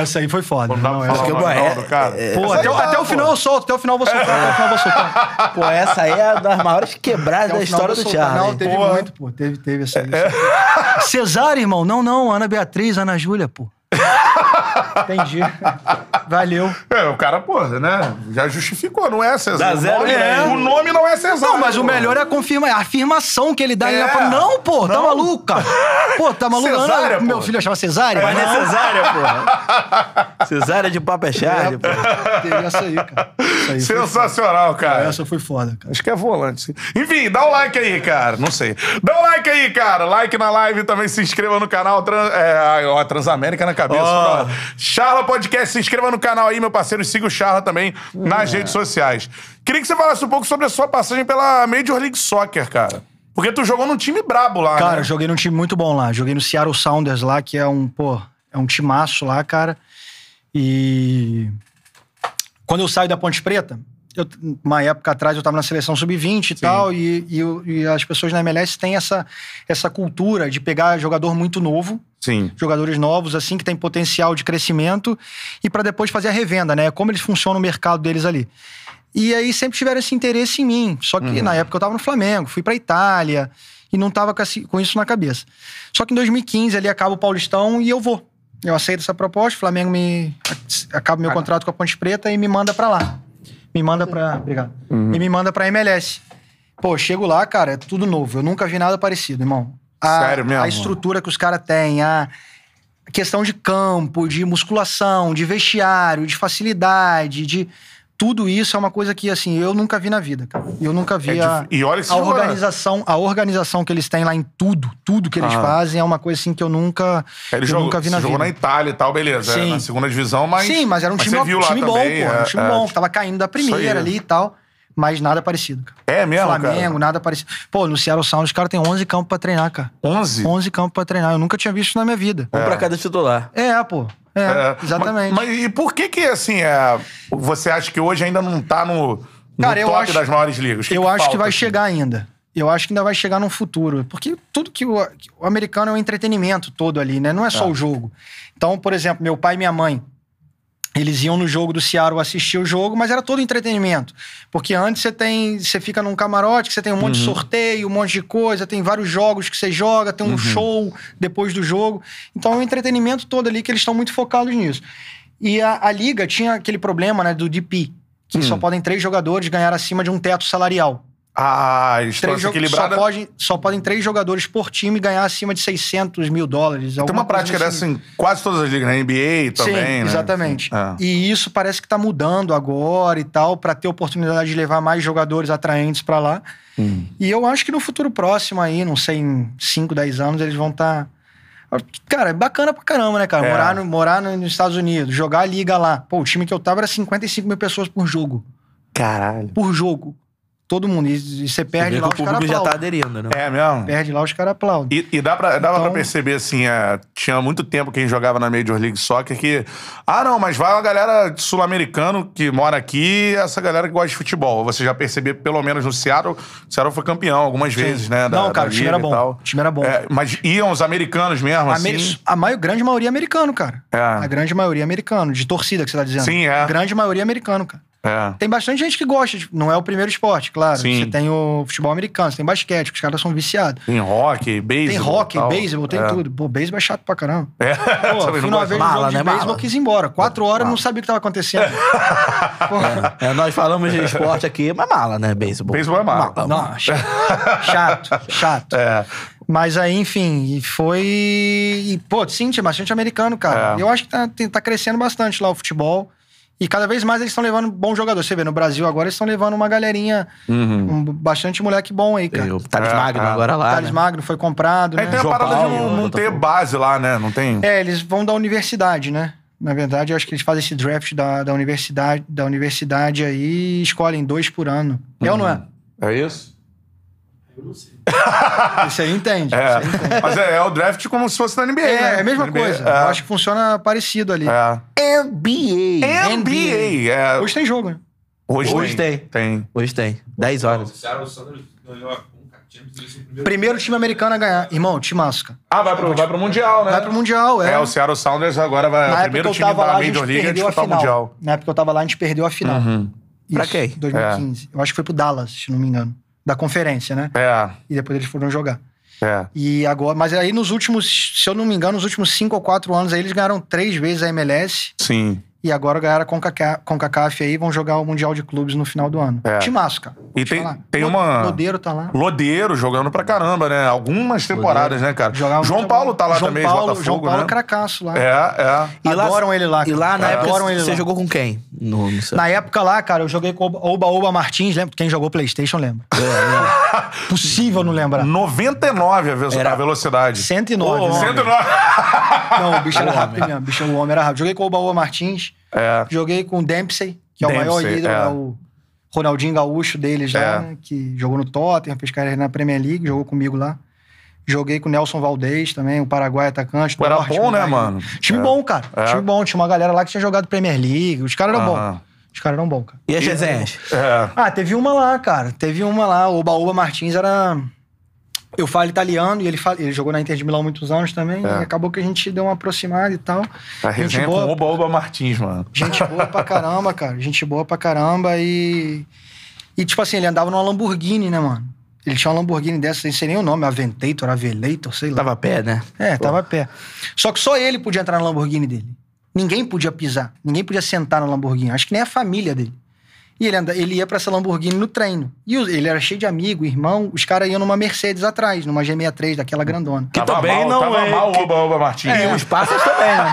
Speaker 3: Essa aí foi foda.
Speaker 1: Não dá
Speaker 3: Não,
Speaker 1: pra
Speaker 3: essa-
Speaker 1: falar o
Speaker 2: eu-
Speaker 1: nome
Speaker 2: é-
Speaker 1: não, do cara.
Speaker 3: Pô,
Speaker 1: Essa
Speaker 3: até,
Speaker 1: aí
Speaker 3: o-
Speaker 1: dá,
Speaker 3: até o
Speaker 1: pô.
Speaker 3: final eu solto. Até o final eu vou soltar. Até o final eu vou [laughs] soltar.
Speaker 2: Pô, essa aí é uma das maiores quebradas
Speaker 3: Até o
Speaker 2: da
Speaker 3: final eu
Speaker 2: história
Speaker 3: vou
Speaker 2: do
Speaker 3: soltar.
Speaker 2: Thiago.
Speaker 3: Não, teve
Speaker 1: Porra.
Speaker 3: muito, pô. Teve, teve essa aí. [laughs] Cesárea, irmão. Não, não. Ana Beatriz, Ana Júlia, pô. Entendi. Valeu.
Speaker 1: É, o cara, pô, né? Já justificou, não é cesárea.
Speaker 2: Dá zero
Speaker 1: o, nome,
Speaker 2: pra ele.
Speaker 1: o nome não é cesárea.
Speaker 3: Não, mas o
Speaker 1: pô.
Speaker 3: melhor é a confirma, a afirmação que ele dá. Ele
Speaker 1: É.
Speaker 3: fala, não, pô, tá maluco, cara. Pô, tá maluco. Ana-
Speaker 1: Cesárea, pô.
Speaker 3: meu filho achava cesárea?
Speaker 2: Mas não é cesárea, porra. Cesárea de papo é charge, pô.
Speaker 3: Teve essa aí, cara. Essa aí foi
Speaker 1: Sensacional,
Speaker 3: foda.
Speaker 1: cara.
Speaker 3: Essa foi foda, cara.
Speaker 1: Acho que é volante. sim. Enfim, dá o like aí, cara. Não sei. Dá o like aí, cara. Like na live também. Se inscreva no canal. Trans... É, ó, Transamérica na cabeça.
Speaker 2: Ó.
Speaker 1: bro. Charla Podcast. Se inscreva no canal aí, meu parceiro. E siga o Charla também
Speaker 3: Hum,
Speaker 1: nas
Speaker 3: é.
Speaker 1: redes sociais. Queria que você falasse um pouco sobre a sua passagem pela Major League Soccer, cara. Porque tu jogou num time brabo lá,
Speaker 3: Cara,
Speaker 1: né?
Speaker 3: eu joguei num time muito bom lá. Joguei no Seattle Sounders lá, que é um, pô, é um timaço lá, cara. E. Quando eu saio da Ponte Preta, eu- uma época atrás eu estava na seleção sub-20 e tal, e, e o- e as pessoas na MLS têm essa, essa cultura de pegar jogador muito novo,
Speaker 1: Sim.
Speaker 3: jogadores novos, assim, que tem potencial de crescimento, e para depois fazer a revenda, né? Como eles funcionam o mercado deles ali. E aí sempre tiveram esse interesse em mim. Só que
Speaker 1: Uhum.
Speaker 3: na época eu estava no Flamengo, fui pra Itália, e não estava com, esse- com isso na cabeça. Só que em 2015 ali acaba o Paulistão e eu vou. Eu aceito essa proposta, o Flamengo me acaba
Speaker 1: Ah.
Speaker 3: meu contrato com a Ponte Preta e me manda pra lá. Me manda pra. Obrigado.
Speaker 1: Uhum.
Speaker 3: E me manda pra MLS. Pô, eu chego lá, cara, é tudo novo. Eu nunca vi nada parecido, irmão. A,
Speaker 1: Sério mesmo?
Speaker 3: A estrutura que os caras têm, a questão de campo, de musculação, de vestiário, de facilidade, de. Tudo isso é uma coisa que, assim, eu nunca vi na vida, cara. Eu nunca vi
Speaker 1: É
Speaker 3: a,
Speaker 1: dif- e olha que
Speaker 3: a
Speaker 1: se jogar-
Speaker 3: organização, a organização que eles têm lá em tudo, tudo que eles
Speaker 1: Ah. É,
Speaker 3: fazem é uma coisa assim que eu nunca,
Speaker 1: Ele
Speaker 3: eu
Speaker 1: jogou,
Speaker 3: nunca vi na
Speaker 1: se jogou
Speaker 3: vida.
Speaker 1: na Itália e tal, beleza. Era
Speaker 3: Sim.
Speaker 1: na segunda divisão, mas.
Speaker 3: Sim, mas era um time,
Speaker 1: você viu
Speaker 3: um
Speaker 1: lá
Speaker 3: time bom,
Speaker 1: também,
Speaker 3: pô,
Speaker 1: é,
Speaker 3: era um time
Speaker 1: é,
Speaker 3: bom, que tava caindo da
Speaker 1: Isso aí.
Speaker 3: primeira ali e tal, mas nada parecido, cara.
Speaker 1: É mesmo,
Speaker 3: Flamengo, nada parecido. Pô, no Seattle Sound os caras têm 11 campos pra treinar, cara.
Speaker 1: cara. 11?
Speaker 3: 11 campos pra treinar, eu nunca tinha visto isso na minha vida.
Speaker 2: Um pra cada titular.
Speaker 3: É, pô. É,
Speaker 1: É,
Speaker 3: exatamente.
Speaker 1: Mas, mas e por que que, assim, é, você acha que hoje ainda não tá no, no
Speaker 3: Cara, eu
Speaker 1: top
Speaker 3: acho-
Speaker 1: das maiores ligas? O
Speaker 3: eu acho que
Speaker 1: falta,
Speaker 3: vai
Speaker 1: assim?
Speaker 3: chegar ainda. Eu acho que ainda vai chegar num futuro. Porque tudo que o, que o americano é o entretenimento todo ali, né? Não é só o jogo. Então, por exemplo, meu pai e minha mãe. Eles iam no jogo do Seattle assistir o jogo, mas era todo entretenimento. Porque antes você tem. Você fica num camarote, que você tem um monte de sorteio, um monte de coisa, tem vários jogos que você joga, tem um show depois do jogo. Então é um entretenimento todo ali que eles estão muito focados nisso. E a, a liga tinha aquele problema, né, do DP, que só
Speaker 1: Hum.
Speaker 3: podem três jogadores ganhar acima de um teto salarial.
Speaker 1: Ah, história
Speaker 3: Três jo- só,
Speaker 1: equilibrada.
Speaker 3: podem, só podem três jogadores por time ganhar acima de 600 mil dólares. assim.
Speaker 1: Tem uma prática dessa em quase todas as ligas, né? na NBA também,
Speaker 3: Sim,
Speaker 1: né?
Speaker 3: exatamente.
Speaker 1: É.
Speaker 3: E isso parece que tá mudando agora e tal, pra ter oportunidade de levar mais jogadores atraentes pra lá.
Speaker 1: Hum.
Speaker 3: E eu acho que no futuro próximo aí, não sei, em 5, 10 anos, eles vão estar. Cara, é bacana pra caramba, né, cara?
Speaker 1: É.
Speaker 3: Morar, no- morar no- nos Estados Unidos, jogar a liga lá. Pô, o time que eu tava era 55 mil pessoas por jogo.
Speaker 2: Caralho.
Speaker 3: Por jogo. Todo mundo. E, e você
Speaker 2: Você
Speaker 3: perde
Speaker 2: vê
Speaker 3: lá,
Speaker 2: que o
Speaker 3: É os caras
Speaker 2: público já tá
Speaker 3: aplaudem.
Speaker 2: aderindo, né?
Speaker 1: É mesmo?
Speaker 3: Perde lá, os caras aplaudem.
Speaker 1: E, e dá pra, dava
Speaker 3: Então-
Speaker 1: pra perceber, assim, é, tinha muito tempo quem jogava na Major League Soccer que. Ah, não, mas vai uma galera sul-americano que mora aqui e essa galera que gosta de futebol. Você já percebia, pelo menos no Seattle, o Seattle foi campeão algumas vezes, né? da-
Speaker 3: Não, cara,
Speaker 1: da
Speaker 3: o time
Speaker 1: liga
Speaker 3: era
Speaker 1: e
Speaker 3: bom.
Speaker 1: tal.
Speaker 3: O time era bom.
Speaker 1: É, mas iam os americanos mesmo, assim.
Speaker 3: Ameri- A mai- grande maioria é americano, cara.
Speaker 1: É.
Speaker 3: A grande maioria é americano, de torcida que você tá dizendo.
Speaker 1: Sim, é.
Speaker 3: A grande maioria é americano, cara.
Speaker 1: É.
Speaker 3: Tem bastante gente que gosta, de- não é o primeiro esporte, claro.
Speaker 1: Sim.
Speaker 3: Você tem o futebol americano, você tem basquete, que os caras são viciados.
Speaker 1: Tem rock, beisebol.
Speaker 3: Tem rock,
Speaker 1: tal.
Speaker 3: beisebol, tem
Speaker 1: É.
Speaker 3: tudo. Pô, beisebol é chato pra caramba.
Speaker 1: É. [laughs]
Speaker 3: Pô,
Speaker 1: Também
Speaker 3: fui
Speaker 1: não
Speaker 3: uma
Speaker 1: gosto.
Speaker 3: vez no jogo
Speaker 2: Mala,
Speaker 3: de
Speaker 2: né,
Speaker 3: beisebol,
Speaker 2: mala?
Speaker 3: quis ir embora. Quatro horas, não sabia o que tava
Speaker 1: [laughs]
Speaker 3: acontecendo. Pô,
Speaker 2: É, nós falamos [laughs] de esporte aqui, mas mala, né? Beisebol.
Speaker 1: Beisebol é mala. [laughs]
Speaker 3: não, chato, chato, chato.
Speaker 1: É.
Speaker 3: Mas aí, enfim, e foi. E, pô, sim, tinha bastante americano, cara.
Speaker 1: É.
Speaker 3: Eu acho que tá, tem- tá crescendo bastante lá o futebol. E cada vez mais eles estão levando bons jogadores. Você vê, no Brasil agora eles estão levando uma galerinha,
Speaker 1: Uhum.
Speaker 3: um- bastante moleque bom aí, cara.
Speaker 2: Tem O Thales
Speaker 1: É,
Speaker 2: Magno
Speaker 1: é.
Speaker 2: agora lá.
Speaker 3: Thales
Speaker 2: né?
Speaker 3: Magno foi comprado,
Speaker 1: Aí
Speaker 3: né? tá
Speaker 1: tem a
Speaker 2: João
Speaker 1: parada
Speaker 2: Paulo,
Speaker 1: de não, não ter
Speaker 2: Botafogo.
Speaker 1: base lá, né? Não tem.
Speaker 3: É, eles vão da universidade, né? Na verdade, eu acho que eles fazem esse draft da, da universidade da universidade aí e escolhem dois por ano. É ou não é?
Speaker 1: É isso?
Speaker 3: Isso aí entende. Isso aí
Speaker 1: [laughs]
Speaker 3: entende.
Speaker 1: É. Mas é, é o draft como se fosse na NBA.
Speaker 3: É,
Speaker 1: né?
Speaker 3: é a mesma
Speaker 1: NBA,
Speaker 3: coisa.
Speaker 1: É.
Speaker 3: Eu acho que funciona parecido ali.
Speaker 1: É.
Speaker 2: NBA.
Speaker 1: NBA. é.
Speaker 3: Hoje tem jogo, né?
Speaker 1: Hoje,
Speaker 2: Hoje
Speaker 1: tem. tem.
Speaker 2: Hoje tem. 10 horas.
Speaker 5: Seattle Sanders ganhou a Conca Champions, eles são o primeiro.
Speaker 3: Primeiro time americano a ganhar. Irmão, timaço, cara.
Speaker 1: Ah, vai pro, vai pro Mundial, né?
Speaker 3: Vai pro Mundial, é.
Speaker 1: É, o Seattle Sounders agora vai. É o
Speaker 3: Na época que
Speaker 1: primeiro
Speaker 3: eu
Speaker 1: time
Speaker 3: tava
Speaker 1: da
Speaker 3: lá, a
Speaker 1: Major
Speaker 3: gente
Speaker 1: League a
Speaker 3: perdeu a
Speaker 1: disputar o
Speaker 3: final.
Speaker 1: Mundial. Uhum.
Speaker 3: Na época que eu tava lá, a gente perdeu a final. Isso,
Speaker 2: Pra quem?
Speaker 3: 2015. Eu acho que foi pro Dallas, se não me engano. Da conferência, né?
Speaker 1: É,
Speaker 3: E depois eles foram jogar.
Speaker 1: é.
Speaker 3: E agora... Mas aí nos últimos... Se eu não me engano, nos últimos cinco ou quatro anos aí, eles ganharam três vezes a MLS.
Speaker 1: Sim.
Speaker 3: E agora ganharam a Conca- CONCACAF aí. Vão jogar o Mundial de Clubes no final do ano.
Speaker 1: É.
Speaker 3: Timaço, cara. Vou
Speaker 1: E
Speaker 3: te
Speaker 1: tem-
Speaker 3: falar.
Speaker 1: tem
Speaker 3: O
Speaker 1: uma-
Speaker 3: Lodeiro tá lá.
Speaker 1: Lodeiro jogando pra caramba, né? Algumas temporadas, né, cara?
Speaker 3: Jogava
Speaker 1: João
Speaker 3: muita
Speaker 1: Paulo
Speaker 3: bola.
Speaker 1: tá lá
Speaker 3: João
Speaker 1: também,
Speaker 3: Paulo,
Speaker 1: de
Speaker 3: João
Speaker 1: Botafogo,
Speaker 3: Paulo
Speaker 1: né?
Speaker 3: cracaço lá.
Speaker 1: É, é.
Speaker 2: E lá-
Speaker 3: Adoram ele lá.
Speaker 2: E
Speaker 3: cara.
Speaker 2: lá na época
Speaker 3: Adoram ele
Speaker 2: você
Speaker 3: lá.
Speaker 2: jogou com quem? No, no seu-
Speaker 3: Na época lá, cara, eu joguei com o Oba Oba Martins, lembra? Quem jogou Playstation lembra.
Speaker 2: É, né?
Speaker 3: [laughs] Possível não lembrar.
Speaker 1: Hum. 99 a, vez,
Speaker 2: Era-
Speaker 1: a velocidade.
Speaker 3: 109.
Speaker 1: [laughs]
Speaker 3: né?
Speaker 1: 109.
Speaker 3: Não, o
Speaker 1: [laughs]
Speaker 3: bicho era rápido mesmo. O bicho, o homem era rápido. Joguei com o Oba Oba Martins.
Speaker 1: É.
Speaker 3: Joguei com o Dempsey, que é o maior
Speaker 1: Dempsey,
Speaker 3: líder,
Speaker 1: é.
Speaker 3: é. o Ronaldinho Gaúcho deles
Speaker 1: É.
Speaker 3: lá, né? que jogou no Tottenham, fez carreira na Premier League, jogou comigo lá. Joguei com o Nelson Valdez também, o Paraguai atacante. do
Speaker 1: Era
Speaker 3: Dortmund,
Speaker 1: bom, né,
Speaker 3: Bayern.
Speaker 1: mano?
Speaker 3: Time
Speaker 1: É.
Speaker 3: bom, cara.
Speaker 1: É.
Speaker 3: Time bom. Tinha uma galera lá que tinha jogado Premier League. Os caras eram
Speaker 1: Aham.
Speaker 3: bons. Os caras eram bons, cara.
Speaker 2: E as resenhas?
Speaker 1: Ah. É.
Speaker 3: Ah, teve uma lá, cara. Teve uma lá. O Baúba Martins era. Eu falo italiano e ele, fala- ele jogou na Inter de Milão muitos anos também. E acabou que a gente deu uma aproximada e tal.
Speaker 1: É. A
Speaker 3: Gente
Speaker 1: resenha
Speaker 3: boa.
Speaker 1: com o Oba Oba Martins, mano.
Speaker 3: Gente boa pra caramba, cara. Gente boa pra caramba e. E, tipo assim, ele andava numa Lamborghini, né, mano? Ele tinha uma Lamborghini dessa, sem sei nem o nome, Aventator, Avelator, sei lá.
Speaker 2: Tava a pé, né?
Speaker 3: É, tava a pé. Só que só ele podia entrar na Lamborghini dele. Ninguém podia pisar, ninguém podia sentar na Lamborghini. Acho que nem a família dele. E ele, anda- ele ia pra essa Lamborghini no treino. E o- ele era cheio de amigo, irmão. Os caras iam numa Mercedes atrás, numa G63, daquela grandona.
Speaker 2: Que
Speaker 1: tava
Speaker 2: também
Speaker 1: mal,
Speaker 2: não
Speaker 1: tava
Speaker 2: é-
Speaker 1: mal o Oba Oba Martins.
Speaker 3: É.
Speaker 2: E os passos também, né?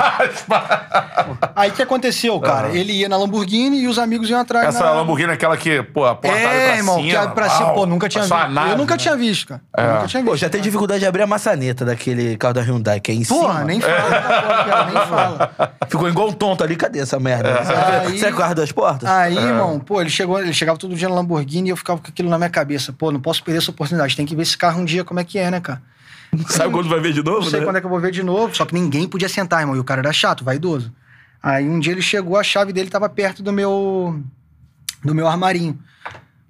Speaker 3: Aí o que aconteceu, cara? Ele ia na Lamborghini e os amigos iam
Speaker 1: [laughs]
Speaker 3: atrás.
Speaker 1: Essa
Speaker 3: na...
Speaker 1: Lamborghini é aquela que, pô, a porta abre
Speaker 3: É,
Speaker 1: pra
Speaker 3: irmão,
Speaker 1: cima.
Speaker 3: que abre pra cima.
Speaker 1: uau,
Speaker 3: Pô, nunca tinha
Speaker 1: parece uma
Speaker 3: visto.
Speaker 1: nave,
Speaker 3: eu nunca
Speaker 1: né?
Speaker 3: tinha visto, cara. Eu nunca tinha visto. né?
Speaker 2: Pô, já tem dificuldade de abrir a maçaneta daquele carro da Hyundai, que é em
Speaker 3: Porra,
Speaker 2: cima.
Speaker 3: nem fala, cara,
Speaker 1: É.
Speaker 3: cara, nem fala.
Speaker 2: Ficou igual um tonto ali. Cadê essa merda? Será
Speaker 3: Aí-
Speaker 2: que é o carro das portas?
Speaker 3: Aí, irmão, pô, ele, chegou, ele chegava todo dia na Lamborghini e eu ficava com aquilo na minha cabeça. Pô, não posso perder essa oportunidade. Tem que ver esse carro um dia como é que é, né, cara?
Speaker 2: Sabe quando vai ver de
Speaker 3: Não
Speaker 2: novo,
Speaker 3: sei
Speaker 2: né?
Speaker 3: quando é que eu vou ver de novo, só que ninguém podia sentar, irmão. E o cara era chato, vaidoso. Aí um dia ele chegou, a chave dele tava perto do meu do meu armarinho.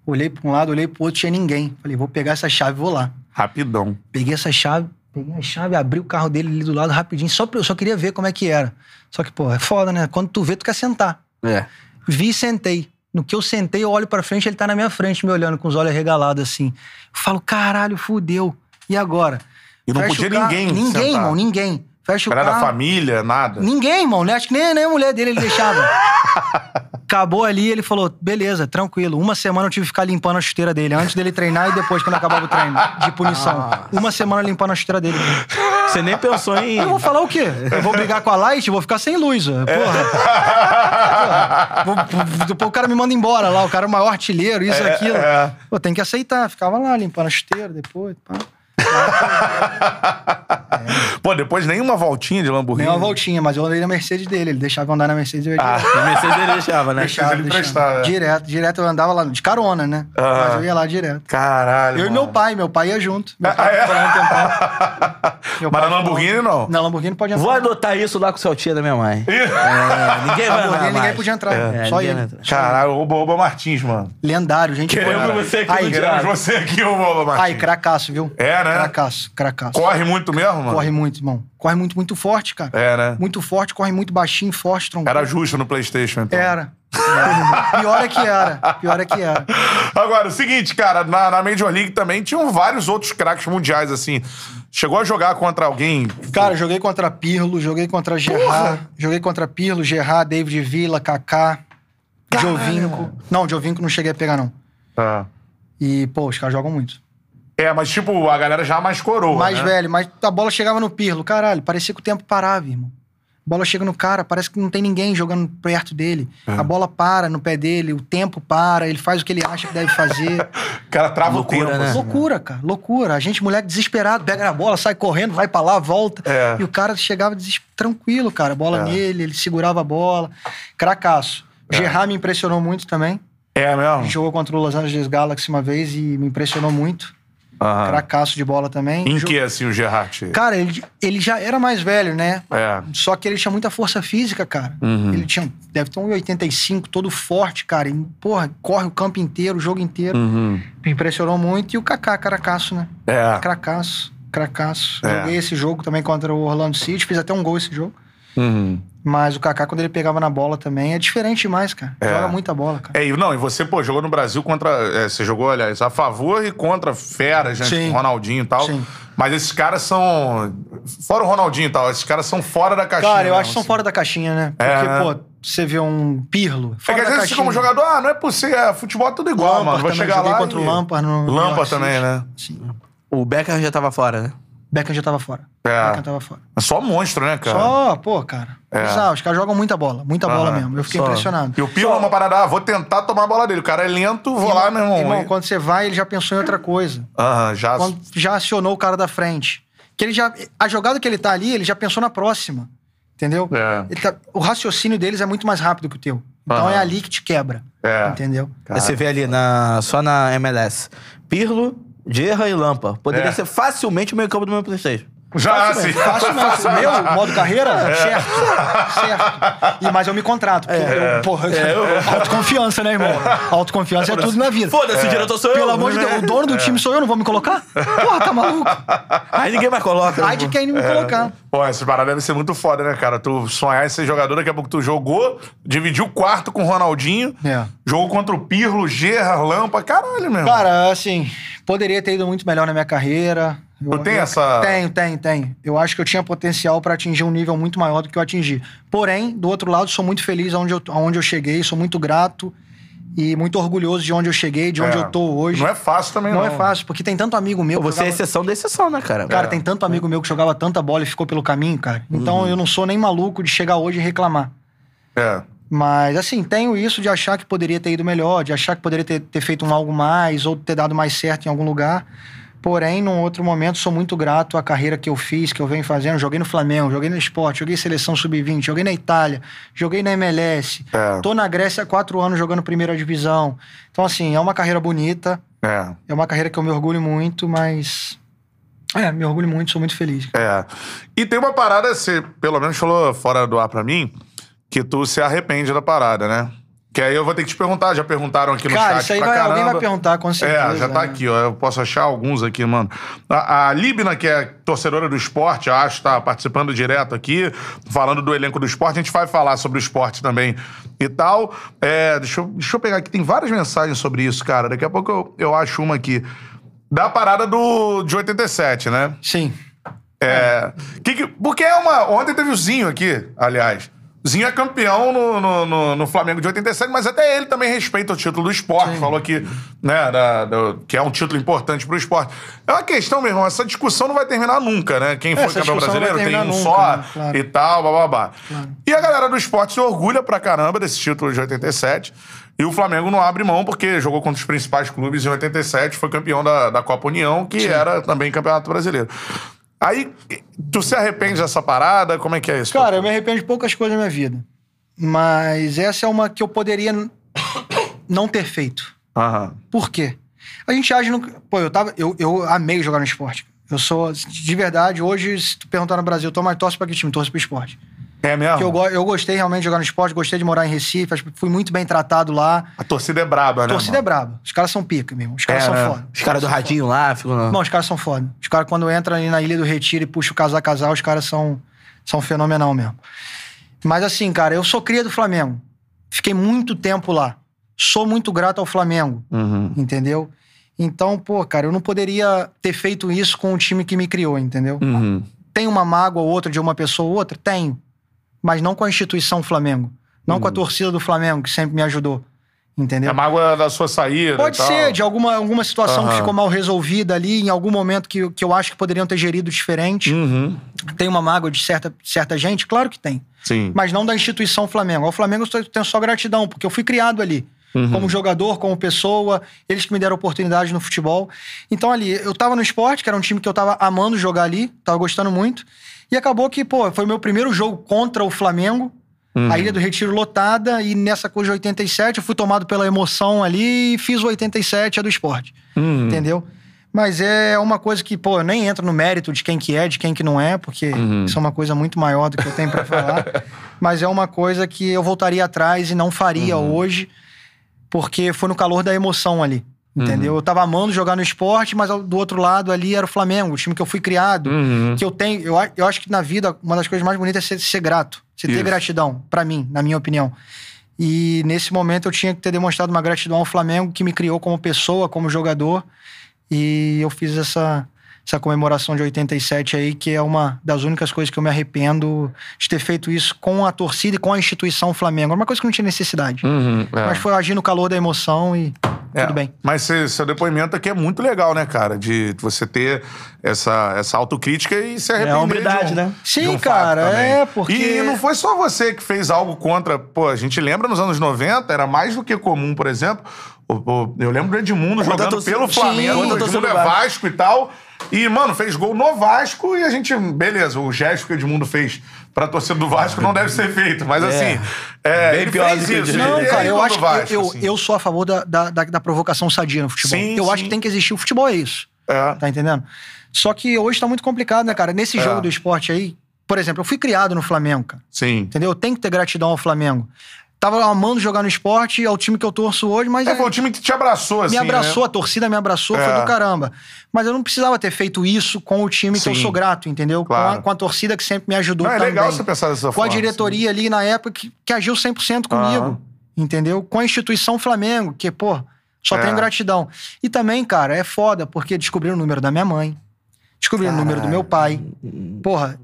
Speaker 3: Olhei pra um lado, olhei pro outro, tinha ninguém. Falei, vou pegar essa chave e vou lá.
Speaker 1: Rapidão.
Speaker 3: Peguei essa chave, peguei a chave, abri o carro dele ali do lado rapidinho, só pra, eu só queria ver como é que era. Só que, pô, é foda, né? Quando tu vê, tu quer sentar.
Speaker 2: É.
Speaker 3: Vi e sentei. No que eu sentei, eu olho pra frente, ele tá na minha frente, me olhando com os olhos regalados assim. Eu falo, caralho, fudeu. E agora?
Speaker 1: E não
Speaker 3: Fecha
Speaker 1: podia
Speaker 3: o carro.
Speaker 1: ninguém
Speaker 3: Ninguém,
Speaker 1: sentar.
Speaker 3: irmão, ninguém. Fecha o
Speaker 1: Cara
Speaker 3: carro.
Speaker 1: da família, nada.
Speaker 3: Ninguém, irmão. né? Acho que nem, nem a mulher dele
Speaker 1: [laughs]
Speaker 3: ele deixava. Acabou ali, ele falou: beleza, tranquilo. Uma semana eu tive que ficar limpando a chuteira dele, antes dele treinar e depois, quando acabava o treino, de punição. Uma semana limpando a chuteira dele.
Speaker 2: Você nem pensou em...
Speaker 3: Eu vou falar o quê? Eu vou brigar com a Light, vou ficar sem luz, ó.
Speaker 1: É.
Speaker 3: porra. Porra. Vou- Depois o cara me manda embora lá, o cara é o maior artilheiro, isso, aquilo.
Speaker 1: é.
Speaker 3: Pô, tem que aceitar. Ficava lá limpando a chuteira depois. Pá.
Speaker 1: Pô, depois nenhuma voltinha de Lamborghini.
Speaker 3: Dei uma voltinha, mas eu andei na Mercedes dele, ele deixava eu andar na Mercedes e eu ia
Speaker 1: Ah.
Speaker 2: A Mercedes ele deixava, né?
Speaker 1: [laughs] Deixava. ele emprestava, é.
Speaker 3: Direto, direto eu andava lá, de carona, né?
Speaker 1: Ah.
Speaker 3: Mas eu ia lá direto.
Speaker 1: Caralho.
Speaker 3: Eu e
Speaker 1: mano.
Speaker 3: meu pai, meu pai ia junto. Meu pai
Speaker 1: Ah, é?
Speaker 3: ficou lá um tempão. Meu
Speaker 1: Mas
Speaker 3: pai é
Speaker 1: na Lamborghini,
Speaker 3: ficou lá.
Speaker 1: não.
Speaker 3: Na Lamborghini pode entrar.
Speaker 2: Vou adotar isso lá com o seu tia da minha mãe. É, ninguém vai
Speaker 3: Lamborghini
Speaker 2: andar
Speaker 3: ninguém
Speaker 2: mais.
Speaker 3: podia entrar,
Speaker 2: É,
Speaker 3: só
Speaker 2: ninguém
Speaker 3: ele.
Speaker 2: vai entrar.
Speaker 1: Caralho, Oba Oba Martins, mano.
Speaker 3: Lendário, gente.
Speaker 2: Queremos
Speaker 3: boa.
Speaker 2: você aqui
Speaker 3: Aí,
Speaker 2: no Diário.
Speaker 1: Queremos você aqui, Oba Oba Martins.
Speaker 3: Ai, cracaço, viu?
Speaker 1: É, né?
Speaker 3: Cracaço, cracaço.
Speaker 1: Corre muito mesmo, mano?
Speaker 3: Corre muito, irmão. Corre muito, muito forte, cara.
Speaker 1: É, né?
Speaker 3: Muito forte, corre muito baixinho, forte, tronco.
Speaker 1: Era justo no Playstation, então. [laughs]
Speaker 3: Era. Era. Pior é que era. Pior é que era.
Speaker 1: Agora, o seguinte, cara, na, na Major League também tinham vários outros craques mundiais, assim. Chegou a jogar contra alguém.
Speaker 3: Cara, joguei contra Pirlo, joguei contra Gerard, joguei contra Pirlo, Gerard, David Villa, Kaká, Jovinco. Não, Jovinco não cheguei a pegar, não.
Speaker 1: Ah.
Speaker 3: E, pô, os caras jogam muito.
Speaker 1: É, mas tipo, a galera já mais coroa.
Speaker 3: Mais
Speaker 1: né?
Speaker 3: velho, mas a bola chegava no Pirlo, caralho, parecia que o tempo parava, irmão. A bola chega no cara, parece que não tem ninguém jogando perto dele.
Speaker 1: É.
Speaker 3: A bola para no pé dele, o tempo para, ele faz o que ele acha que deve fazer.
Speaker 1: O cara trava
Speaker 2: Loucura,
Speaker 1: o tempo.
Speaker 2: né?
Speaker 1: assim.
Speaker 3: Loucura, cara, loucura. A gente, moleque desesperado, pega na bola, sai correndo, vai pra lá, volta.
Speaker 1: É.
Speaker 3: E o cara chegava deses- tranquilo, cara. Bola nele, ele segurava a bola. Cracaço. Gerard me impressionou muito também.
Speaker 1: É mesmo?
Speaker 3: Jogou contra o Los Angeles Galaxy uma vez e me impressionou muito.
Speaker 1: Aham.
Speaker 3: Cracaço de bola também.
Speaker 1: Ah. Em
Speaker 3: Jo-
Speaker 1: que, assim, o Gerrard?
Speaker 3: Cara, ele, ele já era mais velho, né?
Speaker 1: É.
Speaker 3: Só que ele tinha muita força física, cara.
Speaker 1: Uhum.
Speaker 3: Ele tinha, deve ter um 85, todo forte, cara. E, porra, corre o campo inteiro, o jogo inteiro.
Speaker 2: Uhum.
Speaker 1: Uhum.
Speaker 3: Me impressionou muito. E o Kaká, caracaço, né?
Speaker 1: É.
Speaker 3: Cracaço, cracaço.
Speaker 1: É.
Speaker 3: Joguei esse jogo também contra o Orlando City, fiz até um gol esse jogo.
Speaker 1: Uhum.
Speaker 3: Mas o Kaká, quando ele pegava na bola também, é diferente demais, cara.
Speaker 1: É.
Speaker 3: Joga muita bola, cara.
Speaker 1: É, e não, e você, pô, jogou no Brasil contra. é, você jogou, aliás, a favor e contra feras, né?
Speaker 3: Sim.
Speaker 1: Tipo Ronaldinho e tal.
Speaker 3: Sim.
Speaker 1: Mas esses caras são. Fora o Ronaldinho e tal, esses caras são fora da caixinha.
Speaker 3: Cara, eu
Speaker 1: mesmo,
Speaker 3: acho que são
Speaker 1: assim.
Speaker 3: fora da caixinha, né? Porque,
Speaker 1: É, né?
Speaker 3: pô, você vê um Pirlo.
Speaker 1: É
Speaker 3: Fora
Speaker 1: que às
Speaker 3: da
Speaker 1: vezes,
Speaker 3: caixinha.
Speaker 1: como jogador, ah, não é por ser. é, Futebol é tudo igual,
Speaker 3: Lampard
Speaker 1: mano. Vou
Speaker 3: também,
Speaker 1: chegar
Speaker 3: joguei
Speaker 1: lá.
Speaker 3: contra
Speaker 1: e...
Speaker 3: o Lampard no New
Speaker 1: Lampard
Speaker 3: York
Speaker 1: também,
Speaker 3: City.
Speaker 1: né?
Speaker 3: Sim.
Speaker 2: O Beckham já tava fora, né?
Speaker 3: Beckham já tava fora.
Speaker 1: É.
Speaker 3: Beckham tava fora.
Speaker 1: É Só monstro, né, cara?
Speaker 3: Só, pô, cara.
Speaker 1: É. Ah,
Speaker 3: Bizarro, os caras jogam muita bola, muita bola
Speaker 1: Aham.
Speaker 3: mesmo. Eu fiquei
Speaker 2: Só.
Speaker 3: impressionado.
Speaker 1: E o Pilo é uma parada, ah, vou tentar tomar a bola dele. O cara é lento, vou lá, meu irmão.
Speaker 3: Irmão,
Speaker 1: E-
Speaker 3: quando você vai, ele já pensou em outra coisa.
Speaker 1: Aham, já.
Speaker 3: quando já acionou o cara da frente. Que ele já. A jogada que ele tá ali, ele já pensou na próxima. Entendeu?
Speaker 1: É.
Speaker 3: Ele tá- o raciocínio deles é muito mais rápido que o teu. Então
Speaker 1: Aham.
Speaker 3: é ali que te quebra.
Speaker 1: É.
Speaker 3: Entendeu?
Speaker 1: Cara.
Speaker 2: Você vê ali na, só na MLS. Pirlo, Gerra e Lampa. Poderia
Speaker 1: É.
Speaker 2: ser facilmente o meio campo do meu Playstation.
Speaker 1: Já,
Speaker 6: Fácil
Speaker 1: assim.
Speaker 6: mesmo, fácil É. mesmo. Meu modo carreira, certo, certo. E, mas eu me contrato, porque
Speaker 1: É.
Speaker 6: É, eu, porra,
Speaker 3: Autoconfiança, né, irmão? Autoconfiança é tudo na vida.
Speaker 6: Foda-se, o diretor sou eu. né?
Speaker 3: Pelo amor de Deus, o dono
Speaker 1: É.
Speaker 3: do time sou eu, não vou me colocar? Porra,
Speaker 1: [laughs]
Speaker 3: tá maluco?
Speaker 6: Aí ninguém mais coloca.
Speaker 3: Ai de quem me colocar.
Speaker 1: Pô, essa parada deve ser muito foda, né, cara? Tu sonhar em ser jogador, daqui a pouco tu jogou, dividiu o quarto com o Ronaldinho,
Speaker 3: É.
Speaker 1: jogou contra o Pirlo, Gerra, Lampa, caralho, meu irmão.
Speaker 3: Cara, assim, poderia ter ido muito melhor na minha carreira.
Speaker 1: Tu tem essa-
Speaker 3: Tenho, tenho, tenho. Eu acho que eu tinha potencial pra atingir um nível muito maior do que eu atingi. Porém, do outro lado, sou muito feliz aonde eu, aonde eu cheguei, sou muito grato e muito orgulhoso de onde eu cheguei, de onde
Speaker 1: É.
Speaker 3: eu tô hoje.
Speaker 1: Não é fácil também, não.
Speaker 3: Não é fácil, porque tem tanto amigo meu.
Speaker 2: Pô,
Speaker 3: que
Speaker 2: Você é
Speaker 3: jogava-
Speaker 2: exceção da exceção, né, cara?
Speaker 3: Cara, tem tanto amigo meu que jogava tanta bola e ficou pelo caminho, cara. Então
Speaker 2: Uhum.
Speaker 3: eu não sou nem maluco de chegar hoje e reclamar.
Speaker 1: É.
Speaker 3: Mas, assim, tenho isso de achar que poderia ter ido melhor, de achar que poderia ter, ter feito um algo mais ou ter dado mais certo em algum lugar. Porém, num outro momento, sou muito grato à carreira que eu fiz, que eu venho fazendo. Joguei no Flamengo, joguei no esporte, joguei seleção sub-20, joguei na Itália, joguei na MLS.
Speaker 1: É.
Speaker 3: Tô na Grécia há quatro anos jogando primeira divisão. Então, assim, é uma carreira bonita,
Speaker 1: É.
Speaker 3: é uma carreira que eu me orgulho muito, mas. É, me orgulho muito, sou muito feliz.
Speaker 1: É. E tem uma parada, você pelo menos falou fora do ar pra mim, que tu se arrepende da parada, né? Que aí eu vou ter que te perguntar, já perguntaram aqui no
Speaker 3: Cara,
Speaker 1: chat
Speaker 3: isso aí
Speaker 1: pra
Speaker 3: vai,
Speaker 1: caramba.
Speaker 3: alguém vai perguntar com certeza.
Speaker 1: É, já tá
Speaker 3: né?
Speaker 1: aqui, ó. Eu posso achar alguns aqui, mano. A, a Libna, que é torcedora do esporte, eu acho, tá participando direto aqui, falando do elenco do esporte. A gente vai falar sobre o esporte também e tal. É, deixa, eu, deixa eu pegar aqui, tem várias mensagens sobre isso, cara. Daqui a pouco eu, eu acho uma aqui. Da parada do, de 87, né?
Speaker 3: Sim.
Speaker 1: É. Que que- porque é uma. Ontem teve o Zinho aqui, aliás. Zinho é campeão no, no, no- no Flamengo de 87, mas até ele também respeita o título do esporte. Falou que, né, da- do- que é um título importante pro esporte. É uma questão, meu irmão, essa discussão não vai terminar nunca, né? Quem foi
Speaker 3: Essa
Speaker 1: campeão
Speaker 3: discussão não vai
Speaker 1: brasileiro tem um
Speaker 3: terminar
Speaker 1: só
Speaker 3: nunca, né? Claro.
Speaker 1: e tal, bababá. E a galera do esporte se orgulha pra caramba desse título de 87. E o Flamengo não abre mão porque jogou contra os principais clubes em 87, foi campeão da, da Copa União, que era também campeonato brasileiro. Aí, tu se arrepende dessa parada? Como é que é isso?
Speaker 3: Cara, eu me arrependo de poucas coisas na minha vida. Mas essa é uma que eu poderia n- não ter feito.
Speaker 1: Aham.
Speaker 3: Por quê? A gente age no. Pô, eu tava. Eu, eu amei jogar no esporte. Eu sou. De verdade, hoje, se tu perguntar no Brasil, eu tô mais torce pra que time? Torço pro esporte.
Speaker 1: É mesmo?
Speaker 3: Porque eu, go- eu gostei realmente de jogar no esporte, gostei de morar em Recife, acho que fui muito bem tratado lá.
Speaker 1: A torcida é braba,
Speaker 3: A
Speaker 1: né?
Speaker 3: torcida é
Speaker 1: mano?
Speaker 3: braba. Os caras são pica mesmo. Os caras
Speaker 1: É,
Speaker 3: são
Speaker 1: né?
Speaker 3: foda.
Speaker 2: Os caras do radinho lá ficam. na-
Speaker 3: Não, os caras são foda. Os caras, quando entram ali na Ilha do Retiro e puxam o casal a casal, os caras são, são fenomenal mesmo. Mas assim, cara, eu sou cria do Flamengo. Fiquei muito tempo lá. Sou muito grato ao Flamengo, entendeu? Então, pô, cara, eu não poderia ter feito isso com o time que me criou, entendeu? Tem uma mágoa ou outra de uma pessoa ou outra? Tenho. Mas não com a instituição Flamengo. Não com a torcida do Flamengo, que sempre me ajudou. Entendeu?
Speaker 1: É mágoa da sua saída.
Speaker 3: Pode
Speaker 1: e tal.
Speaker 3: ser, de alguma, alguma situação
Speaker 1: Aham.
Speaker 3: que ficou mal resolvida ali, em algum momento que, que eu acho que poderiam ter gerido diferente.
Speaker 2: Hum.
Speaker 1: Uhum.
Speaker 3: Tem uma mágoa de certa, certa gente? Claro que tem.
Speaker 1: Sim.
Speaker 3: Mas não da instituição Flamengo. Ao Flamengo eu só- tenho só gratidão, porque eu fui criado ali. Como jogador, como pessoa, eles que me deram oportunidade no futebol. Então ali, eu tava no esporte, que era um time que eu tava amando jogar ali, tava gostando muito. E acabou que, pô, foi o meu primeiro jogo contra o Flamengo. A Ilha do Retiro lotada, e nessa coisa de 87, eu fui tomado pela emoção ali e fiz o 87, é do esporte.
Speaker 2: Hum.
Speaker 3: Entendeu? Mas é uma coisa que, pô, eu nem entro no mérito de quem que é, de quem que não é, porque isso é uma coisa muito maior do que eu tenho pra falar. Mas é uma coisa que eu voltaria atrás e não faria hoje, porque foi no calor da emoção ali. Entendeu? Eu tava amando jogar no esporte, mas ao- do outro lado ali era o Flamengo, o time que eu fui criado,
Speaker 2: Uhum.
Speaker 3: que eu tenho, eu, a- eu acho que na vida uma das coisas mais bonitas é ser, ser grato, você ter
Speaker 1: Isso.
Speaker 3: gratidão, pra mim, na minha opinião. E nesse momento eu tinha que ter demonstrado uma gratidão ao Flamengo que me criou como pessoa, como jogador. E eu fiz essa, essa comemoração de 87 aí, que é uma das únicas coisas que eu me arrependo de ter feito isso com a torcida e com a instituição Flamengo. Era uma coisa que não tinha necessidade. Mas foi agir no calor da emoção e
Speaker 1: É,
Speaker 3: tudo bem.
Speaker 1: Mas seu, seu depoimento aqui é muito legal, né, cara? De você ter essa, essa autocrítica e se arrepender.
Speaker 2: É a humildade,
Speaker 1: de um-
Speaker 2: né?
Speaker 1: de
Speaker 3: Sim,
Speaker 1: um fato
Speaker 3: cara,
Speaker 1: também.
Speaker 3: é porque.
Speaker 1: E não foi só você que fez algo contra. Pô, a gente lembra nos anos 90, era mais do que comum, por exemplo. o- o- eu lembro do Edmundo
Speaker 2: Quando eu
Speaker 1: jogando
Speaker 2: tô-
Speaker 1: pelo
Speaker 2: sim,
Speaker 1: Flamengo.
Speaker 2: quando
Speaker 1: O
Speaker 2: eu tô
Speaker 1: Edmundo é
Speaker 2: sendo vago.
Speaker 1: Vasco e tal. E, mano, fez gol no Vasco e a gente. Beleza, o gesto que o Edmundo fez pra torcida do Vasco não deve ser feito. Mas assim. É,
Speaker 2: Bem
Speaker 1: ele
Speaker 2: pior
Speaker 1: fez
Speaker 2: do que o
Speaker 1: isso. ele
Speaker 2: de-
Speaker 3: Não,
Speaker 1: é
Speaker 3: cara, eu
Speaker 1: ídolo
Speaker 3: acho
Speaker 1: do
Speaker 3: que
Speaker 1: Vasco,
Speaker 3: eu,
Speaker 1: assim.
Speaker 3: eu sou a favor da, da, da, da provocação sadia no futebol.
Speaker 1: Sim,
Speaker 3: eu
Speaker 1: sim.
Speaker 3: acho que tem que existir. O futebol é isso.
Speaker 1: É.
Speaker 3: Tá entendendo? Só que hoje tá muito complicado, né, cara? Nesse jogo do esporte aí, por exemplo, eu fui criado no Flamengo, cara.
Speaker 1: Sim.
Speaker 3: Entendeu? Eu tenho que ter gratidão ao Flamengo. Tava amando jogar no esporte, é o time que eu torço hoje, mas.
Speaker 1: É,
Speaker 3: é-
Speaker 1: foi o time que te abraçou, assim.
Speaker 3: me abraçou,
Speaker 1: né?
Speaker 3: a torcida me abraçou,
Speaker 1: É.
Speaker 3: foi do caramba. Mas eu não precisava ter feito isso com o time que eu
Speaker 1: Sim.
Speaker 3: sou grato, entendeu? Com a-
Speaker 1: Claro.
Speaker 3: Com, a, torcida que sempre me ajudou
Speaker 1: Não, é
Speaker 3: também.
Speaker 1: legal você pensar dessa
Speaker 3: com
Speaker 1: forma. assim.
Speaker 3: a diretoria ali na época que, que agiu 100% comigo,
Speaker 1: Aham.
Speaker 3: entendeu? Com a instituição Flamengo, que, pô, só
Speaker 1: É.
Speaker 3: tenho gratidão. E também, cara, é foda, porque descobriram o número da minha mãe, descobriram o número do meu pai. Porra,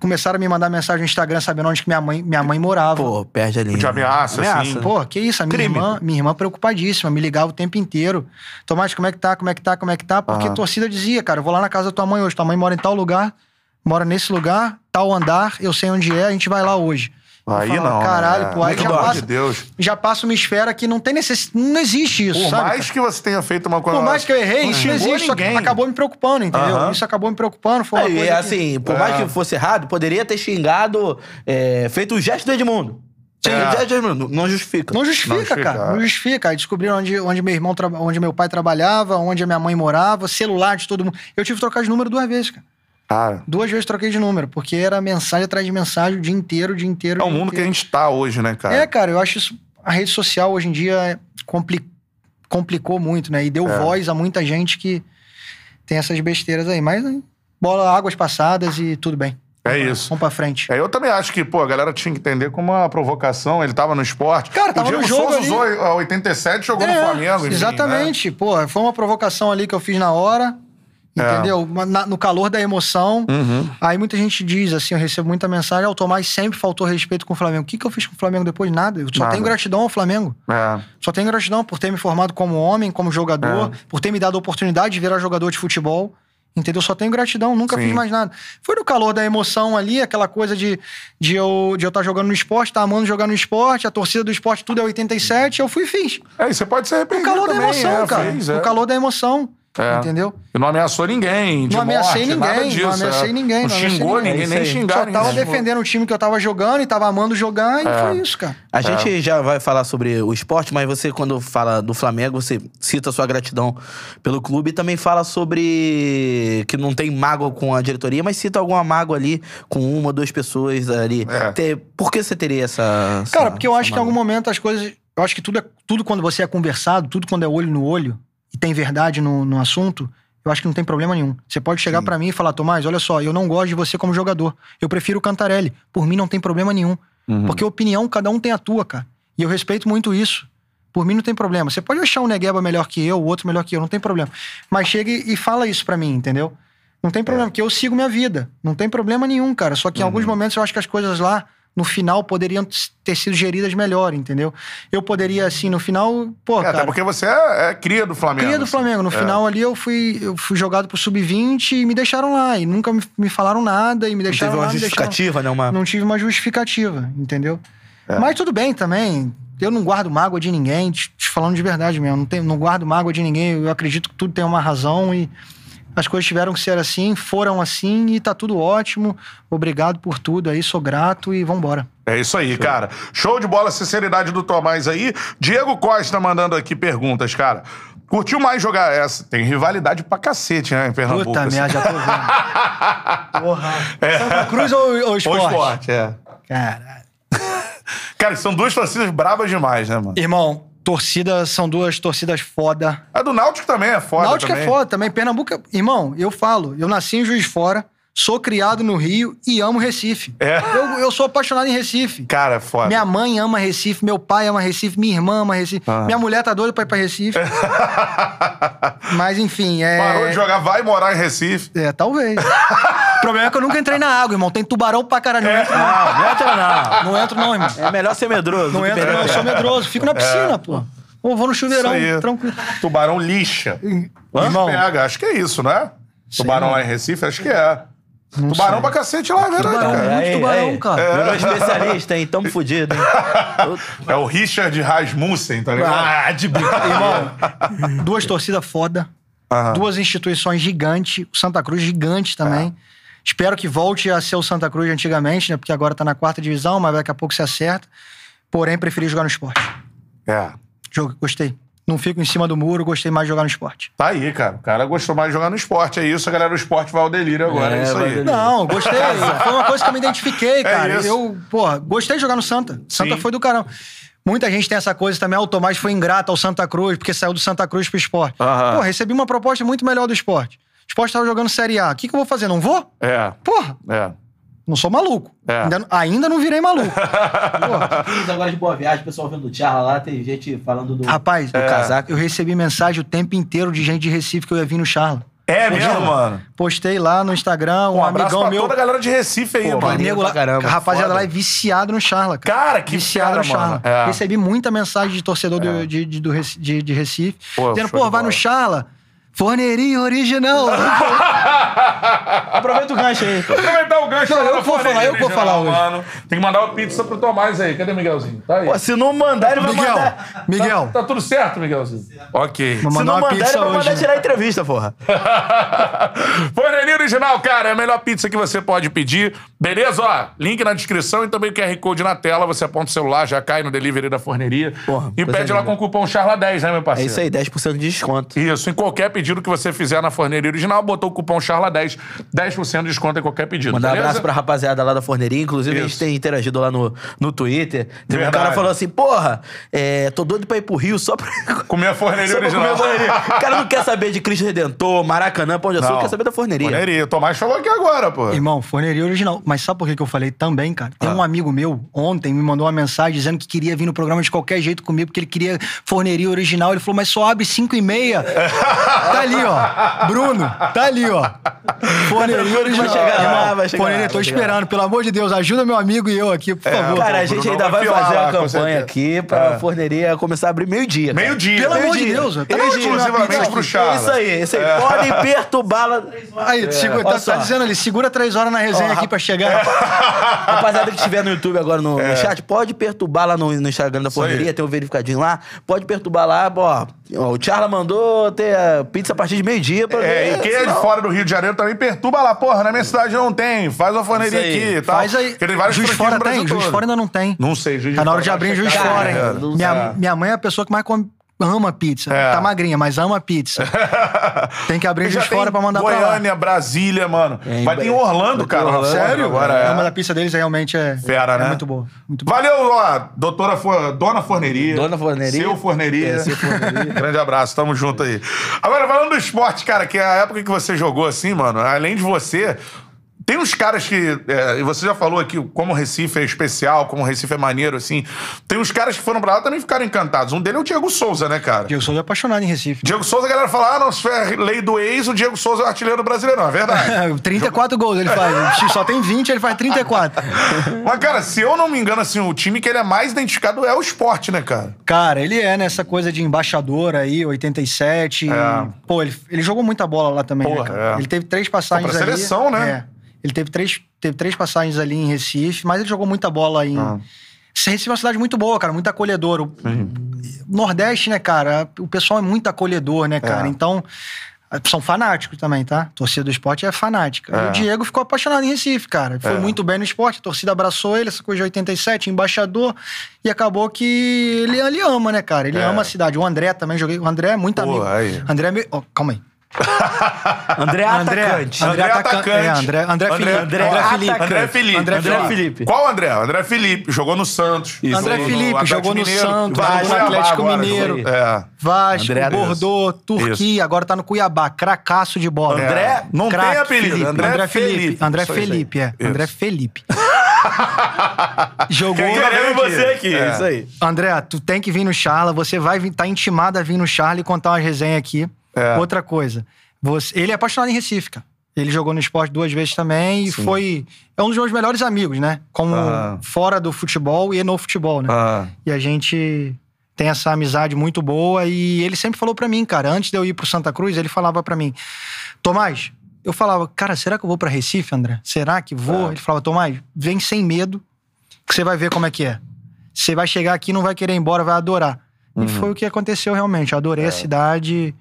Speaker 3: começaram a me mandar mensagem no Instagram sabendo onde que minha mãe, minha mãe morava.
Speaker 2: Pô, perde a linha.
Speaker 1: Te ameaça, assim.
Speaker 3: Pô, que isso, a minha
Speaker 1: Crime.
Speaker 3: irmã, minha irmã preocupadíssima, me ligava o tempo inteiro. Tomás, como é que tá, como é que tá, como é que tá?
Speaker 1: Ah.
Speaker 3: Porque a torcida dizia, cara, eu vou lá na casa da tua mãe hoje, tua mãe mora em tal lugar, mora nesse lugar, tal andar, eu sei onde é, a gente vai lá hoje. Eu
Speaker 1: Aí
Speaker 3: falava,
Speaker 1: não. né?
Speaker 3: Caralho, pô, aí
Speaker 1: Muito
Speaker 3: já
Speaker 1: bom.
Speaker 3: passa,
Speaker 1: de Deus.
Speaker 3: já passa uma esfera que não tem necessidade, não existe isso,
Speaker 1: Por
Speaker 3: sabe?
Speaker 1: mais que você tenha feito uma coisa.
Speaker 3: Por mais que eu errei,
Speaker 1: Não
Speaker 3: isso não
Speaker 1: xingou
Speaker 3: existe, só que
Speaker 1: ninguém.
Speaker 3: acabou me preocupando, entendeu?
Speaker 1: Aham.
Speaker 3: Isso acabou me preocupando, foi uma
Speaker 2: Aí,
Speaker 3: coisa
Speaker 2: é
Speaker 3: que-
Speaker 2: assim, por mais que fosse errado, poderia ter xingado, é, feito o gesto do Edmundo. Sim,
Speaker 1: É.
Speaker 2: o gesto do Edmundo. Não justifica.
Speaker 3: Não justifica,
Speaker 1: Não justifica,
Speaker 3: cara.
Speaker 1: é.
Speaker 3: Não justifica. Aí descobriram onde, onde meu irmão, traba- onde meu pai trabalhava, onde a minha mãe morava, celular de todo mundo. Eu tive que trocar de número duas vezes, cara.
Speaker 1: Cara,
Speaker 3: Duas vezes troquei de número, porque era mensagem atrás de mensagem o dia inteiro, o dia inteiro.
Speaker 1: é o
Speaker 3: dia
Speaker 1: mundo que a
Speaker 3: inteiro.
Speaker 1: gente tá hoje, né, cara?
Speaker 3: É, cara, eu acho isso. A rede social hoje em dia é compli- complicou muito, né? E deu
Speaker 1: É.
Speaker 3: voz a muita gente que tem essas besteiras aí. Mas né? bola, águas passadas e tudo bem.
Speaker 1: É isso.
Speaker 3: Vamos pra frente.
Speaker 1: É, eu também acho que, pô, a galera tinha que entender como uma provocação. Ele tava no esporte.
Speaker 3: Cara, tava
Speaker 1: o Diego
Speaker 3: no jogo
Speaker 1: Souza
Speaker 3: ali.
Speaker 1: usou a 87 jogou no
Speaker 3: É,
Speaker 1: Flamengo. enfim, né?
Speaker 3: Exatamente. Pô, foi uma provocação ali que eu fiz na hora.
Speaker 1: É.
Speaker 3: Entendeu? Ma- na- no calor da emoção. Aí muita gente diz, assim, eu recebo muita mensagem, "Ah, o Tomás sempre faltou respeito com o Flamengo. O que, que eu fiz com o Flamengo depois? Nada. Eu só
Speaker 1: Nada.
Speaker 3: tenho gratidão ao Flamengo.
Speaker 1: É.
Speaker 3: Só tenho gratidão por ter me formado como homem, como jogador, por ter me dado a oportunidade de virar jogador de futebol. Entendeu? Só tenho gratidão, nunca
Speaker 1: Sim.
Speaker 3: fiz mais nada. Foi no calor da emoção ali, aquela coisa de, de eu de eu estar jogando no esporte, estar amando jogar no esporte, a torcida do esporte tudo é 87, eu fui e fiz.
Speaker 1: É, e você pode ser
Speaker 3: O
Speaker 1: arrependido
Speaker 3: calor
Speaker 1: também.
Speaker 3: da emoção,
Speaker 1: é,
Speaker 3: cara.
Speaker 1: fez, é.
Speaker 3: O calor da emoção.
Speaker 1: É.
Speaker 3: Entendeu?
Speaker 1: E não ameaçou ninguém. de
Speaker 3: Não ameacei
Speaker 1: morte, nada
Speaker 3: ninguém, não
Speaker 1: disso,
Speaker 3: ameacei
Speaker 1: é.
Speaker 3: ninguém,
Speaker 1: Não
Speaker 3: não ameacei
Speaker 1: xingou
Speaker 3: ninguém.
Speaker 1: ninguém,
Speaker 2: É
Speaker 1: nem
Speaker 2: isso aí.
Speaker 1: xingar
Speaker 3: Só tava
Speaker 1: ninguém. É.
Speaker 3: defendendo o time que eu tava jogando e tava amando jogar e foi isso, cara.
Speaker 2: A gente já vai falar sobre o esporte, mas você, quando fala do Flamengo, você cita sua gratidão pelo clube e também fala sobre que não tem mágoa com a diretoria, mas cita alguma mágoa ali com uma, duas pessoas ali.
Speaker 1: É.
Speaker 2: Ter- por que você teria essa. essa-
Speaker 3: Cara, porque eu
Speaker 2: essa
Speaker 3: acho que em algum
Speaker 2: mágoa?
Speaker 3: momento as coisas. Eu acho que tudo, é, tudo quando você é conversado, tudo quando é olho no olho e tem verdade no, no assunto, eu acho que não tem problema nenhum. Você pode chegar pra mim e falar, Tomás, olha só, eu não gosto de você como jogador. Eu prefiro o Cantarelli. Por mim não tem problema nenhum.
Speaker 1: Uhum.
Speaker 3: Porque opinião, cada um tem a tua, cara. E eu respeito muito isso. Por mim não tem problema. Você pode achar um Negueba melhor que eu, o outro melhor que eu, não tem problema. Mas chega e e fala isso pra mim, entendeu? Não tem
Speaker 1: É.
Speaker 3: problema, porque eu sigo minha vida. Não tem problema nenhum, cara. Só que
Speaker 1: Uhum.
Speaker 3: em alguns momentos eu acho que as coisas lá, no final, poderiam t- ter sido geridas melhor, entendeu? Eu poderia, assim, no final, pô,
Speaker 1: É, até
Speaker 3: cara.
Speaker 1: porque você é, é cria do Flamengo.
Speaker 3: Cria do
Speaker 1: assim.
Speaker 3: Flamengo. No
Speaker 1: É.
Speaker 3: final ali eu fui, eu fui jogado pro sub-20 e me deixaram lá. E nunca me, me falaram nada e me
Speaker 2: Não
Speaker 3: deixaram
Speaker 2: teve uma
Speaker 3: lá. me deixaram-
Speaker 2: justificativa, né? Uma...
Speaker 3: não tive uma justificativa, entendeu? Mas tudo bem também. Eu não guardo mágoa de ninguém, te, te falando de verdade mesmo. Não, tenho- não guardo mágoa de ninguém. Eu acredito que tudo tem uma razão e as coisas tiveram que ser assim, foram assim e tá tudo ótimo. Obrigado por tudo aí, sou grato e vambora.
Speaker 1: É isso aí, cara. Show de bola, sinceridade do Tomás aí. Diego Costa mandando aqui perguntas, cara. Curtiu mais jogar essa? Tem rivalidade pra cacete, né, em Pernambuco?
Speaker 3: Puta
Speaker 1: assim. [laughs]
Speaker 3: merda, já tô vendo. Porra. Santa Cruz ou, ou
Speaker 1: Ou
Speaker 3: esporte?
Speaker 1: esporte, é.
Speaker 3: Caralho.
Speaker 1: Cara, são duas torcidas bravas demais, né, mano?
Speaker 3: Irmão, torcida, são duas torcidas foda.
Speaker 1: A do Náutico também é foda
Speaker 3: Náutico
Speaker 1: também.
Speaker 3: é foda também. Pernambuco, é- irmão, eu falo, eu nasci em Juiz de Fora, sou criado no Rio e amo Recife.
Speaker 1: É.
Speaker 3: Eu, eu sou apaixonado em Recife.
Speaker 1: Cara, é foda. [laughs]
Speaker 3: Minha mãe ama Recife, meu pai ama Recife, minha irmã ama Recife, minha mulher tá doida pra ir pra Recife. Mas enfim, é.
Speaker 1: É. Parou de jogar, vai morar em Recife.
Speaker 3: É, talvez. o problema é que eu nunca entrei na água, irmão. Tem tubarão pra caralho. Não
Speaker 1: É.
Speaker 3: entro, não.
Speaker 7: Não entra não.
Speaker 3: Não entro, não, irmão.
Speaker 2: É melhor ser medroso. do
Speaker 3: Não
Speaker 2: que
Speaker 3: entro,
Speaker 2: perder
Speaker 3: não.
Speaker 2: a
Speaker 3: Eu sou medroso. Fico na piscina, pô. Ou vou no chuveirão,
Speaker 1: É. Isso aí.
Speaker 3: tranquilo.
Speaker 1: Tubarão lixa.
Speaker 3: Irmão,
Speaker 1: Pega, acho que é isso, né? Tubarão lá em Recife, acho que é. tubarão pra cacete lá, é verdade,
Speaker 3: tubarão,
Speaker 1: cara.
Speaker 3: muito
Speaker 2: Aí,
Speaker 3: tubarão,
Speaker 2: aí.
Speaker 3: cara.
Speaker 2: Virou especialista, hein? Tamo fudido, hein?
Speaker 1: É o Richard Rasmussen, tá ligado?
Speaker 3: Ah, de
Speaker 6: [laughs]
Speaker 3: bico. Irmão, duas torcidas foda,
Speaker 6: Ah,
Speaker 3: duas instituições gigantes, o Santa Cruz gigante também.
Speaker 6: Tá.
Speaker 3: Espero que volte a ser o Santa Cruz de antigamente, né? Porque agora tá na quarta divisão, mas daqui a pouco se acerta. Porém, preferi jogar no esporte.
Speaker 1: É.
Speaker 3: Jogo, gostei. Não fico em cima do muro, gostei mais de jogar no esporte.
Speaker 6: Tá aí, cara. O cara gostou mais de jogar no esporte. É isso, a galera do esporte vai ao delírio agora. É,
Speaker 2: É,
Speaker 6: isso
Speaker 2: vai ao
Speaker 6: aí.
Speaker 2: delírio.
Speaker 3: Não,
Speaker 6: [laughs]
Speaker 3: gostei. Foi uma coisa que eu me identifiquei, cara.
Speaker 6: É isso.
Speaker 3: eu, porra, gostei de jogar no Santa. Santa
Speaker 6: Sim.
Speaker 3: foi do caramba. Muita gente tem essa coisa também. Ah, o Tomás foi ingrato ao Santa Cruz, porque saiu do Santa Cruz pro esporte.
Speaker 6: Aham.
Speaker 3: Pô, recebi uma proposta muito melhor do esporte. O esporte tava jogando Série A. O que, que eu vou fazer? Não vou?
Speaker 6: É,
Speaker 3: Porra,
Speaker 6: é.
Speaker 3: não sou maluco.
Speaker 6: É.
Speaker 3: Ainda, não- ainda não virei
Speaker 6: [laughs]
Speaker 3: maluco.
Speaker 2: [laughs] Fiz agora de boa viagem, o pessoal vendo o Charla lá, tem gente falando do.
Speaker 3: Rapaz,
Speaker 2: É. casaco.
Speaker 3: eu recebi mensagem o tempo inteiro de gente de Recife que eu ia vir no Charla.
Speaker 6: É mesmo, mano.
Speaker 3: Postei lá no Instagram, um,
Speaker 6: Um abraço
Speaker 3: amigão
Speaker 6: pra
Speaker 3: meu.
Speaker 6: toda a galera de Recife aí,
Speaker 2: Pô,
Speaker 6: mano.
Speaker 2: maneiro.
Speaker 3: Amigo lá,
Speaker 2: pra caramba,
Speaker 3: rapaziada
Speaker 2: foda.
Speaker 3: lá é viciado no Charla, cara.
Speaker 6: Cara, que
Speaker 3: viciado
Speaker 6: piada,
Speaker 3: no
Speaker 6: mano.
Speaker 3: Charla.
Speaker 6: É.
Speaker 3: Recebi muita mensagem de torcedor do- de, de- do Reci- de- de Recife,
Speaker 6: Pô,
Speaker 3: dizendo,
Speaker 6: show
Speaker 3: pô,
Speaker 6: de
Speaker 3: vai
Speaker 6: bola.
Speaker 3: no Charla, forneirinho
Speaker 6: [laughs]
Speaker 3: original. Aproveita o gancho aí.
Speaker 6: Aproveitar o gancho.
Speaker 3: Não,
Speaker 6: lá
Speaker 3: eu
Speaker 6: da
Speaker 3: vou
Speaker 6: Floresta,
Speaker 3: falar, eu vou
Speaker 6: original,
Speaker 3: falar hoje.
Speaker 6: Mano. Tem que mandar uma pizza pro Tomás aí. Cadê o Miguelzinho? Tá aí.
Speaker 3: assim,
Speaker 1: Pô, se não mandar, ele vai
Speaker 3: Miguel,
Speaker 1: mandar.
Speaker 3: Miguel,
Speaker 6: Tá tudo certo, Miguelzinho? Ok.
Speaker 3: vou
Speaker 1: Se
Speaker 3: mandar
Speaker 1: não
Speaker 3: uma
Speaker 1: mandar, ele
Speaker 3: pizza
Speaker 1: vai mandar
Speaker 3: hoje.
Speaker 1: tirar a entrevista, porra.
Speaker 6: [laughs] Fornelinha Original, cara, é a melhor pizza que você pode pedir. Beleza? Ó, link na descrição e também o QR Code na tela. Você aponta o celular, já cai no delivery da forneria.
Speaker 2: Porra,
Speaker 6: e
Speaker 2: coisa
Speaker 6: pede lá
Speaker 2: linda.
Speaker 6: com o cupom CHARLA10, né, meu
Speaker 2: É
Speaker 6: parceiro?
Speaker 2: isso aí, 10% de desconto.
Speaker 6: Isso, em qualquer pedido que você fizer na forneria original, botou o cupom CHARLA10, 10% de desconto em qualquer pedido,
Speaker 2: Mandar um
Speaker 6: beleza?
Speaker 2: abraço pra rapaziada lá da Forneria. Inclusive, a
Speaker 6: Isso.
Speaker 2: gente tem interagido lá no, no Twitter. Teve um
Speaker 6: Verdade.
Speaker 2: cara falou assim: porra, é, tô doido pra ir pro Rio só pra.
Speaker 6: [laughs] Comer a forneria
Speaker 2: só pra comer
Speaker 6: original.
Speaker 2: a forneria. O cara não quer saber de Cristo Redentor, Maracanã, Pão de Açúcar,
Speaker 6: Não.
Speaker 2: quer saber da forneria.
Speaker 6: Forneria. Tomás falou aqui agora, pô.
Speaker 2: É.
Speaker 3: Irmão, forneria original. Mas sabe por que que eu falei também, cara? Tem
Speaker 2: Ah.
Speaker 3: um amigo meu, ontem, me mandou uma mensagem dizendo que queria vir no programa de qualquer jeito comigo, porque ele queria forneria original. Ele falou, mas só abre 5
Speaker 2: [laughs]
Speaker 3: e meia. tá ali, ó. Bruno, tá ali, ó. Forneria original.
Speaker 2: vai chegar lá,
Speaker 3: Irmão,
Speaker 2: vai chegar lá,
Speaker 3: forneria, tô
Speaker 2: vai chegar
Speaker 3: esperando. Pelo amor de Deus, ajuda meu amigo e eu aqui, por favor.
Speaker 2: Cara, a
Speaker 6: Bruno
Speaker 2: gente ainda
Speaker 6: vai
Speaker 2: vai
Speaker 6: filar
Speaker 2: fazer
Speaker 6: lá,
Speaker 2: uma
Speaker 6: com
Speaker 2: campanha
Speaker 6: certeza. É.
Speaker 2: aqui pra forneria começar a abrir meio-dia. cara.
Speaker 6: Meio-dia.
Speaker 3: Pelo amor de
Speaker 2: Meio-dia.
Speaker 3: Deus, tá
Speaker 2: Meio-dia.
Speaker 3: ótimo,
Speaker 6: Exclusivamente
Speaker 3: rapidão.
Speaker 6: pro É. Charla.
Speaker 2: Isso aí, isso aí. Podem perturbá-la.
Speaker 3: Aí, segura-
Speaker 2: é. olha
Speaker 3: tá,
Speaker 2: só. é. Tá.
Speaker 3: tá dizendo ali, segura três horas na resenha aqui
Speaker 2: [laughs]
Speaker 3: pra chegar.
Speaker 2: Rapaziada que estiver no YouTube agora no,
Speaker 1: É.
Speaker 2: no chat, pode perturbar lá no, no Instagram da
Speaker 6: aí.
Speaker 2: Forneria, tem um verificadinho lá. Pode perturbar lá, ó. ó, O Charla mandou ter a pizza a partir de meio-dia pra
Speaker 6: É,
Speaker 2: ver.
Speaker 6: e quem é de
Speaker 2: senão-
Speaker 6: fora do Rio de Janeiro também perturba lá. Porra, na minha cidade não tem. Faz uma forneria
Speaker 2: Isso aí.
Speaker 6: aqui e tal.
Speaker 3: Faz aí.
Speaker 6: Porque tem vários
Speaker 3: Juiz
Speaker 6: franquias
Speaker 3: fora
Speaker 6: no Brasil
Speaker 3: tem? Juiz
Speaker 6: todo.
Speaker 3: fora ainda não tem.
Speaker 6: Não sei, Juiz de
Speaker 3: Tá na hora de
Speaker 6: Fora
Speaker 3: abrir
Speaker 6: vai
Speaker 3: o juiz
Speaker 6: checar,
Speaker 3: fora,
Speaker 6: né,
Speaker 3: hein?
Speaker 6: cara?
Speaker 2: Não
Speaker 3: Minha,
Speaker 2: sei.
Speaker 3: minha mãe é a pessoa que mais come, ama pizza.
Speaker 6: É.
Speaker 3: Tá magrinha, mas ama pizza.
Speaker 6: [laughs]
Speaker 3: tem que abrir o
Speaker 6: Já
Speaker 3: juiz
Speaker 6: tem
Speaker 3: fora pra mandar pra lá.
Speaker 6: Goiânia, Brasília, mano.
Speaker 2: em
Speaker 6: Vai ter em
Speaker 2: Ba-
Speaker 6: Orlando,
Speaker 2: vai ter em
Speaker 6: cara.
Speaker 2: Orlando
Speaker 6: Sério?
Speaker 3: Agora,
Speaker 6: Agora, é.
Speaker 3: Mas a pizza deles realmente é,
Speaker 6: Fera,
Speaker 3: é
Speaker 6: né?
Speaker 3: muito boa. Muito boa.
Speaker 6: Valeu, ó, doutora For- Dona Forneria.
Speaker 2: Dona Forneria.
Speaker 6: Seu Forneria.
Speaker 2: É, seu Forneria.
Speaker 6: [laughs] Grande abraço, tamo junto aí. Agora, falando do esporte, cara, que é a época que você jogou assim, mano, além de você. Tem uns caras que. é, e você já falou aqui como o Recife é especial, como o Recife é maneiro, assim. Tem uns caras que foram pra lá e também ficaram encantados. Um deles é o Diego Souza, né, cara?
Speaker 3: Eu sou apaixonado em Recife. [laughs]
Speaker 6: Diego Souza, a galera fala, ah, não, se é lei do ex, o Diego Souza é o artilheiro brasileiro. Não, é verdade.
Speaker 2: [laughs]
Speaker 3: 34 gols ele
Speaker 6: [laughs]
Speaker 3: faz. Só tem 20, ele faz 34.
Speaker 6: Mas, cara, se eu não me engano, assim, o time que ele é mais identificado é o esporte, né, cara?
Speaker 3: Cara, ele é nessa coisa de embaixador aí, 87.
Speaker 6: É.
Speaker 3: Pô, ele, ele jogou muita bola lá também, né,
Speaker 6: Porra,
Speaker 3: cara?
Speaker 6: é.
Speaker 3: Ele teve três passagens
Speaker 6: Pô, pra
Speaker 3: ali.
Speaker 6: seleção, né?
Speaker 3: É. Ele teve três, teve três passagens ali em Recife, mas ele jogou muita bola em.
Speaker 6: Ah.
Speaker 3: Recife é uma cidade muito boa, cara, muito acolhedora. O- Nordeste, né, cara? O pessoal é muito acolhedor, né,
Speaker 6: É.
Speaker 3: cara? Então. São fanáticos também, tá? A torcida do esporte é fanática. E o Diego ficou apaixonado em Recife, cara.
Speaker 6: É.
Speaker 3: Foi muito bem no esporte, a torcida abraçou ele, essa coisa de 87, embaixador. E acabou que ele, ele ama, né, cara? Ele ama a cidade. O André também joguei. O André é muito
Speaker 6: É. Pô,
Speaker 3: amigo.
Speaker 6: aí.
Speaker 3: André é meio. ó, calma aí.
Speaker 2: André é
Speaker 3: André,
Speaker 2: Atacante.
Speaker 6: André
Speaker 3: Atacan-
Speaker 6: atacante.
Speaker 3: É, André, André,
Speaker 6: André- é
Speaker 3: Felipe.
Speaker 6: André
Speaker 2: atacante.
Speaker 6: André Felipe.
Speaker 3: André
Speaker 6: André
Speaker 2: Felipe.
Speaker 6: Qual André? André Felipe. Jogou no Santos.
Speaker 2: Isso.
Speaker 3: André
Speaker 6: Jogou
Speaker 3: Felipe,
Speaker 6: Atlético
Speaker 3: jogou no Santos, jogou
Speaker 6: Vai,
Speaker 3: no
Speaker 6: Cuiabá
Speaker 3: Atlético
Speaker 6: agora,
Speaker 3: Mineiro.
Speaker 6: jogou- É.
Speaker 3: Vasco,
Speaker 2: André-
Speaker 3: Bordeaux, Turquia, agora tá no Cuiabá, cracaço de bola. É.
Speaker 6: André- não tem
Speaker 3: Craque,
Speaker 6: apelido,
Speaker 3: Felipe.
Speaker 6: André
Speaker 3: André, Felipe.
Speaker 6: Felipe.
Speaker 3: André
Speaker 6: Isso aí,
Speaker 3: Felipe, é.
Speaker 6: Isso.
Speaker 3: André
Speaker 6: [laughs]
Speaker 3: Felipe. Jogou.
Speaker 6: Quem quer-
Speaker 1: Queremos você aqui,
Speaker 6: É.
Speaker 1: é isso aí.
Speaker 3: André, tu tem que vir no Charla, você vai vir, tá intimado a vir no Charla e contar uma resenha aqui.
Speaker 6: É.
Speaker 3: Outra coisa, você- ele é apaixonado em Recife, cara. Ele jogou no esporte duas vezes também e foi. É um dos meus melhores amigos, né? Como
Speaker 6: Ah.
Speaker 3: fora do futebol e no futebol, né?
Speaker 6: Ah,
Speaker 3: E a gente tem essa amizade muito boa. E ele sempre falou pra mim, cara, antes de eu ir pro Santa Cruz, ele falava pra mim: Tomás, eu falava, cara, será que eu vou pra Recife, André? Será que vou?
Speaker 6: É.
Speaker 3: Ele falava, Tomás, vem sem medo, que você vai ver como é que é. Você vai chegar aqui, não vai querer ir embora, vai adorar.
Speaker 6: Uhum.
Speaker 3: E foi o que aconteceu realmente. Eu
Speaker 6: É.
Speaker 3: adorei a cidade.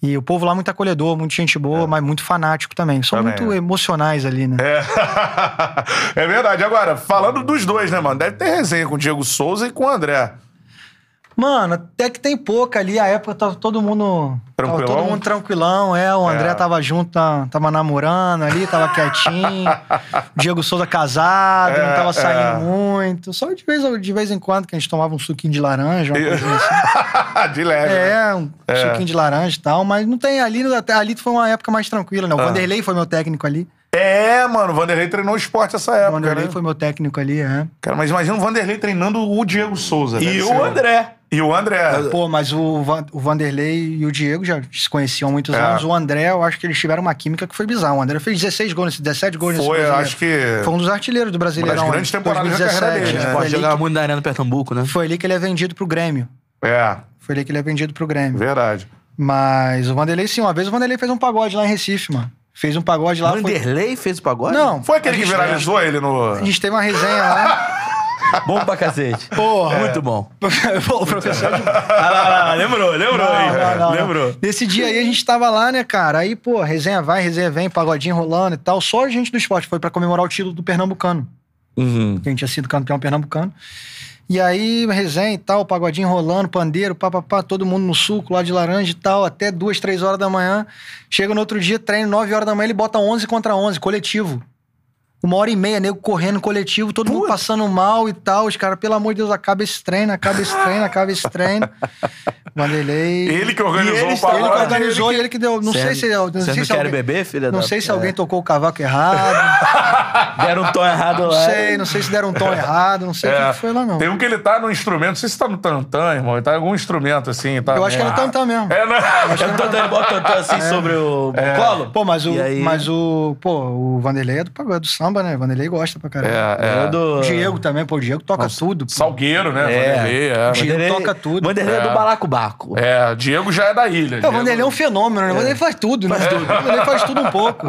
Speaker 3: E o povo lá muito acolhedor, muito gente boa, mas muito fanático também. São
Speaker 6: É. Também,
Speaker 3: muito
Speaker 6: é.
Speaker 3: emocionais ali, né?
Speaker 6: [laughs] é. é verdade. Agora, falando dos dois, né, mano? Deve ter resenha com o Diego Souza e com o André.
Speaker 3: Mano, até que tem pouca ali. A época tava todo mundo. tava
Speaker 6: Tranquilão?
Speaker 3: todo mundo tranquilão, é. O André
Speaker 6: É.
Speaker 3: tava junto, tá- tava namorando ali, tava
Speaker 6: [laughs]
Speaker 3: quietinho. O Diego Souza casado,
Speaker 6: É,
Speaker 3: não tava saindo
Speaker 6: é.
Speaker 3: muito. Só de vez, de vez em quando que a gente tomava um suquinho de laranja, uma
Speaker 6: [laughs]
Speaker 3: coisa assim.
Speaker 6: [laughs] de leve. né?
Speaker 3: É, um suquinho de laranja e tal, mas não tem ali, até ali foi uma época mais tranquila, né?
Speaker 6: Ah.
Speaker 3: O Vanderlei foi meu técnico ali.
Speaker 6: É, mano, o Vanderlei treinou esporte essa
Speaker 3: O
Speaker 6: época,
Speaker 3: Vanderlei
Speaker 6: né?
Speaker 3: foi meu técnico ali, é.
Speaker 6: Cara, mas imagina o Vanderlei treinando o Diego Souza.
Speaker 1: E
Speaker 6: deve ser-
Speaker 1: o André.
Speaker 6: E o André.
Speaker 3: Pô, mas o, Van- o Vanderlei e o Diego já se conheciam há muitos
Speaker 6: É.
Speaker 3: anos. O André, eu acho que eles tiveram uma química que foi bizarra. O André fez 16 gols, nesse- 17 gols nesse
Speaker 6: Foi, eu
Speaker 3: Brasileiro.
Speaker 6: acho que.
Speaker 3: Foi um dos artilheiros do Brasileirão.
Speaker 6: Uma das grandes
Speaker 3: né?
Speaker 6: temporadas da carreira dele, né?
Speaker 3: Foi,
Speaker 2: Pode
Speaker 3: ali
Speaker 2: jogar É, muito na Arena Pernambuco, né?
Speaker 3: que, foi ali que ele é vendido pro Grêmio.
Speaker 6: É,
Speaker 3: Foi ali que ele é vendido pro Grêmio.
Speaker 6: verdade.
Speaker 3: Mas o Vanderlei, sim, uma vez o Vanderlei fez um pagode lá em Recife, mano. Fez um pagode lá. foi-
Speaker 2: Vanderlei fez o pagode?
Speaker 3: Não.
Speaker 6: Foi aquele que
Speaker 3: a gente-
Speaker 6: viralizou ele no.
Speaker 3: A gente teve uma resenha
Speaker 6: [laughs]
Speaker 3: lá. [laughs]
Speaker 2: Bom pra cacete.
Speaker 3: Porra.
Speaker 2: Muito bom.
Speaker 3: Pô, o professor de
Speaker 1: Ah, lá, lá, lá, lembrou, lembrou aí. lembrou.
Speaker 3: Nesse dia aí a gente tava lá, né, cara? Aí, pô, resenha vai, resenha vem, pagodinho rolando e tal. Só a gente do esporte foi pra comemorar o título do Pernambucano.
Speaker 1: Uhum.
Speaker 3: Que a gente tinha sido campeão pernambucano. E aí, resenha e tal, pagodinho rolando, pandeiro, papapá, todo mundo no suco lá de laranja e tal, até duas, três horas da manhã. Chega no outro dia, treino, nove horas da manhã, ele bota 11 contra 11, coletivo. Uma hora e meia, nego correndo coletivo, todo mundo passando mal e tal. Os caras, pelo amor de Deus, acaba esse treino, acaba esse treino, acaba esse treino. Vanderlei.
Speaker 6: Ele que organizou
Speaker 3: ele,
Speaker 6: o pagode.
Speaker 3: Ele que organizou e ele que deu. Não sei se. é Não
Speaker 2: Você
Speaker 3: sei
Speaker 2: não
Speaker 3: se
Speaker 2: quer
Speaker 3: alguém,
Speaker 2: beber, filha
Speaker 3: não
Speaker 2: da-
Speaker 3: sei se alguém tocou o cavaco errado.
Speaker 2: Deram um tom errado
Speaker 3: Não
Speaker 2: lá.
Speaker 3: sei, não sei se deram um tom errado, não sei o que
Speaker 6: É,
Speaker 3: que foi lá, não.
Speaker 6: Tem um que ele tá num instrumento, não sei se tá no tantã, irmão, ele tá em algum instrumento assim. Tá
Speaker 3: Eu acho que era
Speaker 6: Ah.
Speaker 3: o Tantan mesmo.
Speaker 6: É, né?
Speaker 1: Eu tô dando bota o tantã assim sobre o colo.
Speaker 3: É. Pô, mas o.
Speaker 2: E aí?
Speaker 3: Mas o. Pô, o Vanderlei é do pagode, é do samba, né? O Vanderlei gosta pra caralho.
Speaker 6: É, é.
Speaker 1: Eu do-
Speaker 3: O Diego também, pô, o Diego toca tudo. pô.
Speaker 6: Salgueiro, né? Vanderlei, é.
Speaker 3: Diego toca tudo.
Speaker 2: Vanderlei é do Balacobaco.
Speaker 6: É, Diego já é da ilha.
Speaker 3: É, o
Speaker 6: Diego-
Speaker 3: Vanderlei é um fenômeno, né? O Vanderlei faz tudo, né? O Vanderlei faz tudo um pouco.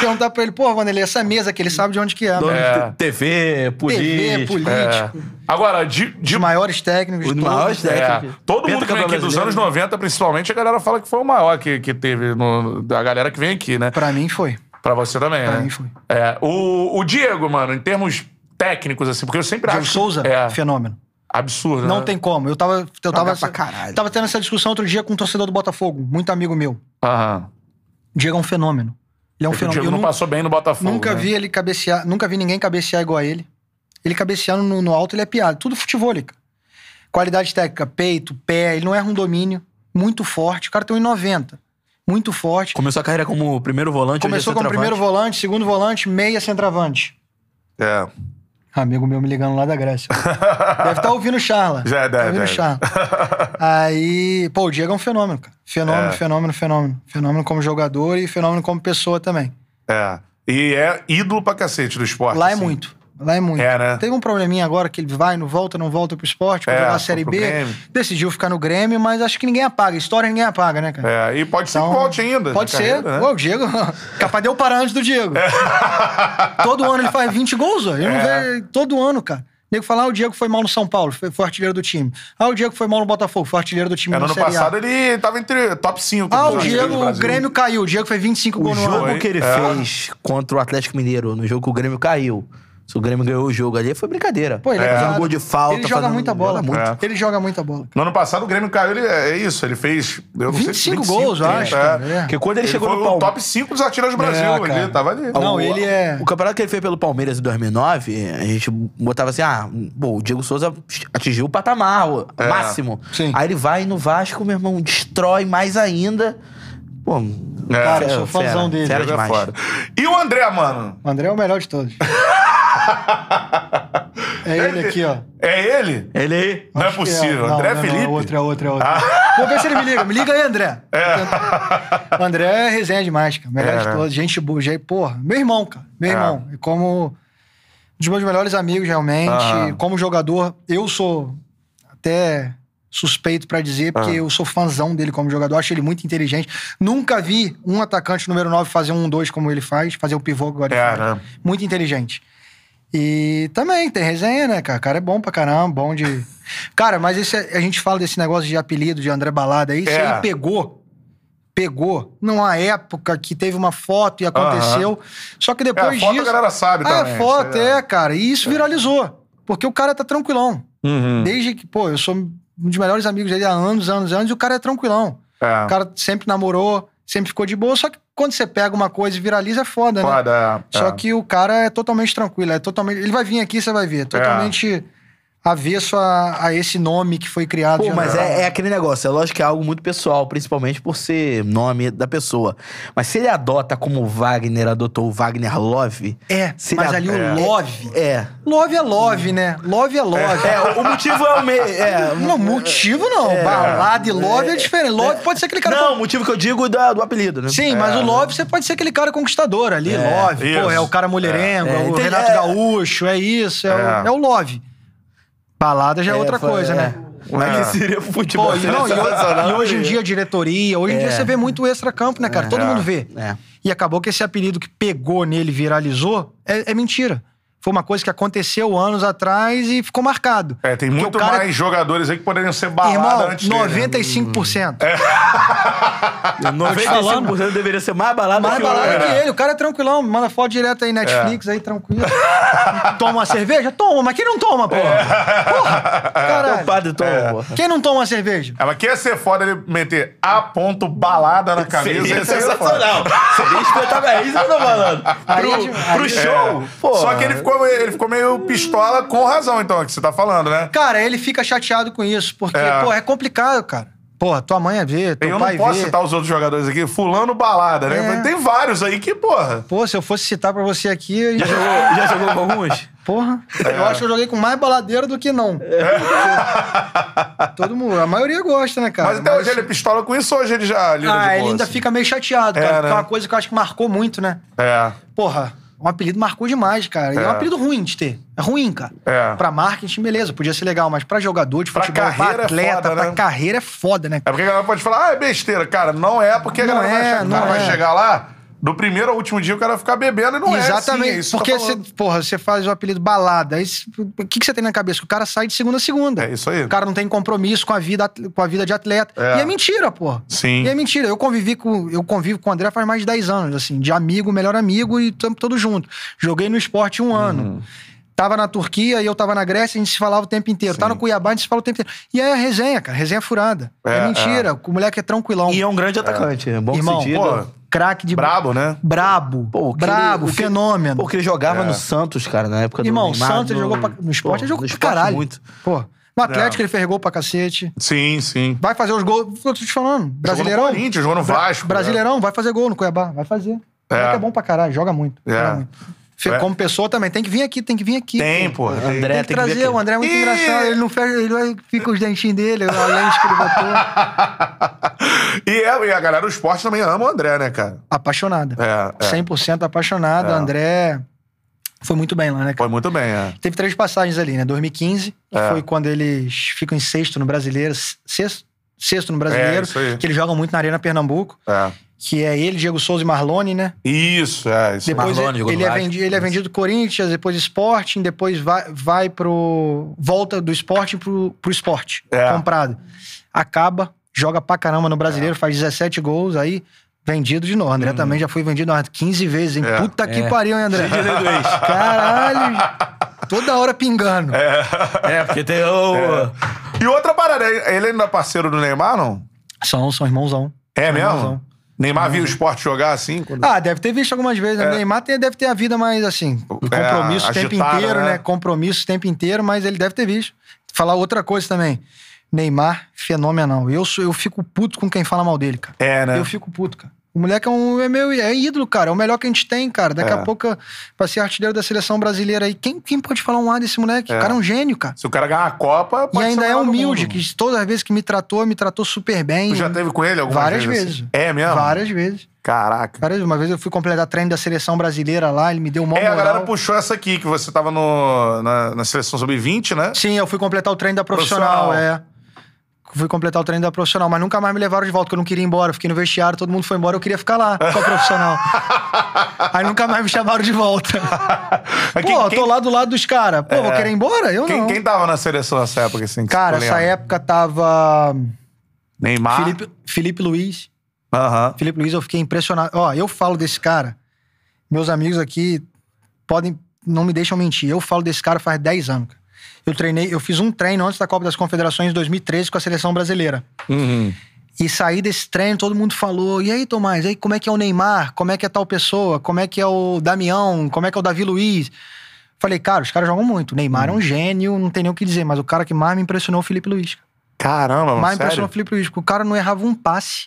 Speaker 3: Perguntar pra ele, pô, Vanderlei, essa mesa aqui, ele sabe de onde que é.
Speaker 2: Dono
Speaker 3: mano.
Speaker 6: É.
Speaker 2: de TV,
Speaker 3: TV,
Speaker 2: política.
Speaker 6: É.
Speaker 3: político,
Speaker 6: Agora, de, de
Speaker 3: os maiores técnicos.
Speaker 2: Os
Speaker 3: todos. né?
Speaker 2: maiores
Speaker 6: É,
Speaker 2: técnicos.
Speaker 6: todo mundo que vem aqui
Speaker 2: Pentacampeão
Speaker 6: dos
Speaker 2: brasileiro.
Speaker 6: anos 90, principalmente, a galera fala que foi o maior que, que teve no- da galera que vem aqui, né?
Speaker 3: Pra mim foi.
Speaker 6: Pra você também,
Speaker 3: Pra
Speaker 6: né?
Speaker 3: mim foi.
Speaker 6: É, o, o Diego, mano, em termos técnicos, assim, porque eu sempre
Speaker 3: Diego
Speaker 6: acho.
Speaker 3: Souza,
Speaker 6: É,
Speaker 3: fenômeno.
Speaker 6: absurdo.
Speaker 3: Não
Speaker 6: né?
Speaker 3: tem como. Eu tava. Eu tava,
Speaker 2: pra caralho.
Speaker 3: tava tendo essa discussão outro dia com um torcedor do Botafogo, muito amigo meu.
Speaker 6: Aham.
Speaker 3: O Diego é um fenômeno. Ele é um
Speaker 6: Porque o
Speaker 3: fenômeno.
Speaker 6: Diego
Speaker 3: Eu
Speaker 6: não,
Speaker 3: nu-
Speaker 6: passou bem no Botafogo.
Speaker 3: nunca
Speaker 6: né?
Speaker 3: vi ele cabecear, nunca vi ninguém cabecear igual a ele. Ele cabeceando no, no alto, ele é piada. Tudo futebol, cara. Qualidade técnica, peito, pé, ele não erra um domínio. Muito forte. O cara tem 1,90. Muito forte.
Speaker 2: Começou a carreira como primeiro volante.
Speaker 3: Começou como primeiro volante, segundo volante, meia centroavante.
Speaker 6: É. [laughs]
Speaker 3: Amigo meu me ligando lá da Grécia. Deve estar ouvindo o Charla.
Speaker 6: [laughs] Já é,
Speaker 3: tá ouvindo
Speaker 6: já é.
Speaker 3: o Charla. Aí, pô, o Diego é um fenômeno, cara. Fenômeno,
Speaker 6: É.
Speaker 3: fenômeno, fenômeno. Fenômeno como jogador e fenômeno como pessoa também.
Speaker 6: É. E é ídolo pra cacete do esporte.
Speaker 3: Lá é
Speaker 6: assim.
Speaker 3: muito. Lá é muito.
Speaker 6: É, né?
Speaker 3: Teve um probleminha agora que ele vai, não volta, não volta pro esporte, pra
Speaker 6: É,
Speaker 3: jogar a Série
Speaker 6: pro
Speaker 3: B.
Speaker 6: Grêmio.
Speaker 3: Decidiu ficar no Grêmio, mas acho que ninguém apaga. História ninguém apaga, né, cara?
Speaker 6: É, e pode ser
Speaker 3: Então,
Speaker 6: que volte ainda.
Speaker 3: Pode
Speaker 6: na
Speaker 3: ser.
Speaker 6: carreira, né? É.
Speaker 3: Pô, o Diego. [laughs] Capaz de eu parar antes do Diego. [laughs] Todo ano ele faz 20 gols, ó. Ele não vê todo ano, cara. O nego fala, ah, o Diego foi mal no São Paulo, foi, foi artilheiro do time. Ah, o Diego foi mal no Botafogo, foi artilheiro do time
Speaker 6: É, no
Speaker 3: na
Speaker 6: ano
Speaker 3: Série A.
Speaker 6: passado ele tava entre top 5.
Speaker 3: Ah, o Diego, o Grêmio caiu. O Diego foi 25
Speaker 2: O
Speaker 3: gols no ano.
Speaker 2: jogo
Speaker 6: Foi,
Speaker 2: que ele
Speaker 6: é.
Speaker 2: fez contra o Atlético Mineiro, no jogo que o Grêmio caiu. Se o Grêmio ganhou o jogo ali, foi brincadeira.
Speaker 3: Pô, ele é,
Speaker 2: Fazendo
Speaker 3: caro.
Speaker 2: gol de falta.
Speaker 3: Ele joga
Speaker 2: fazendo-
Speaker 3: muita bola.
Speaker 2: joga muito.
Speaker 6: É.
Speaker 3: Ele joga muita bola.
Speaker 6: No ano passado o Grêmio caiu, ele, é isso, ele fez. Eu não sei,
Speaker 3: 25 gols, eu
Speaker 6: 30,
Speaker 3: acho,
Speaker 6: é.
Speaker 3: cara, é.
Speaker 2: Porque quando ele,
Speaker 6: Ele
Speaker 2: chegou
Speaker 6: foi
Speaker 2: no
Speaker 6: o
Speaker 2: Palmeiras.
Speaker 6: top 5 dos artilheiros do Brasil.
Speaker 3: cara.
Speaker 6: ele tava ali.
Speaker 3: Não, ele é.
Speaker 2: O campeonato que ele fez pelo Palmeiras em 2009, a gente botava assim, ah, pô, o Diego Souza atingiu o patamar o
Speaker 6: É.
Speaker 2: máximo.
Speaker 3: Sim.
Speaker 2: Aí ele vai no Vasco, meu irmão, destrói mais ainda. Pô,
Speaker 6: É.
Speaker 3: Cara, eu sou fãzão dele. é
Speaker 2: Fera
Speaker 6: Joga
Speaker 2: demais.
Speaker 6: fora. E o André, mano?
Speaker 3: O André é o melhor de todos. é ele aqui, ó.
Speaker 6: É ele?
Speaker 2: Ele aí.
Speaker 6: Não é
Speaker 3: Acho que
Speaker 6: possível.
Speaker 3: Não,
Speaker 6: André
Speaker 3: não,
Speaker 6: Felipe? Ah.
Speaker 3: Não, é outro, é outro, é outro. Vou ver se ele me liga. Me liga aí, André. O André é resenha demais, cara. Melhor
Speaker 6: É,
Speaker 3: de
Speaker 6: né? É.
Speaker 3: todos. Gente boa. gente- Porra, meu irmão, cara. Meu irmão. E como um dos meus melhores amigos, realmente.
Speaker 6: Aham.
Speaker 3: Como jogador, eu sou até suspeito pra dizer,
Speaker 6: Ah.
Speaker 3: porque eu sou fãzão dele como jogador. Acho ele muito inteligente. Nunca vi um atacante número 9 fazer um 2 como ele faz, fazer o pivô agora.
Speaker 6: É, né?
Speaker 3: Muito inteligente. E também tem resenha, né, cara? O cara é bom pra caramba, bom
Speaker 6: [laughs]
Speaker 3: de. Cara, mas esse, a gente fala desse negócio de apelido de André Balada aí, isso
Speaker 6: É.
Speaker 3: aí pegou. Pegou numa época que teve uma foto e aconteceu. Só que
Speaker 6: É,
Speaker 3: depois
Speaker 6: a foto
Speaker 3: disso.
Speaker 6: a galera sabe
Speaker 3: ah,
Speaker 6: também.
Speaker 3: é foto,
Speaker 6: isso aí,
Speaker 3: é, cara. E isso viralizou. Porque o cara tá tranquilão.
Speaker 6: Hum.
Speaker 1: Uhum.
Speaker 3: Desde que, pô, eu sou um dos melhores amigos dele há anos, anos, anos, e o cara é tranquilão.
Speaker 6: É.
Speaker 3: O cara sempre namorou, sempre ficou de boa, só que quando você pega uma coisa e viraliza, é foda, né?
Speaker 6: Foda, é,
Speaker 2: Ah.
Speaker 3: Só
Speaker 6: é.
Speaker 3: que o cara é totalmente tranquilo, é totalmente. Ele vai vir aqui, você vai ver. é Totalmente avesso a, a esse nome que foi criado.
Speaker 2: Pô,
Speaker 3: de
Speaker 2: mas
Speaker 3: Andrade.
Speaker 2: é, é aquele negócio, é lógico que é algo muito pessoal, principalmente por ser nome da pessoa. Mas se ele adota como Wagner adotou o Wagner Love,
Speaker 3: É,
Speaker 2: se
Speaker 3: mas
Speaker 2: ele
Speaker 3: ali
Speaker 2: é.
Speaker 3: o love.
Speaker 2: é.
Speaker 3: Love é love, né? Love é love.
Speaker 2: É, o motivo é o mesmo.
Speaker 3: Não, motivo não. Balada e love é, diferente. Love pode ser aquele cara.
Speaker 2: Não,
Speaker 3: con-
Speaker 2: o motivo que eu digo é da- do apelido, né?
Speaker 3: Sim, mas o love você pode ser aquele cara conquistador ali. love.
Speaker 6: isso.
Speaker 3: Pô, é o cara mulherengo,
Speaker 2: É,
Speaker 3: é, o
Speaker 2: entendi.
Speaker 3: Renato
Speaker 2: É.
Speaker 3: Gaúcho, é isso. É,
Speaker 6: É.
Speaker 3: O, é o love. Balada já é,
Speaker 2: É,
Speaker 3: outra
Speaker 2: foi-
Speaker 3: coisa,
Speaker 2: é.
Speaker 3: né?
Speaker 2: Como é que seria o futebol?
Speaker 3: Pô, e, não, e,
Speaker 2: selecionado?
Speaker 3: ho- e hoje em dia, diretoria, hoje em dia você vê muito extra-campo, né, cara? Todo
Speaker 6: É.
Speaker 3: mundo vê.
Speaker 2: É.
Speaker 3: E acabou que esse apelido que pegou nele, viralizou, é, é mentira. Foi uma coisa que aconteceu anos atrás e ficou marcado.
Speaker 6: É, tem
Speaker 3: Porque
Speaker 6: muito
Speaker 3: o cara-
Speaker 6: mais jogadores aí que poderiam ser balada
Speaker 3: Irmão,
Speaker 6: antes dele. né? É,
Speaker 3: 95%.
Speaker 8: falando.
Speaker 2: 95% deveria ser mais balada
Speaker 3: é Mais
Speaker 2: que o-
Speaker 3: balada que ele, o cara é tranquilão, manda foto direto aí, Netflix,
Speaker 6: É.
Speaker 3: aí tranquilo. toma uma cerveja? Toma, mas quem não toma, porra? Porra,
Speaker 6: Então,
Speaker 2: É o
Speaker 3: caralho.
Speaker 2: padre Tom, porra.
Speaker 3: Quem não toma uma cerveja?
Speaker 6: Ela quer ser foda ele meter A ponto balada na camisa.
Speaker 2: Seria
Speaker 6: esse aí é foda.
Speaker 2: sensacional. Seria espetacular. É isso que eu tô falando.
Speaker 3: Aí é
Speaker 2: Pro,
Speaker 3: demais. É.
Speaker 2: pro show. Pô.
Speaker 6: Só que ele ficou, ele ficou meio pistola com razão, então, é o que você tá falando, né?
Speaker 3: Cara, ele fica chateado com isso, porque,
Speaker 6: É.
Speaker 3: pô, é complicado, cara. Pô, tua mãe é ver, teu
Speaker 6: Eu não
Speaker 3: pai
Speaker 6: posso
Speaker 3: vê.
Speaker 6: citar os outros jogadores aqui. Fulano balada, né?
Speaker 3: É.
Speaker 6: Mas Tem vários aí que, porra.
Speaker 3: Pô, se eu fosse citar pra você aqui, eu-
Speaker 8: Já jogou, já jogou com alguns?
Speaker 3: [laughs] porra,
Speaker 6: É.
Speaker 3: eu acho que eu joguei com mais baladeiro do que
Speaker 6: [laughs]
Speaker 3: não. Todo mundo, a maioria gosta, né, cara?
Speaker 6: mas até hoje ele é pistola com isso, hoje ele já lida de
Speaker 3: Ah,
Speaker 6: boa,
Speaker 3: ele ainda
Speaker 6: assim.
Speaker 3: fica meio chateado,
Speaker 6: É,
Speaker 3: cara.
Speaker 6: né?
Speaker 3: porque É uma coisa que eu acho que marcou muito, né?
Speaker 6: É.
Speaker 3: Porra, um apelido marcou demais, cara. E é
Speaker 6: É.
Speaker 3: um apelido ruim de ter. É ruim, cara.
Speaker 6: É.
Speaker 3: Pra marketing, beleza, podia ser legal, mas pra jogador de
Speaker 6: Pra
Speaker 3: futebol, pra,
Speaker 6: carreira é
Speaker 3: atleta,
Speaker 6: foda,
Speaker 3: pra
Speaker 6: né?
Speaker 3: carreira é foda, né?
Speaker 6: É porque a galera pode falar, ah, é besteira. Cara, não é, porque a
Speaker 3: Não
Speaker 6: galera vai,
Speaker 3: é,
Speaker 6: chegar, o
Speaker 3: não
Speaker 6: cara vai
Speaker 3: é.
Speaker 6: chegar lá, do primeiro ao último dia o cara vai ficar bebendo e não
Speaker 3: Exatamente.
Speaker 6: é. assim, é isso que eu
Speaker 3: porque
Speaker 6: tô
Speaker 3: você,
Speaker 6: falando.
Speaker 3: porra, você faz o apelido balada. Aí, cê- o que, que você tem na cabeça? Que o cara sai de segunda a segunda.
Speaker 6: É isso aí.
Speaker 3: O cara não tem compromisso com a vida, com a vida de atleta.
Speaker 6: É.
Speaker 3: E é mentira, porra.
Speaker 6: Sim.
Speaker 3: E é mentira. Eu convivi com. Eu convivo com o André faz mais de 10 anos, assim, de amigo, melhor amigo, e estamos todos juntos. Joguei no esporte um
Speaker 6: Uhum.
Speaker 3: ano. Tava na Turquia e eu tava na Grécia, a gente se falava o tempo inteiro. Tava no Cuiabá, a gente se falava o tempo inteiro. E aí a resenha, cara, resenha furada. É,
Speaker 6: É,
Speaker 3: mentira. O moleque é tranquilão.
Speaker 2: E é um grande atacante. É bom
Speaker 3: Irmão,
Speaker 2: sentido.
Speaker 6: Pô,
Speaker 3: Craque de
Speaker 6: brabo, né?
Speaker 3: Brabo.
Speaker 2: Pô, o que ele-
Speaker 3: brabo,
Speaker 2: o que-
Speaker 3: fenômeno.
Speaker 2: Porque ele
Speaker 3: É.
Speaker 2: jogava no Santos, cara, na época
Speaker 3: Irmão,
Speaker 2: do
Speaker 3: o
Speaker 2: Neymar.
Speaker 3: Santos ele jogou pra, no esporte,
Speaker 2: Pô,
Speaker 3: ele jogou
Speaker 2: no
Speaker 3: pra
Speaker 2: esporte
Speaker 3: caralho.
Speaker 2: muito.
Speaker 3: Pô, no Atlético ele fez gol pra cacete.
Speaker 6: Sim, sim.
Speaker 3: Vai fazer os gols. Tô te falando.
Speaker 6: Jogou
Speaker 3: Brasileirão.
Speaker 6: no Corinthians, jogou no
Speaker 3: Bra-
Speaker 6: Vasco. né?
Speaker 3: Brasileirão, vai fazer gol no Cuiabá. Vai fazer.
Speaker 6: É.
Speaker 3: É, é bom pra caralho, joga muito.
Speaker 6: É.
Speaker 3: joga muito. Fe-
Speaker 6: É.
Speaker 3: Como pessoa também, tem que vir aqui, tem que vir aqui.
Speaker 6: Tem,
Speaker 3: pô.
Speaker 6: pô. tem.
Speaker 2: André
Speaker 3: Tem que trazer, o André é muito
Speaker 6: Ih!
Speaker 3: engraçado. Ele não fecha, ele vai- fica os dentinhos dele, a lente que ele botou.
Speaker 6: E, é, e a galera do esporte também ama o André, né, cara?
Speaker 3: Apaixonada.
Speaker 6: É, é.
Speaker 3: 100% apaixonada.
Speaker 6: É.
Speaker 3: André foi muito bem lá, né, cara?
Speaker 6: Foi muito bem, é.
Speaker 3: Teve três passagens ali, né? 2015, que
Speaker 6: É.
Speaker 3: foi quando eles ficam em sexto no brasileiro, sexto, sexto no
Speaker 6: É,
Speaker 3: brasileiro,
Speaker 6: isso aí.
Speaker 3: que eles jogam muito na Arena Pernambuco,
Speaker 6: É.
Speaker 3: que é ele, Diego Souza e Marlone, né?
Speaker 6: Isso, é. Isso
Speaker 3: Depois
Speaker 8: Marlone,
Speaker 3: ele,
Speaker 8: jogou no
Speaker 3: ele é
Speaker 8: Vasco,
Speaker 3: vendido, ele é
Speaker 8: isso.
Speaker 3: vendido Corinthians, depois Sporting, depois vai, vai pro. volta do Sporting pro, pro esporte.
Speaker 6: É.
Speaker 3: Comprado. Acaba, joga pra caramba no brasileiro, faz 17 gols, aí vendido de novo. André também já foi vendido umas 15 vezes, hein?
Speaker 6: É.
Speaker 3: Puta que
Speaker 8: Uhum. É.
Speaker 3: pariu, hein, André? Caralho! Toda hora pingando.
Speaker 8: É, porque tem o.
Speaker 3: É.
Speaker 6: E outra parada, ele ainda é parceiro do Neymar, não?
Speaker 3: São, são irmãozão.
Speaker 6: É mesmo?
Speaker 3: razão.
Speaker 6: Neymar viu o esporte jogar assim? Quando...
Speaker 3: Ah, deve ter visto algumas vezes.
Speaker 6: É.
Speaker 3: né? O Neymar tem- deve ter a vida mais assim, compromisso o tempo
Speaker 6: agitada,
Speaker 3: inteiro,
Speaker 6: É, né?
Speaker 3: né? Compromisso o tempo inteiro, mas ele deve ter visto. Falar outra coisa também. Neymar, fenomenal. Eu, sou, eu fico puto com quem fala mal dele, cara.
Speaker 6: É, né?
Speaker 3: Eu fico puto, cara. O moleque é, um, é meu é ídolo, cara. É o melhor que a gente tem, cara. Daqui
Speaker 6: É.
Speaker 3: a pouco, pra ser artilheiro da seleção brasileira aí, quem, quem pode falar um ar desse moleque?
Speaker 6: É.
Speaker 3: O cara é um gênio, cara.
Speaker 6: Se o cara ganhar a Copa,
Speaker 3: E
Speaker 6: pode
Speaker 3: ainda
Speaker 6: ser
Speaker 3: é
Speaker 6: o maior do
Speaker 3: humilde,
Speaker 6: mundo.
Speaker 3: que todas as vezes que me tratou, me tratou super bem.
Speaker 6: Tu já teve com ele algumas
Speaker 3: Várias
Speaker 6: vezes?
Speaker 3: vezes.
Speaker 6: É mesmo?
Speaker 3: Várias vezes.
Speaker 6: Caraca.
Speaker 3: Cara, uma vez eu fui completar treino da seleção brasileira lá, ele me deu uma
Speaker 6: É, a
Speaker 3: moral.
Speaker 6: galera puxou essa aqui, que você tava no, na, na seleção sub-20, né?
Speaker 3: Sim, eu fui completar o treino da profissional,
Speaker 6: Profissional.
Speaker 3: é. Fui completar o treino da profissional, mas nunca mais me levaram de volta, porque eu não queria ir embora. Eu fiquei no vestiário, todo mundo foi embora, eu queria ficar lá com a profissional.
Speaker 6: [laughs]
Speaker 3: Aí nunca mais me chamaram de volta.
Speaker 6: Mas É.
Speaker 3: Pô, eu tô lá do lado dos caras. Pô, vou querer ir embora? Eu
Speaker 6: quem,
Speaker 3: não.
Speaker 6: quem tava na seleção nessa época, assim? que
Speaker 3: Cara,
Speaker 6: tu
Speaker 3: essa
Speaker 6: lembra?
Speaker 3: época tava
Speaker 6: Neymar.
Speaker 3: Felipe, Felipe Luiz,
Speaker 6: Aham.
Speaker 3: Felipe Luiz, eu fiquei impressionado. Ó, eu falo desse cara, meus amigos aqui podem, não me deixam mentir, eu falo desse cara faz 10 anos. cara. Eu treinei, eu fiz um treino antes da Copa das Confederações em 2013 com a seleção brasileira. E saí desse treino, todo mundo falou: e aí, Tomás, e aí, como é que é o Neymar? Como é que é tal pessoa? Como é que é o Damião? Como é que é o Davi Luiz? Falei, cara, os caras jogam muito. O Neymar é um gênio, não tem nem o que dizer, mas o cara que mais me impressionou é o Felipe Luiz.
Speaker 6: Caramba,
Speaker 3: mais
Speaker 6: mano.
Speaker 3: me impressionou
Speaker 6: Sério?
Speaker 3: o Felipe Luiz, porque o cara não errava um passe.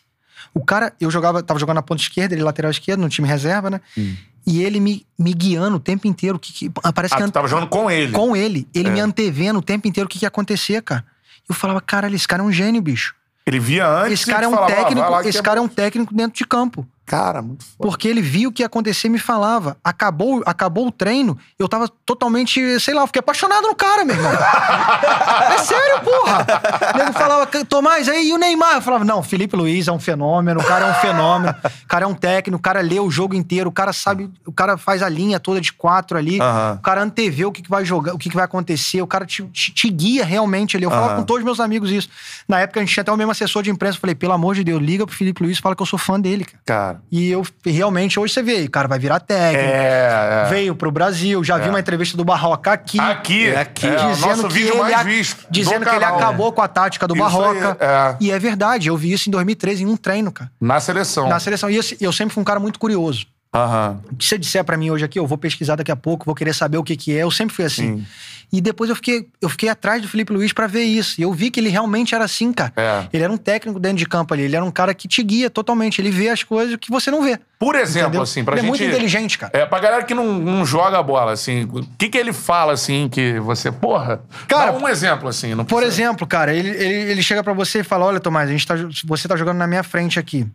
Speaker 3: O cara, eu jogava, tava jogando na ponta esquerda, ele lateral esquerdo, no time reserva, né?
Speaker 6: Hum.
Speaker 3: E ele me, me guiando o tempo inteiro. Que, que, ah, parece
Speaker 6: Ah,
Speaker 3: que
Speaker 6: tu
Speaker 3: an-
Speaker 6: tava jogando com ele.
Speaker 3: com ele, ele
Speaker 6: É.
Speaker 3: me antevendo o tempo inteiro o que, que ia acontecer, cara. Eu falava, cara, esse cara é um gênio, bicho.
Speaker 6: Ele via antes
Speaker 3: Esse
Speaker 6: e
Speaker 3: cara é um
Speaker 6: falava, "Ah, vai
Speaker 3: técnico,
Speaker 6: lá que
Speaker 3: esse
Speaker 6: é-"
Speaker 3: cara é um técnico dentro de campo.
Speaker 6: Cara, muito foda.
Speaker 3: Porque ele via o que ia acontecer e me falava. Acabou, acabou o treino, eu tava totalmente, sei lá, eu fiquei apaixonado no cara, meu
Speaker 6: [laughs]
Speaker 3: irmão. é sério, porra! O nego falava, Tomás, aí e o Neymar? Eu falava, não, Felipe Luiz é um fenômeno, o cara é um fenômeno, o cara é um técnico, o cara lê o jogo inteiro, o cara sabe, o cara faz a linha toda de quatro ali,
Speaker 6: Aham.
Speaker 3: o cara antevê o que, que vai jogar, o que, que vai acontecer, o cara te, te- te guia realmente ali. Eu falava
Speaker 6: Aham.
Speaker 3: com todos os meus amigos isso. Na época a gente tinha até o mesmo assessor de imprensa, eu falei, pelo amor de Deus, liga pro Felipe Luiz e fala que eu sou fã dele, cara.
Speaker 6: Cara.
Speaker 3: E eu realmente, hoje você vê aí, o cara vai virar técnico.
Speaker 6: É. é.
Speaker 3: Veio pro Brasil, já vi uma entrevista do Barroca aqui.
Speaker 6: Aqui.
Speaker 2: É aqui.
Speaker 6: É, o nosso vídeo mais
Speaker 3: a-
Speaker 6: visto. do
Speaker 3: Dizendo que ele
Speaker 6: canal.
Speaker 3: acabou com a tática do
Speaker 6: Isso
Speaker 3: Barroca.
Speaker 6: aí, é.
Speaker 3: E é verdade, eu vi isso em 2013 em um treino, cara.
Speaker 6: Na seleção.
Speaker 3: Na seleção. E eu, se- eu sempre fui um cara muito curioso.
Speaker 6: Aham.
Speaker 3: Se você disser pra mim hoje aqui, eu vou pesquisar daqui a pouco, vou querer saber o que que é, eu sempre fui assim. E depois eu fiquei, eu fiquei atrás do Felipe Luiz pra ver isso. E eu vi que ele realmente era assim, cara.
Speaker 6: É.
Speaker 3: Ele era um técnico dentro de campo ali, ele era um cara que te guia totalmente, ele vê as coisas que você não vê.
Speaker 6: Por exemplo,
Speaker 3: Entendeu?
Speaker 6: assim, pra
Speaker 3: ele é
Speaker 6: gente.
Speaker 3: muito inteligente, cara.
Speaker 6: É, pra galera que não, não joga a bola, assim, o que que ele fala, assim, que você, porra...
Speaker 3: Cara,
Speaker 6: dá um exemplo, assim, não
Speaker 3: Por
Speaker 6: precisa-
Speaker 3: exemplo, cara, ele, ele, ele chega pra você e fala: Olha, Tomás, a gente tá, jo- você tá jogando na minha frente aqui.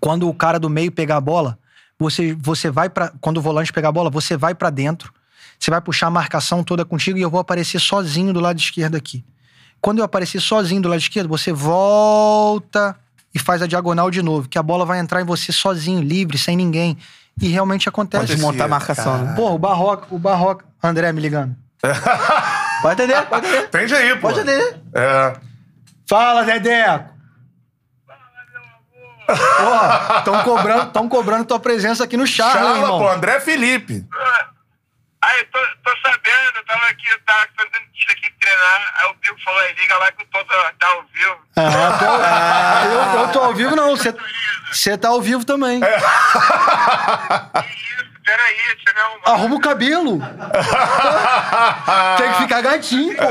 Speaker 3: Quando o cara do meio pegar a bola, você, você vai para Quando o volante pegar a bola, você vai pra dentro. Você vai puxar a marcação toda contigo e eu vou aparecer sozinho do lado esquerdo aqui. Quando eu aparecer sozinho do lado esquerdo, você volta e faz a diagonal de novo, que a bola vai entrar em você sozinho, livre, sem ninguém. E realmente acontece.
Speaker 2: Desmontar a marcação, né?
Speaker 3: Pô, o Barroca, o Barroca. André me
Speaker 2: [laughs]
Speaker 3: ligando.
Speaker 2: Pode entender, pode entender.
Speaker 6: Entende aí, pô.
Speaker 2: Pode entender.
Speaker 6: É.
Speaker 3: Fala, Dedeco! Porra, estão cobrando, tão cobrando tua presença aqui no Charla,
Speaker 6: Charla,
Speaker 3: Ah, irmão.
Speaker 6: pô, André Felipe.
Speaker 9: Aí, tô, tô sabendo, eu tava aqui, eu tava fazendo isso aqui treinar. Aí o Bico falou, aí liga lá que o Tom tá, tá ao vivo.
Speaker 3: Ah, tô- eu, eu tô ao vivo, não. Você tá ao vivo também.
Speaker 6: É.
Speaker 9: Que isso, peraí, você me arrumou.
Speaker 3: Arruma o cabelo. Tem que ficar gatinho, porra.
Speaker 9: [laughs]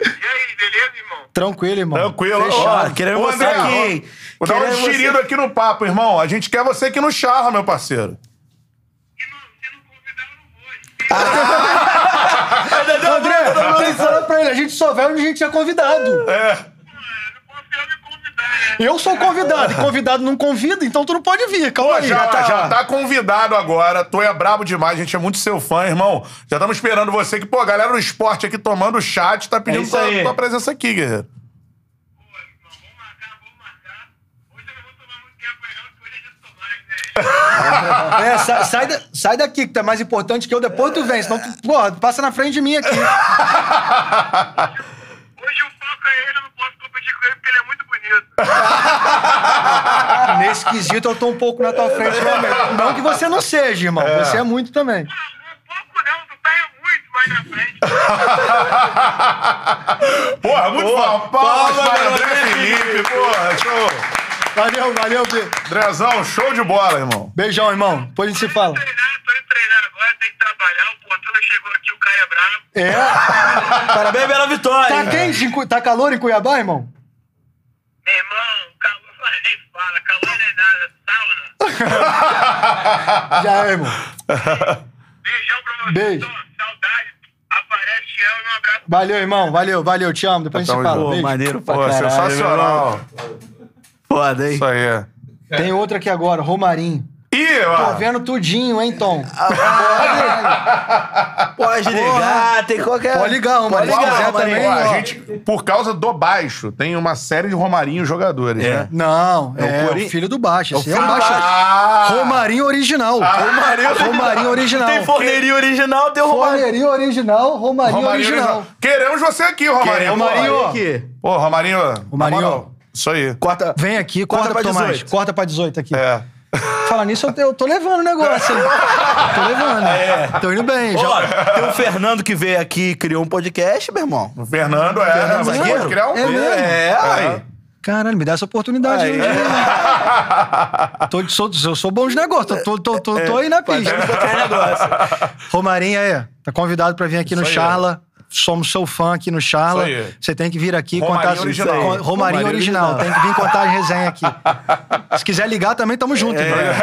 Speaker 9: e aí, beleza, irmão?
Speaker 3: Tranquilo, irmão.
Speaker 6: Tranquilo.
Speaker 2: Fechado.
Speaker 6: Ó,
Speaker 2: Queremos
Speaker 6: ô,
Speaker 2: você
Speaker 6: André,
Speaker 2: aqui,
Speaker 6: ó,
Speaker 2: hein?
Speaker 6: Vou dar um
Speaker 2: Queremos você-
Speaker 6: tirido aqui no papo, irmão. A gente quer você aqui no Charla, meu parceiro.
Speaker 9: E não, se não convidar, eu não vou. hein?
Speaker 3: André, tem que falar pra ele. A gente só vai onde a gente é convidado.
Speaker 6: É.
Speaker 9: Mano, não confio em me convidar, né?
Speaker 3: Eu sou convidado. E convidado não convida, então tu não pode vir. Calma
Speaker 6: Pô,
Speaker 3: aí.
Speaker 6: já, já tá convidado agora. Tu é brabo demais, a gente é muito seu fã, irmão. Já estamos esperando você que, pô, a galera do esporte aqui tomando o chat tá
Speaker 3: É
Speaker 6: pedindo
Speaker 10: isso
Speaker 6: tua,
Speaker 10: aí.
Speaker 6: tua presença aqui, guerreiro.
Speaker 9: Pô, irmão, vamos marcar, vamos marcar. Hoje eu não vou tomar muito tempo aí, não, porque hoje é dia do Tomás, né?
Speaker 3: É, sai, sai, da- sai daqui, que tu é mais importante que eu, depois tu vem. Senão tu, porra, passa na frente de mim aqui.
Speaker 9: Hoje o foco é ele, eu não posso competir com ele porque ele é muito bonito.
Speaker 3: Nesse quesito, eu tô um pouco na tua frente realmente. Não que você não seja, irmão. Você é muito também.
Speaker 9: Não, um pouco não, tu tá é muito mais na frente.
Speaker 6: Porra, muito bom. Palmas para André Felipe, porra. Show.
Speaker 3: Valeu, valeu, Bi.
Speaker 6: Andrezão, show de bola, irmão.
Speaker 3: Beijão, irmão. Depois a gente se fala.
Speaker 9: treinar, tô indo treinar agora, tem que trabalhar. O Portuga chegou aqui, o cara é bravo.
Speaker 3: É.
Speaker 2: Parabéns pela vitória.
Speaker 3: Tá quente? em Cu- Tá calor em Cuiabá, irmão?
Speaker 9: Meu irmão, calor, nem fala, calor não é nada, sauna.
Speaker 3: Já é, irmão.
Speaker 9: Beijão pra vocês,
Speaker 3: Beijo.
Speaker 9: Tom, saudade. Aparece, te amo, um abraço.
Speaker 3: Valeu, irmão. Valeu, valeu. Te amo. Depois a gente se
Speaker 6: Tamo
Speaker 3: fala.
Speaker 6: junto.
Speaker 2: Pô,
Speaker 3: Beijo.
Speaker 2: maneiro pra
Speaker 6: Pô,
Speaker 2: caralho.
Speaker 6: sensacional.
Speaker 2: Foda, hein?
Speaker 6: Isso aí. é.
Speaker 3: Tem outra aqui agora, Romarinho.
Speaker 6: Ih,
Speaker 3: Tô
Speaker 6: ó.
Speaker 3: vendo tudinho, hein, Tom?
Speaker 2: Ah,
Speaker 3: Ah.
Speaker 2: Pode ligar, tem qualquer...
Speaker 3: Pode ligar,
Speaker 2: Pode
Speaker 3: Romarinho.
Speaker 2: ligar,
Speaker 3: Se quiser
Speaker 2: Romarinho.
Speaker 3: também,
Speaker 6: Ó, a
Speaker 3: ó.
Speaker 6: gente, por causa do baixo, tem uma série de Romarinho jogadores, né?
Speaker 3: Não, é,
Speaker 6: o
Speaker 3: o,
Speaker 6: Cori-
Speaker 3: filho do baixo. Esse é o
Speaker 2: filho do
Speaker 3: baixo.
Speaker 6: Ah!
Speaker 3: Romarinho original.
Speaker 2: Romarinho original.
Speaker 3: Romarinho original.
Speaker 2: Tem forneria original, deu Romarinho.
Speaker 3: Romarinho original, Romarinho, original.
Speaker 6: Queremos você aqui, Romarinho.
Speaker 3: Romarinho.
Speaker 6: Pô,
Speaker 2: aqui.
Speaker 6: Pô, Romarinho. na
Speaker 3: Romarinho.
Speaker 6: moral, Isso aí.
Speaker 2: Corta.
Speaker 3: Vem aqui, corta,
Speaker 2: Corta pra
Speaker 3: pra Tomás.
Speaker 2: 18.
Speaker 3: Corta pra 18 aqui.
Speaker 6: É.
Speaker 3: Falar nisso, eu, eu tô levando o
Speaker 6: [laughs]
Speaker 3: negócio. hein? tô levando.
Speaker 6: É.
Speaker 3: Tô indo bem. Já,
Speaker 2: Ó, tem o Fernando que veio aqui e criou um podcast, meu irmão.
Speaker 6: O Fernando é, né?
Speaker 2: Fernando
Speaker 6: Mas
Speaker 2: zagueiro?
Speaker 6: pode criar um.
Speaker 3: É mesmo?
Speaker 2: É, aí.
Speaker 3: Caralho, me dá essa oportunidade.
Speaker 2: Aí.
Speaker 3: um
Speaker 6: [laughs]
Speaker 3: dia. Tô, sou, eu sou bom de negócio, tô, tô, tô, tô, tô aí na pista. Romarinho aí, tá convidado pra vir aqui no
Speaker 6: aí.
Speaker 3: Charla. Somos seu fã aqui no Charla.
Speaker 6: Isso aí.
Speaker 3: Você tem que vir aqui
Speaker 6: Romarinho
Speaker 3: contar.
Speaker 6: original.
Speaker 3: Con- Romarinho,
Speaker 2: Romarinho
Speaker 3: original.
Speaker 2: original.
Speaker 3: Tem que vir contar as resenhas aqui. Se quiser ligar também, tamo junto. É.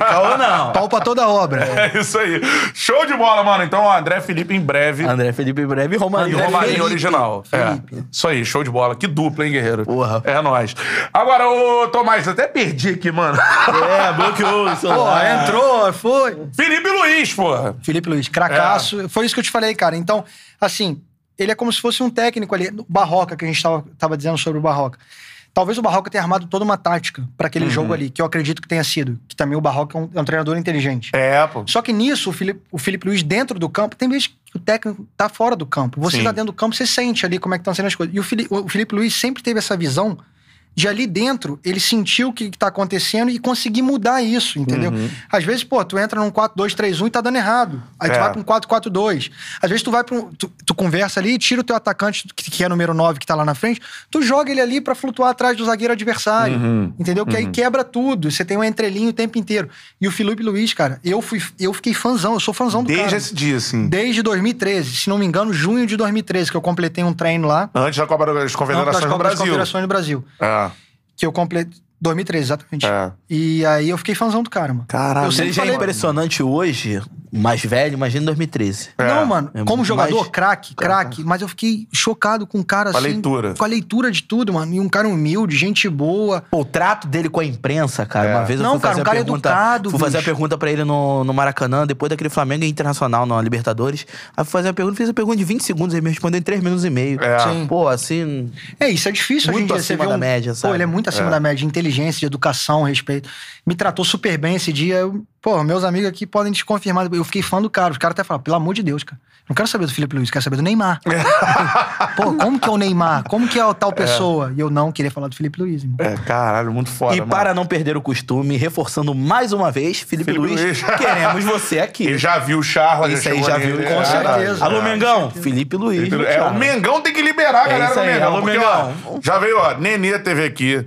Speaker 2: Caô não.
Speaker 3: Pau pra toda obra.
Speaker 6: [laughs] É isso aí. Show de bola, mano. Então, ó, André Felipe em breve.
Speaker 2: André Felipe em breve e Romarinho.
Speaker 6: Romarinho
Speaker 2: Felipe.
Speaker 6: original. É.
Speaker 2: Felipe.
Speaker 6: Isso aí, show de bola. Que dupla, hein, guerreiro?
Speaker 2: Porra.
Speaker 6: É nóis. Agora, ô Tomás, até perdi aqui, mano.
Speaker 2: É, bloqueou o
Speaker 3: Pô,
Speaker 2: celular.
Speaker 3: entrou, foi.
Speaker 6: Felipe Luiz, porra.
Speaker 3: Felipe Luiz, cracaço. Foi isso que eu te falei, cara. Então, assim, ele é como se fosse um técnico ali. O Barroca, que a gente tava, tava dizendo sobre o Barroca. Talvez o Barroca tenha armado toda uma tática pra aquele jogo ali, que eu acredito que tenha sido. Que também o Barroca é um, é um treinador inteligente.
Speaker 6: É, pô.
Speaker 3: Só que nisso, o Felipe, o Felipe Luiz dentro do campo, tem vezes que o técnico tá fora do campo. Você
Speaker 6: Sim.
Speaker 3: tá dentro do campo, você sente ali como é que estão sendo as coisas. E o Felipe, o Felipe Luiz sempre teve essa visão de ali dentro, ele sentiu o que, que tá acontecendo e conseguir mudar isso, entendeu?
Speaker 6: Uhum.
Speaker 3: Às vezes, pô, tu entra num 4-2-3-1 e tá dando errado. Aí
Speaker 6: É.
Speaker 3: tu vai pra um 4-4-2. Às vezes tu vai pra um... Tu, tu conversa ali, tira o teu atacante, que, que é número 9, que tá lá na frente, tu joga ele ali pra flutuar atrás do zagueiro adversário.
Speaker 6: Uhum.
Speaker 3: Entendeu? Que aí quebra tudo. Você tem um entrelinho o tempo inteiro. E o Felipe Luiz, cara, eu, fui, eu fiquei fãzão, eu sou fãzão do
Speaker 6: Desde
Speaker 3: cara.
Speaker 6: esse dia, assim.
Speaker 3: Desde 2013, se não me engano, junho de 2013, que eu completei um treino lá.
Speaker 6: Antes da Copa das
Speaker 3: Não,
Speaker 6: Confederações
Speaker 3: das
Speaker 6: do
Speaker 3: Copas das
Speaker 6: Brasil.
Speaker 3: Confederações do Brasil.
Speaker 6: É.
Speaker 3: Que eu completei... 2013, exatamente.
Speaker 6: É.
Speaker 3: E aí eu fiquei fãzão do cara, mano.
Speaker 2: Caralho,
Speaker 3: Eu
Speaker 2: se ele
Speaker 3: sempre
Speaker 2: já é
Speaker 3: falei-
Speaker 2: impressionante hoje, mais velho, imagina em 2013.
Speaker 6: É.
Speaker 3: Não, mano,
Speaker 2: É
Speaker 3: como
Speaker 2: mais-
Speaker 3: jogador, craque, craque, mas eu fiquei chocado com o cara
Speaker 6: Com a
Speaker 3: assim.
Speaker 6: leitura.
Speaker 3: Com a leitura de tudo, mano. E um cara humilde, gente boa.
Speaker 2: Pô, o trato dele com a imprensa, cara.
Speaker 6: É.
Speaker 2: Uma vez eu
Speaker 3: Não,
Speaker 2: fui
Speaker 3: cara,
Speaker 2: fazer
Speaker 3: um cara
Speaker 2: a pergunta,
Speaker 3: educado,
Speaker 2: fui fazer a
Speaker 3: bicho.
Speaker 2: pergunta pra ele no, no Maracanã, depois daquele Flamengo e Internacional na Libertadores. Aí fui fazer a pergunta, fiz a pergunta de 20 segundos, ele me respondeu em 3 minutos e meio.
Speaker 6: É.
Speaker 3: Sim.
Speaker 2: Pô, assim,
Speaker 3: É, isso é difícil hoje em
Speaker 2: Muito
Speaker 3: dia. Você
Speaker 2: acima
Speaker 3: vê
Speaker 2: da
Speaker 3: um-
Speaker 2: média, sabe?
Speaker 3: Pô, ele é muito acima da média. de Inteligência, de educação, respeito. Me tratou super bem esse dia. Eu- pô, meus amigos aqui podem te confirmar. Eu fiquei fã do cara. Os caras até falaram, pelo amor de Deus, cara. Não quero saber do Felipe Luiz, quero saber do
Speaker 2: [laughs]
Speaker 3: Neymar. pô, como que é o Neymar? Como que é o tal pessoa? E eu não queria falar do Felipe Luiz, irmão.
Speaker 6: É, caralho, muito foda.
Speaker 2: e
Speaker 6: mano.
Speaker 2: para não perder o costume, reforçando mais uma vez, Felipe,
Speaker 6: Felipe
Speaker 2: Luiz,
Speaker 6: Luiz.
Speaker 2: [laughs]
Speaker 6: [laughs]
Speaker 2: queremos você aqui.
Speaker 6: Ele já é viu o Charla,
Speaker 2: Isso aí já viu,
Speaker 6: com
Speaker 2: com
Speaker 3: certeza.
Speaker 2: certeza. Alô, Mengão, Felipe Luiz. no
Speaker 6: É, o
Speaker 2: Thiago.
Speaker 6: Mengão tem que liberar a
Speaker 2: É
Speaker 6: galera
Speaker 2: isso
Speaker 6: do
Speaker 2: aí,
Speaker 6: Mengão.
Speaker 2: alô,
Speaker 6: porque,
Speaker 2: Mengão.
Speaker 6: ó, já veio, ó, Nenê teve aqui.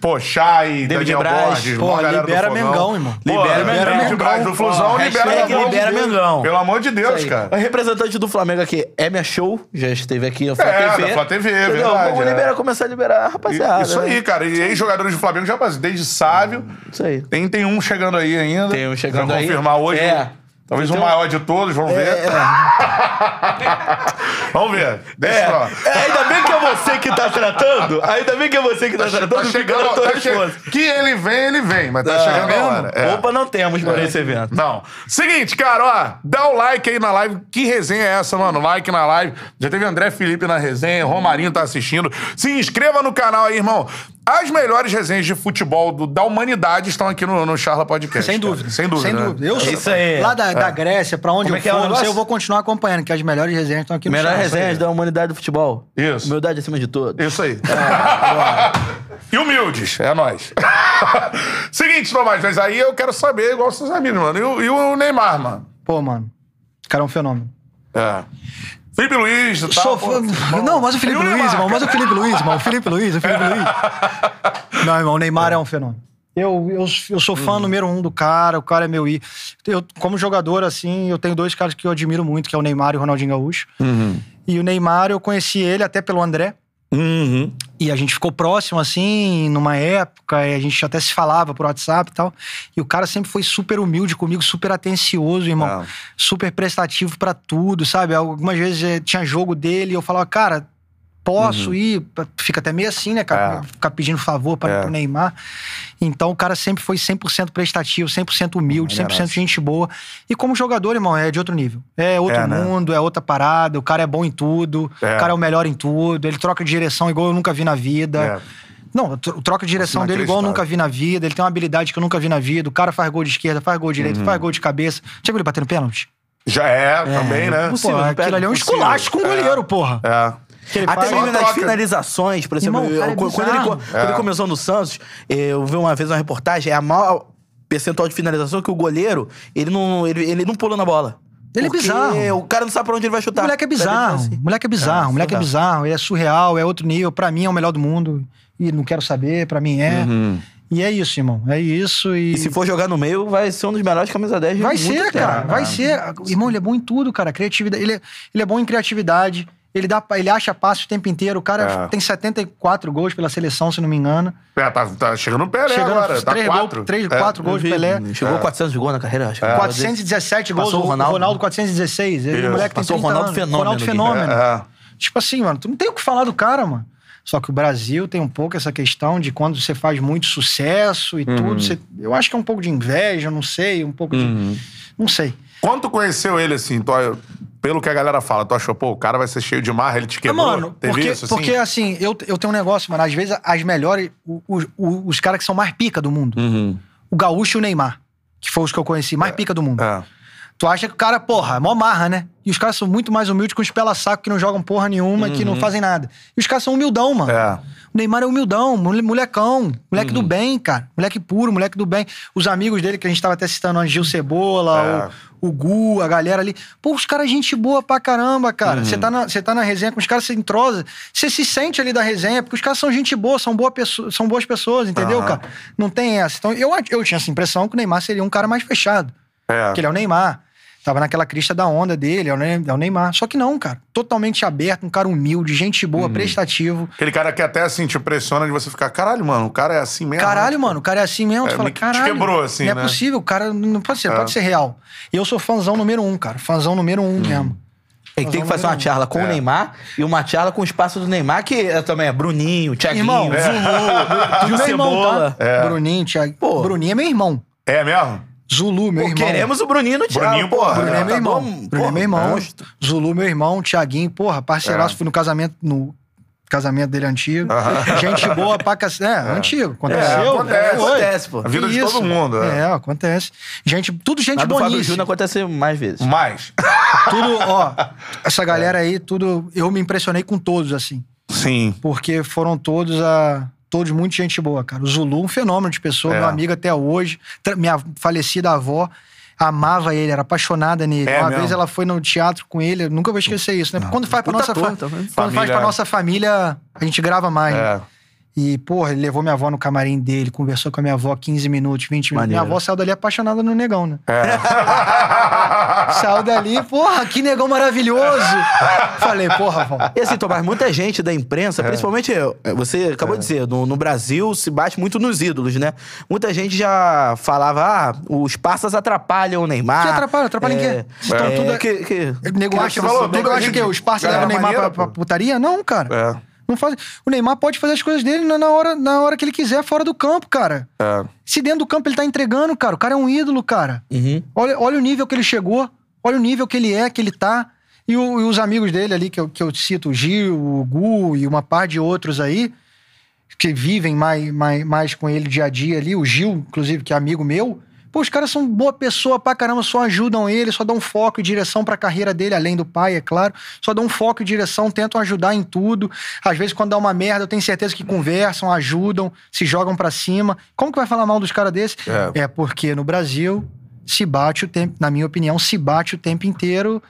Speaker 6: Pô, Chay,
Speaker 2: David
Speaker 6: Daniel
Speaker 2: Braz,
Speaker 6: Borges,
Speaker 3: pô,
Speaker 6: mó galera do
Speaker 3: libera
Speaker 6: Fogão.
Speaker 3: Mengão, irmão.
Speaker 6: Pô,
Speaker 2: Libera Mengão.
Speaker 6: David Braz do Flusão,
Speaker 2: Ó,
Speaker 6: libera
Speaker 2: hashtag
Speaker 6: Mengão.
Speaker 2: libera Mengão.
Speaker 6: Pelo amor de Deus,
Speaker 2: Isso aí.
Speaker 6: cara.
Speaker 2: O representante do Flamengo aqui é minha show, já esteve aqui na Flá
Speaker 6: É,
Speaker 2: TV.
Speaker 6: da Flá TV,
Speaker 2: Entendeu?
Speaker 6: verdade,
Speaker 2: Vamos
Speaker 6: é.
Speaker 2: liberar, começar a liberar a
Speaker 6: E-
Speaker 2: rapaziada.
Speaker 6: Isso
Speaker 2: né?
Speaker 6: aí, cara. E aí, jogadores do Flamengo já passam. Desde Sávio.
Speaker 2: Isso aí.
Speaker 6: Tem, tem um chegando aí ainda.
Speaker 2: Tem um chegando
Speaker 6: Vamos
Speaker 2: aí.
Speaker 6: confirmar hoje.
Speaker 2: É.
Speaker 6: Talvez o
Speaker 2: Então-
Speaker 6: maior de todos, vamos ver. [laughs] Vamos ver. Deixa
Speaker 2: É,
Speaker 6: lá.
Speaker 2: é, ainda bem que é você que tá tratando. Ainda bem que é você que tá, tratando.
Speaker 6: Tá
Speaker 2: porque
Speaker 6: chegando,
Speaker 2: eu tô
Speaker 6: tá che-
Speaker 2: responsa.
Speaker 6: Que ele vem, ele vem, mas tá
Speaker 2: Ah,
Speaker 6: chegando a
Speaker 2: mesmo?
Speaker 6: hora. É.
Speaker 2: Roupa não temos para esse evento.
Speaker 6: Não. Seguinte, cara, ó, dá o like aí na live. Que resenha é essa, mano? Like na live. Já teve André Felipe na resenha, Romarinho tá assistindo. Se inscreva no canal aí, irmão. As melhores resenhas de futebol do- da humanidade estão aqui no, no Charla Podcast.
Speaker 3: Sem
Speaker 6: cara.
Speaker 3: dúvida.
Speaker 6: Sem dúvida.
Speaker 3: Sem
Speaker 6: né?
Speaker 3: dúvida. Eu sou-
Speaker 2: É Isso aí.
Speaker 3: Lá da, da Grécia, pra onde
Speaker 2: Como é
Speaker 3: eu
Speaker 2: que é o
Speaker 3: for, não sei,
Speaker 2: negócio?
Speaker 3: eu vou continuar acompanhando, que as melhores resenhas estão aqui no
Speaker 2: Melhor
Speaker 3: Charla.
Speaker 2: resenha da humanidade do futebol.
Speaker 6: Isso.
Speaker 2: Humildade acima de tudo.
Speaker 6: Isso aí. É, [laughs] e humildes, é nós. [laughs] Seguinte, Tomás, mas aí eu quero saber, igual seus amigos, mano. E o, e o Neymar, mano?
Speaker 3: Pô, mano, esse cara é um fenômeno.
Speaker 6: É. Felipe Luiz, tá?
Speaker 3: Sou
Speaker 6: pô,
Speaker 3: fã-
Speaker 6: irmão.
Speaker 3: Não, mas o Felipe
Speaker 6: E
Speaker 3: Luiz,
Speaker 6: Neymar,
Speaker 3: irmão. Mas o
Speaker 6: cara?
Speaker 3: Felipe Luiz, irmão. O Felipe Luiz, o Felipe Luiz.
Speaker 6: [laughs]
Speaker 3: Não, irmão, o Neymar é um fenômeno. Eu, eu, eu sou
Speaker 6: Uhum.
Speaker 3: fã número um do cara, o cara é meu i. Eu, como jogador, assim, eu tenho dois caras que eu admiro muito, que é o Neymar e o Ronaldinho Gaúcho.
Speaker 6: Uhum.
Speaker 3: E o Neymar, eu conheci ele até pelo André. E a gente ficou próximo, assim, numa época, e a gente até se falava por WhatsApp e tal. E o cara sempre foi super humilde comigo, super atencioso, irmão.
Speaker 6: Ah.
Speaker 3: Super prestativo pra tudo, sabe? Algumas vezes eh, tinha jogo dele e eu falava, cara, posso
Speaker 6: Uhum.
Speaker 3: ir? P- Fica até meio assim, né,
Speaker 6: É.
Speaker 3: cara? Ficar pedindo favor pra, pro Neymar. Então o cara sempre foi 100% prestativo, 100% humilde, 100% gente boa. E como jogador, irmão, é de outro nível. É outro
Speaker 6: É, né?
Speaker 3: mundo, é outra parada, o cara é bom em tudo,
Speaker 6: É.
Speaker 3: o cara é o melhor em tudo, ele troca de direção igual eu nunca vi na vida. Não, o tro- troca de direção
Speaker 6: Nossa,
Speaker 3: dele igual eu
Speaker 6: inacreditável.
Speaker 3: nunca vi na vida, ele tem uma habilidade que eu nunca vi na vida, o cara faz gol de esquerda, faz gol de direita, faz gol de cabeça. Já viu ele batendo pênalti?
Speaker 6: Já é, também, né?
Speaker 3: Pô,
Speaker 2: não perde,
Speaker 3: aquilo ali é um
Speaker 2: possível.
Speaker 3: esculacho com o goleiro, porra.
Speaker 6: É.
Speaker 3: Que ele
Speaker 2: Até
Speaker 3: faz-
Speaker 2: mesmo
Speaker 6: Só
Speaker 2: nas
Speaker 6: troca.
Speaker 2: finalizações, por exemplo,
Speaker 3: Irmão, o
Speaker 2: eu-
Speaker 3: cara é
Speaker 2: quando, ele,
Speaker 3: bizarro.
Speaker 2: co- quando ele começou no Santos, eu vi uma vez uma reportagem, é a maior percentual de finalização que o goleiro, ele não, ele, ele não pula na bola.
Speaker 3: Ele é
Speaker 2: Porque
Speaker 3: bizarro.
Speaker 2: O cara não sabe pra onde ele vai
Speaker 3: O
Speaker 2: chutar.
Speaker 3: moleque é
Speaker 2: Tá,
Speaker 3: bizarro. O moleque é bizarro.
Speaker 2: É,
Speaker 3: o moleque é
Speaker 2: surreal.
Speaker 3: bizarro. Ele é surreal, é outro nível. Pra mim é o melhor do mundo. E não quero saber, pra mim é. E é isso, irmão. É isso. E,
Speaker 2: E se for jogar no meio, vai ser um dos melhores camisa 10 de
Speaker 3: vai
Speaker 2: muito tempo.
Speaker 3: ser, cara. Vai ser. Irmão, ele é bom em tudo, cara. Criatividade. Ele é, ele é bom em criatividade. Ele, dá, ele acha passe o tempo inteiro. O cara
Speaker 6: É.
Speaker 3: tem 74 gols pela seleção, se não me engano.
Speaker 6: É, tá, tá chegando o Pelé
Speaker 3: Chegando
Speaker 6: agora. Tá
Speaker 3: três,
Speaker 6: quatro.
Speaker 3: gols, três,
Speaker 6: É.
Speaker 3: quatro gols do Pelé. É.
Speaker 2: Chegou
Speaker 6: É.
Speaker 2: 400 gols na carreira, acho. que um negócio desse.
Speaker 3: 417 gols,
Speaker 2: Passou o
Speaker 3: o
Speaker 2: Ronaldo.
Speaker 3: Ronaldo, 416. Ele,
Speaker 6: Isso.
Speaker 3: o moleque
Speaker 2: Passou o
Speaker 3: tem 30
Speaker 2: Ronaldo
Speaker 3: anos.
Speaker 2: Fenômeno
Speaker 3: Ronaldo
Speaker 2: aqui.
Speaker 3: Fenômeno.
Speaker 6: É, é.
Speaker 3: Tipo assim, mano, tu não tem o que falar do cara, mano. Só que o Brasil tem um pouco essa questão de quando você faz muito sucesso e
Speaker 6: Uhum.
Speaker 3: tudo. você- eu acho que é um pouco de inveja, não sei, um pouco de. Não sei.
Speaker 6: Quando tu conheceu ele, assim, tu- pelo que a galera fala, tu achou, pô, o cara vai ser cheio de marra, ele te
Speaker 3: Ah,
Speaker 6: quebrou?
Speaker 3: mano,
Speaker 6: é Teve
Speaker 3: porque,
Speaker 6: isso, assim?
Speaker 3: porque assim, eu, eu tenho um negócio, mano. Às vezes as melhores, o- o- o- os caras que são mais pica do mundo. O Gaúcho e o Neymar, que foram os que eu conheci, mais pica do mundo.
Speaker 6: É.
Speaker 3: Tu acha que o cara, porra, é mó marra, né? E os caras são muito mais humildes que os pela-saco que não jogam porra nenhuma, que não fazem nada. E os caras são humildão, mano.
Speaker 6: É.
Speaker 3: O Neymar é humildão, mole- molecão, moleque do bem, cara. Moleque puro, moleque do bem. Os amigos dele, que a gente tava até citando antes, Gil Cebola, o, o Gu, a galera ali. Pô, os caras, é gente boa pra caramba, cara. Você tá, na- você tá na resenha com os caras, você entrosa, você se sente ali da resenha, porque os caras são gente boa, são, boa pessoa, são boas pessoas, entendeu, cara? Não tem essa. Então, eu, eu tinha essa impressão que o Neymar seria um cara mais fechado.
Speaker 6: É.
Speaker 3: Porque ele é o Neymar. Tava naquela crista da onda dele, é o Ne- é o Neymar. Só que não, cara. Totalmente aberto, um cara humilde, gente
Speaker 6: Uhum.
Speaker 3: boa, prestativo.
Speaker 6: Aquele cara que até, assim, te pressiona de você ficar, caralho, mano, o cara é assim mesmo.
Speaker 3: Caralho, mano, o cara é assim mesmo.
Speaker 6: É,
Speaker 3: tu fala,
Speaker 6: me- te
Speaker 3: caralho.
Speaker 6: quebrou, assim,
Speaker 3: Não
Speaker 6: né? É.
Speaker 3: é possível, o cara não pode ser, pode ser real. E eu sou fãzão número um, cara. Fãzão número um
Speaker 6: Hum.
Speaker 3: mesmo.
Speaker 2: É que tem que fazer uma charla com o Neymar e uma charla com o espaço do Neymar, que é também é Bruninho, Thiaguinho, É.
Speaker 3: Irmão,
Speaker 6: né?
Speaker 3: é
Speaker 2: Zulu,
Speaker 6: [laughs]
Speaker 2: [laughs] Gil
Speaker 3: meu irmão,
Speaker 2: Cebola.
Speaker 3: tá? Bruninho, Thiago.
Speaker 2: Pô.
Speaker 3: Bruninho é meu irmão.
Speaker 6: É mesmo?
Speaker 3: Zulu, meu
Speaker 2: Pô,
Speaker 3: irmão.
Speaker 2: Queremos o Bruninho no Thiago,
Speaker 6: Bruninho,
Speaker 2: porra.
Speaker 6: porra.
Speaker 3: Bruno é meu
Speaker 2: Tá bom?
Speaker 3: irmão. Bruno é
Speaker 2: Porra,
Speaker 3: meu irmão.
Speaker 2: monstro.
Speaker 3: Zulu, meu irmão. Thiaguinho, porra, parceiraço.
Speaker 6: É.
Speaker 3: Fui no casamento, no casamento dele antigo. Gente boa pra cacete. É, antigo. Aconteceu.
Speaker 6: acontece.
Speaker 3: Foi.
Speaker 2: É, Acontece, pô.
Speaker 6: A vida de
Speaker 3: Isso.
Speaker 6: todo mundo.
Speaker 3: É,
Speaker 6: É.
Speaker 3: acontece. Gente, tudo gente
Speaker 2: Lá do Fábio
Speaker 3: boníssima.
Speaker 2: Júnior acontece mais
Speaker 3: É.
Speaker 2: vezes.
Speaker 6: Mas, [laughs]
Speaker 3: Tudo, ó, essa galera aí, tudo... Eu me impressionei com todos, assim.
Speaker 6: sim.
Speaker 3: Porque foram todos a... Todos muito gente boa, cara. O Zulu, um fenômeno de pessoa,
Speaker 6: É.
Speaker 3: meu amigo até hoje. Tra- Minha falecida avó amava ele, era apaixonada nele.
Speaker 6: É
Speaker 3: Uma
Speaker 6: mesmo?
Speaker 3: vez ela foi no teatro com ele, eu nunca vou esquecer isso, né? Porque Quando faz pra
Speaker 2: Puta
Speaker 3: nossa fa-
Speaker 2: ator, tá vendo?
Speaker 3: Quando faz pra
Speaker 6: Família-
Speaker 3: nossa família, a gente grava mais. né?
Speaker 6: É.
Speaker 3: E, porra, ele levou minha avó no camarim dele, conversou com a minha avó 15 minutos, 20 minutos. Minha
Speaker 2: Maneiro.
Speaker 3: avó saiu dali apaixonada no negão, né? [laughs]
Speaker 6: É.
Speaker 3: Saiu dali, porra, que negão maravilhoso. Falei, porra, vó.
Speaker 2: E assim, Tomás, muita gente da imprensa, principalmente eu, é, você acabou de dizer, no, no Brasil se bate muito nos ídolos, né? Muita gente já falava, ah, os passas atrapalham o Neymar.
Speaker 3: Que atrapalha? Atrapalha em quê?
Speaker 2: É,
Speaker 3: Então, tudo é-
Speaker 2: que, que-
Speaker 3: O nego
Speaker 6: Que
Speaker 3: acha,
Speaker 6: você falou,
Speaker 3: o nego
Speaker 6: tudo
Speaker 3: acha
Speaker 6: gente-
Speaker 3: que os parceiros levam o
Speaker 6: galera
Speaker 3: Neymar pra,
Speaker 6: maneira,
Speaker 3: pra
Speaker 6: pô.
Speaker 3: putaria? Não, cara.
Speaker 6: É.
Speaker 3: Não faz... O Neymar pode fazer as coisas dele na na hora, na hora que ele quiser, fora do campo, cara.
Speaker 6: É.
Speaker 3: Se dentro do campo ele tá entregando, cara, o cara é um ídolo, cara.
Speaker 2: Uhum.
Speaker 3: Olha, olha o nível que ele chegou, olha o nível que ele é, que ele tá. E, o- e os amigos dele ali, que eu, que eu cito, o Gil, o Gu e uma par de outros aí, que vivem mais, mais, mais com ele dia a dia ali, o Gil, inclusive, que é amigo meu. Pô, os caras são boa pessoa pra caramba, só ajudam ele, só dão foco e direção pra carreira dele, além do pai, é claro. Só dão foco e direção, tentam ajudar em tudo. Às vezes, quando dá uma merda, eu tenho certeza que conversam, ajudam, se jogam pra cima. Como que vai falar mal dos caras desses?
Speaker 6: É.
Speaker 3: É porque no Brasil se bate o tempo, na minha opinião, se bate o tempo inteiro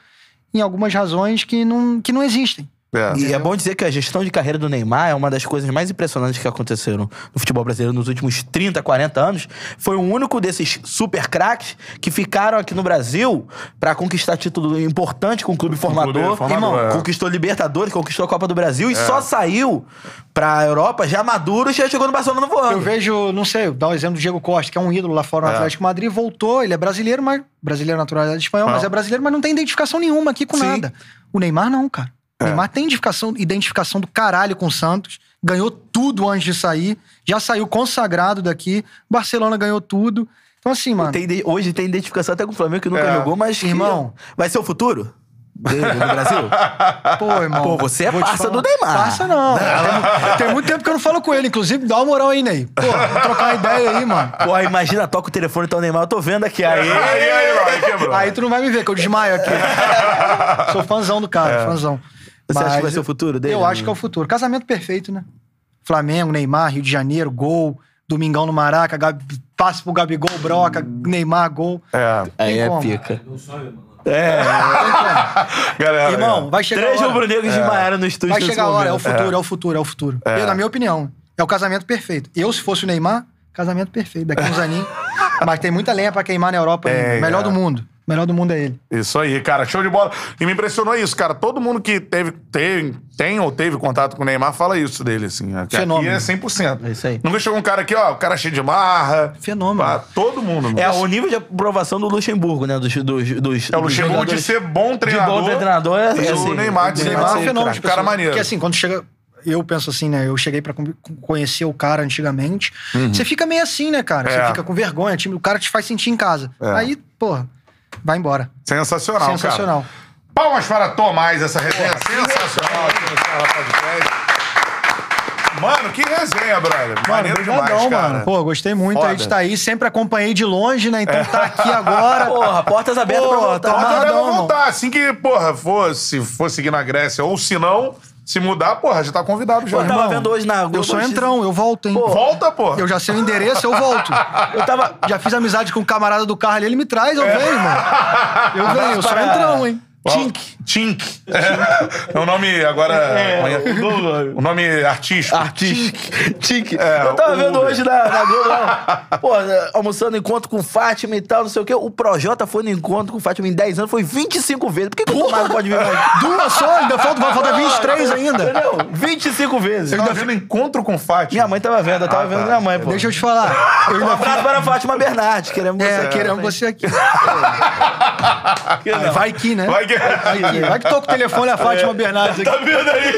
Speaker 3: em algumas razões que não, que não existem.
Speaker 6: É.
Speaker 2: E é bom dizer que a gestão de carreira do Neymar é uma das coisas mais impressionantes que aconteceram no futebol brasileiro nos últimos 30, 40 anos. Foi o único desses super craques que ficaram aqui no Brasil pra conquistar título importante com o clube formador.
Speaker 6: clube formador,
Speaker 2: Irmão,
Speaker 6: é.
Speaker 2: Conquistou Libertadores, conquistou a Copa do Brasil e só saiu pra Europa já maduro e já chegou no Barcelona
Speaker 3: Eu
Speaker 2: voando.
Speaker 3: vejo, não sei, dá o exemplo do Diego Costa, que é um ídolo lá fora no Atlético de Madrid, voltou, ele é brasileiro, mas brasileiro naturalizado espanhol, mas é brasileiro, mas não tem identificação nenhuma aqui com
Speaker 2: Sim. É.
Speaker 3: nada. O Neymar não, cara. O Neymar tem identificação, identificação do caralho com o Santos, ganhou tudo antes de sair, já saiu consagrado daqui, Barcelona ganhou tudo. Então assim, mano,
Speaker 2: Tem ide- hoje tem identificação até com o Flamengo que nunca
Speaker 6: É.
Speaker 2: jogou, mas. que-
Speaker 3: Irmão.
Speaker 2: vai ser o futuro? dele No
Speaker 3: [laughs]
Speaker 2: Brasil?
Speaker 3: Pô, irmão.
Speaker 2: Pô, você é
Speaker 3: vou te
Speaker 2: parça
Speaker 3: falar.
Speaker 2: do Neymar.
Speaker 3: Parça não. Tem, tem muito tempo que eu não falo com ele. Inclusive, dá uma moral aí, Ney. Pô, vou trocar uma ideia aí, mano.
Speaker 2: Pô, imagina, toca o telefone, tá o Neymar, eu tô vendo aqui.
Speaker 3: [laughs]
Speaker 2: Aí,
Speaker 6: Aí, aí, ó, aí quebrou.
Speaker 3: Aí tu não vai me ver, que eu desmaio
Speaker 2: [laughs]
Speaker 3: aqui. Sou fãzão do cara, fãzão.
Speaker 2: É. Você acha que vai ser o futuro dele,
Speaker 3: Eu acho
Speaker 2: né?
Speaker 3: que é o futuro. Casamento perfeito, né? Flamengo, Neymar, Rio de Janeiro, gol, Domingão no Maraca, Gabi- passe pro Gabigol, Broca, Neymar, gol.
Speaker 6: É.
Speaker 2: Aí é
Speaker 3: como.
Speaker 2: pica.
Speaker 11: Não sonho, mano.
Speaker 2: é.
Speaker 6: Galera. é.
Speaker 3: Irmão, vai chegar
Speaker 12: Três
Speaker 3: a hora.
Speaker 12: rubro-negros desmaiaram no estúdio
Speaker 3: Vai
Speaker 12: nesse
Speaker 3: chegar a hora, é o
Speaker 12: momento.
Speaker 3: futuro, é, o futuro, é o futuro. Eu, na minha opinião, é o casamento perfeito. Eu, se fosse o Neymar, casamento perfeito, daqui
Speaker 2: [laughs]
Speaker 3: uns aninhos. Mas tem muita lenha pra queimar na Europa.
Speaker 6: É,
Speaker 3: ainda. Melhor
Speaker 6: é.
Speaker 3: do mundo. Melhor do mundo é ele.
Speaker 6: Isso aí, cara, show de bola. E me impressionou isso, cara. Todo mundo que teve, tem, tem ou teve contato com o Neymar fala isso dele, assim. né? Que
Speaker 3: Fenômeno.
Speaker 6: Aqui é 100%.
Speaker 2: É isso aí.
Speaker 6: Nunca chegou um cara aqui, ó, o cara cheio de marra.
Speaker 3: Fenômeno.
Speaker 6: Pá, todo mundo, mano.
Speaker 2: É o nível de aprovação do Luxemburgo, né? Dos, dos, dos,
Speaker 6: É o
Speaker 2: dos
Speaker 6: Luxemburgo de
Speaker 2: jogadores.
Speaker 6: ser bom treinador.
Speaker 2: De bom treinador é,
Speaker 6: E
Speaker 2: é
Speaker 6: o
Speaker 2: assim.
Speaker 6: Neymar de ser
Speaker 3: Neymar é um
Speaker 6: Sim,
Speaker 3: fenômeno de
Speaker 6: cara. Cara
Speaker 3: pessoa.
Speaker 6: maneiro.
Speaker 3: Porque assim, quando chega. Eu penso assim, né? Eu cheguei pra con- conhecer o cara antigamente. Você fica meio assim, né, cara?
Speaker 6: Uhum. É.
Speaker 3: Você fica com vergonha, time- o cara te faz sentir em casa.
Speaker 6: É.
Speaker 3: Aí, porra, vai embora.
Speaker 6: Sensacional, cara.
Speaker 3: Sensacional.
Speaker 6: Palmas para Tomás, essa resenha sensacional aqui no Sarra Podcast. Mano, que resenha, brother. Maneiro demais,
Speaker 3: Obrigadão,
Speaker 6: cara.
Speaker 3: mano. Pô, gostei muito
Speaker 6: Foda. É.
Speaker 3: aí de tá aí. Sempre acompanhei de longe, né? Então tá aqui
Speaker 6: [laughs]
Speaker 3: agora.
Speaker 2: Porra, portas abertas pra
Speaker 3: Porra,
Speaker 2: voltar.
Speaker 3: tá-
Speaker 6: Volta
Speaker 3: amarradão,
Speaker 6: deve
Speaker 3: irmão.
Speaker 6: voltar. Assim que, porra, for, se for seguir na Grécia ou se não, se mudar, porra, já tá convidado já.
Speaker 2: Eu tava
Speaker 6: irmão.
Speaker 2: vendo hoje na Globo
Speaker 3: Eu um sou
Speaker 2: Notícias.
Speaker 3: entrão, eu volto, hein?
Speaker 6: Volta, porra.
Speaker 3: Eu já sei o endereço, eu
Speaker 6: [laughs]
Speaker 3: volto.
Speaker 2: Eu tava.
Speaker 3: Já fiz amizade com o camarada do carro ali, ele me traz, eu venho, mano.
Speaker 6: [laughs]
Speaker 3: Eu venho, eu sou
Speaker 2: para-
Speaker 3: entrão, hein?
Speaker 6: Tink. Tink. É o nome agora. amanhã- o nome artístico.
Speaker 2: Artista. Tique.
Speaker 6: É,
Speaker 2: eu tava
Speaker 6: o
Speaker 2: vendo
Speaker 6: Uber.
Speaker 2: hoje na, na Globo, lá, pô, almoçando encontro com Fátima e tal, não sei o quê. O Projota foi no encontro com Fátima em 10 anos, foi 25 vezes. Por que, que o Tomás não pode vir
Speaker 3: [laughs]
Speaker 2: mais?
Speaker 3: Duas só, ainda falta, vai faltar
Speaker 2: [laughs]
Speaker 3: 23 ainda.
Speaker 2: Entendeu? 25 vezes.
Speaker 6: Você tá vendo encontro com Fátima?
Speaker 2: Minha mãe tava vendo, eu tava vendo minha mãe, pô.
Speaker 3: Ah, tá. Deixa eu te falar.
Speaker 6: [laughs]
Speaker 3: Eu
Speaker 2: Um
Speaker 3: ainda
Speaker 2: abraço para a Fátima Bernardes, queremos
Speaker 3: É,
Speaker 2: você.
Speaker 3: queremos você aqui.
Speaker 2: Que não.
Speaker 3: Vai que, né?
Speaker 6: Vai que- É.
Speaker 3: Vai que, vai que toca o telefone a Fátima Bernardes aqui.
Speaker 6: Tá vendo aí?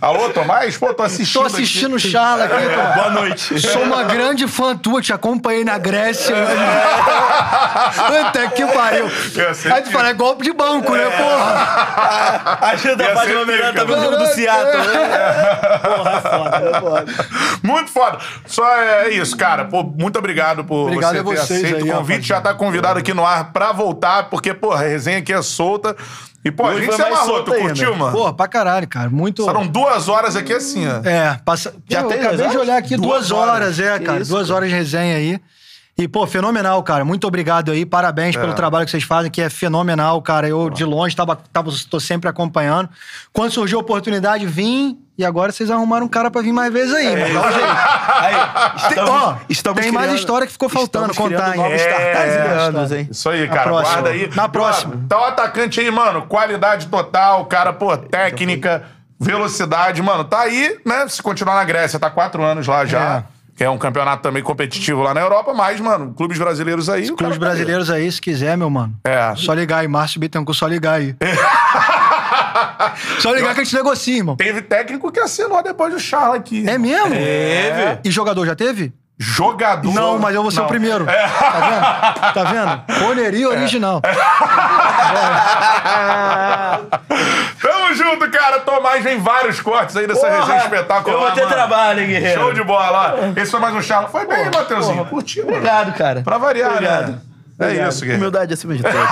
Speaker 6: Alô, Tomás? Pô, tô assistindo.
Speaker 3: Tô assistindo o Charla aqui. cara.
Speaker 12: Boa noite.
Speaker 3: Sou uma grande fã tua, te acompanhei na Grécia.
Speaker 6: [laughs]
Speaker 3: Puta que pariu.
Speaker 6: Eu sei
Speaker 3: Aí tu
Speaker 6: que-
Speaker 3: fala, é golpe de banco, né, porra?
Speaker 12: Achando
Speaker 6: Ia
Speaker 12: a
Speaker 6: ser
Speaker 12: Fátima melhor
Speaker 6: pica,
Speaker 12: tá vendo o jogo do
Speaker 3: Caraca.
Speaker 12: Seattle.
Speaker 6: [laughs]
Speaker 2: é
Speaker 3: [laughs]
Speaker 6: Muito foda. Só é isso, cara. Pô, muito obrigado por
Speaker 3: Obrigado
Speaker 6: você
Speaker 3: a
Speaker 6: ter
Speaker 3: vocês
Speaker 6: aceito
Speaker 3: aí,
Speaker 6: o convite.
Speaker 3: rapaziada.
Speaker 6: Já tá convidado aqui no ar pra voltar, porque, pô, a resenha aqui é solta. E, pô, a
Speaker 12: Hoje
Speaker 6: gente
Speaker 12: foi
Speaker 6: se
Speaker 12: mais
Speaker 6: amarrou.
Speaker 12: solta
Speaker 6: Tu
Speaker 12: ainda.
Speaker 3: né?
Speaker 6: curtiu, mano?
Speaker 3: Porra, pra caralho, cara. Muito.
Speaker 6: Passaram duas horas aqui assim, ó.
Speaker 3: É, passa...
Speaker 2: Já
Speaker 3: Já
Speaker 2: tem duas
Speaker 3: acabei de
Speaker 2: horas?
Speaker 3: olhar aqui,
Speaker 2: Duas
Speaker 3: duas, horas, é,
Speaker 2: Que
Speaker 3: cara.
Speaker 2: isso,
Speaker 3: duas horas de resenha aí. E, pô, fenomenal, cara. Muito obrigado aí. Parabéns pelo trabalho que vocês fazem, que é fenomenal, cara. Eu, de longe, tava, tava, tô sempre acompanhando. Quando surgiu a oportunidade, vim. E agora vocês arrumaram um cara pra vir mais vezes aí. mano. Dá um jeito. Tem- ó, tem mais história que ficou faltando
Speaker 2: estamos
Speaker 3: contar,
Speaker 2: criando
Speaker 3: hein?
Speaker 2: novos
Speaker 6: É.
Speaker 2: startups e leandros, hein?
Speaker 6: Isso aí,
Speaker 3: Na
Speaker 6: cara.
Speaker 3: próxima.
Speaker 6: Guarda aí.
Speaker 3: Na próxima.
Speaker 6: Tá o atacante aí, mano. Qualidade total, cara, pô, técnica, velocidade, mano. Tá aí, né? Se continuar na Grécia, tá quatro anos lá já. Que é um campeonato também competitivo lá na Europa, mas, mano, clubes brasileiros aí. o cara
Speaker 3: Clubes
Speaker 6: tá aí.
Speaker 3: brasileiros aí, se quiser, meu mano.
Speaker 6: É.
Speaker 3: Só ligar aí, Márcio Bittencourt, só ligar aí. só ligar que a gente negocia, irmão.
Speaker 6: Teve técnico que assinou depois do Charla aqui.
Speaker 3: É mesmo? Teve. E jogador já teve?
Speaker 6: Jogador.
Speaker 3: Não, mas eu vou ser o primeiro. Tá vendo? Tá vendo? Poneria original.
Speaker 6: Tamo junto, cara. Tomás, vem vários cortes aí dessa
Speaker 12: Porra,
Speaker 6: resenha espetacular.
Speaker 12: Eu vou ter
Speaker 6: mano.
Speaker 12: trabalho, guerreiro.
Speaker 6: Show de bola. ó. Esse foi mais um Charla. Foi bem, Matheusinho. Curtiu, mano.
Speaker 2: Obrigado, cara.
Speaker 6: Pra variar,
Speaker 2: Obrigado.
Speaker 6: né? É
Speaker 2: Obrigado.
Speaker 6: isso, Guerreiro.
Speaker 2: Humildade acima de tudo.
Speaker 3: Então,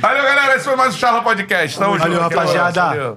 Speaker 6: Valeu, galera. Esse foi mais um Charla Podcast. Tamo junto.
Speaker 3: Valeu,
Speaker 6: Aquele abraço.
Speaker 2: Tá.
Speaker 3: rapaziada.
Speaker 6: Valeu.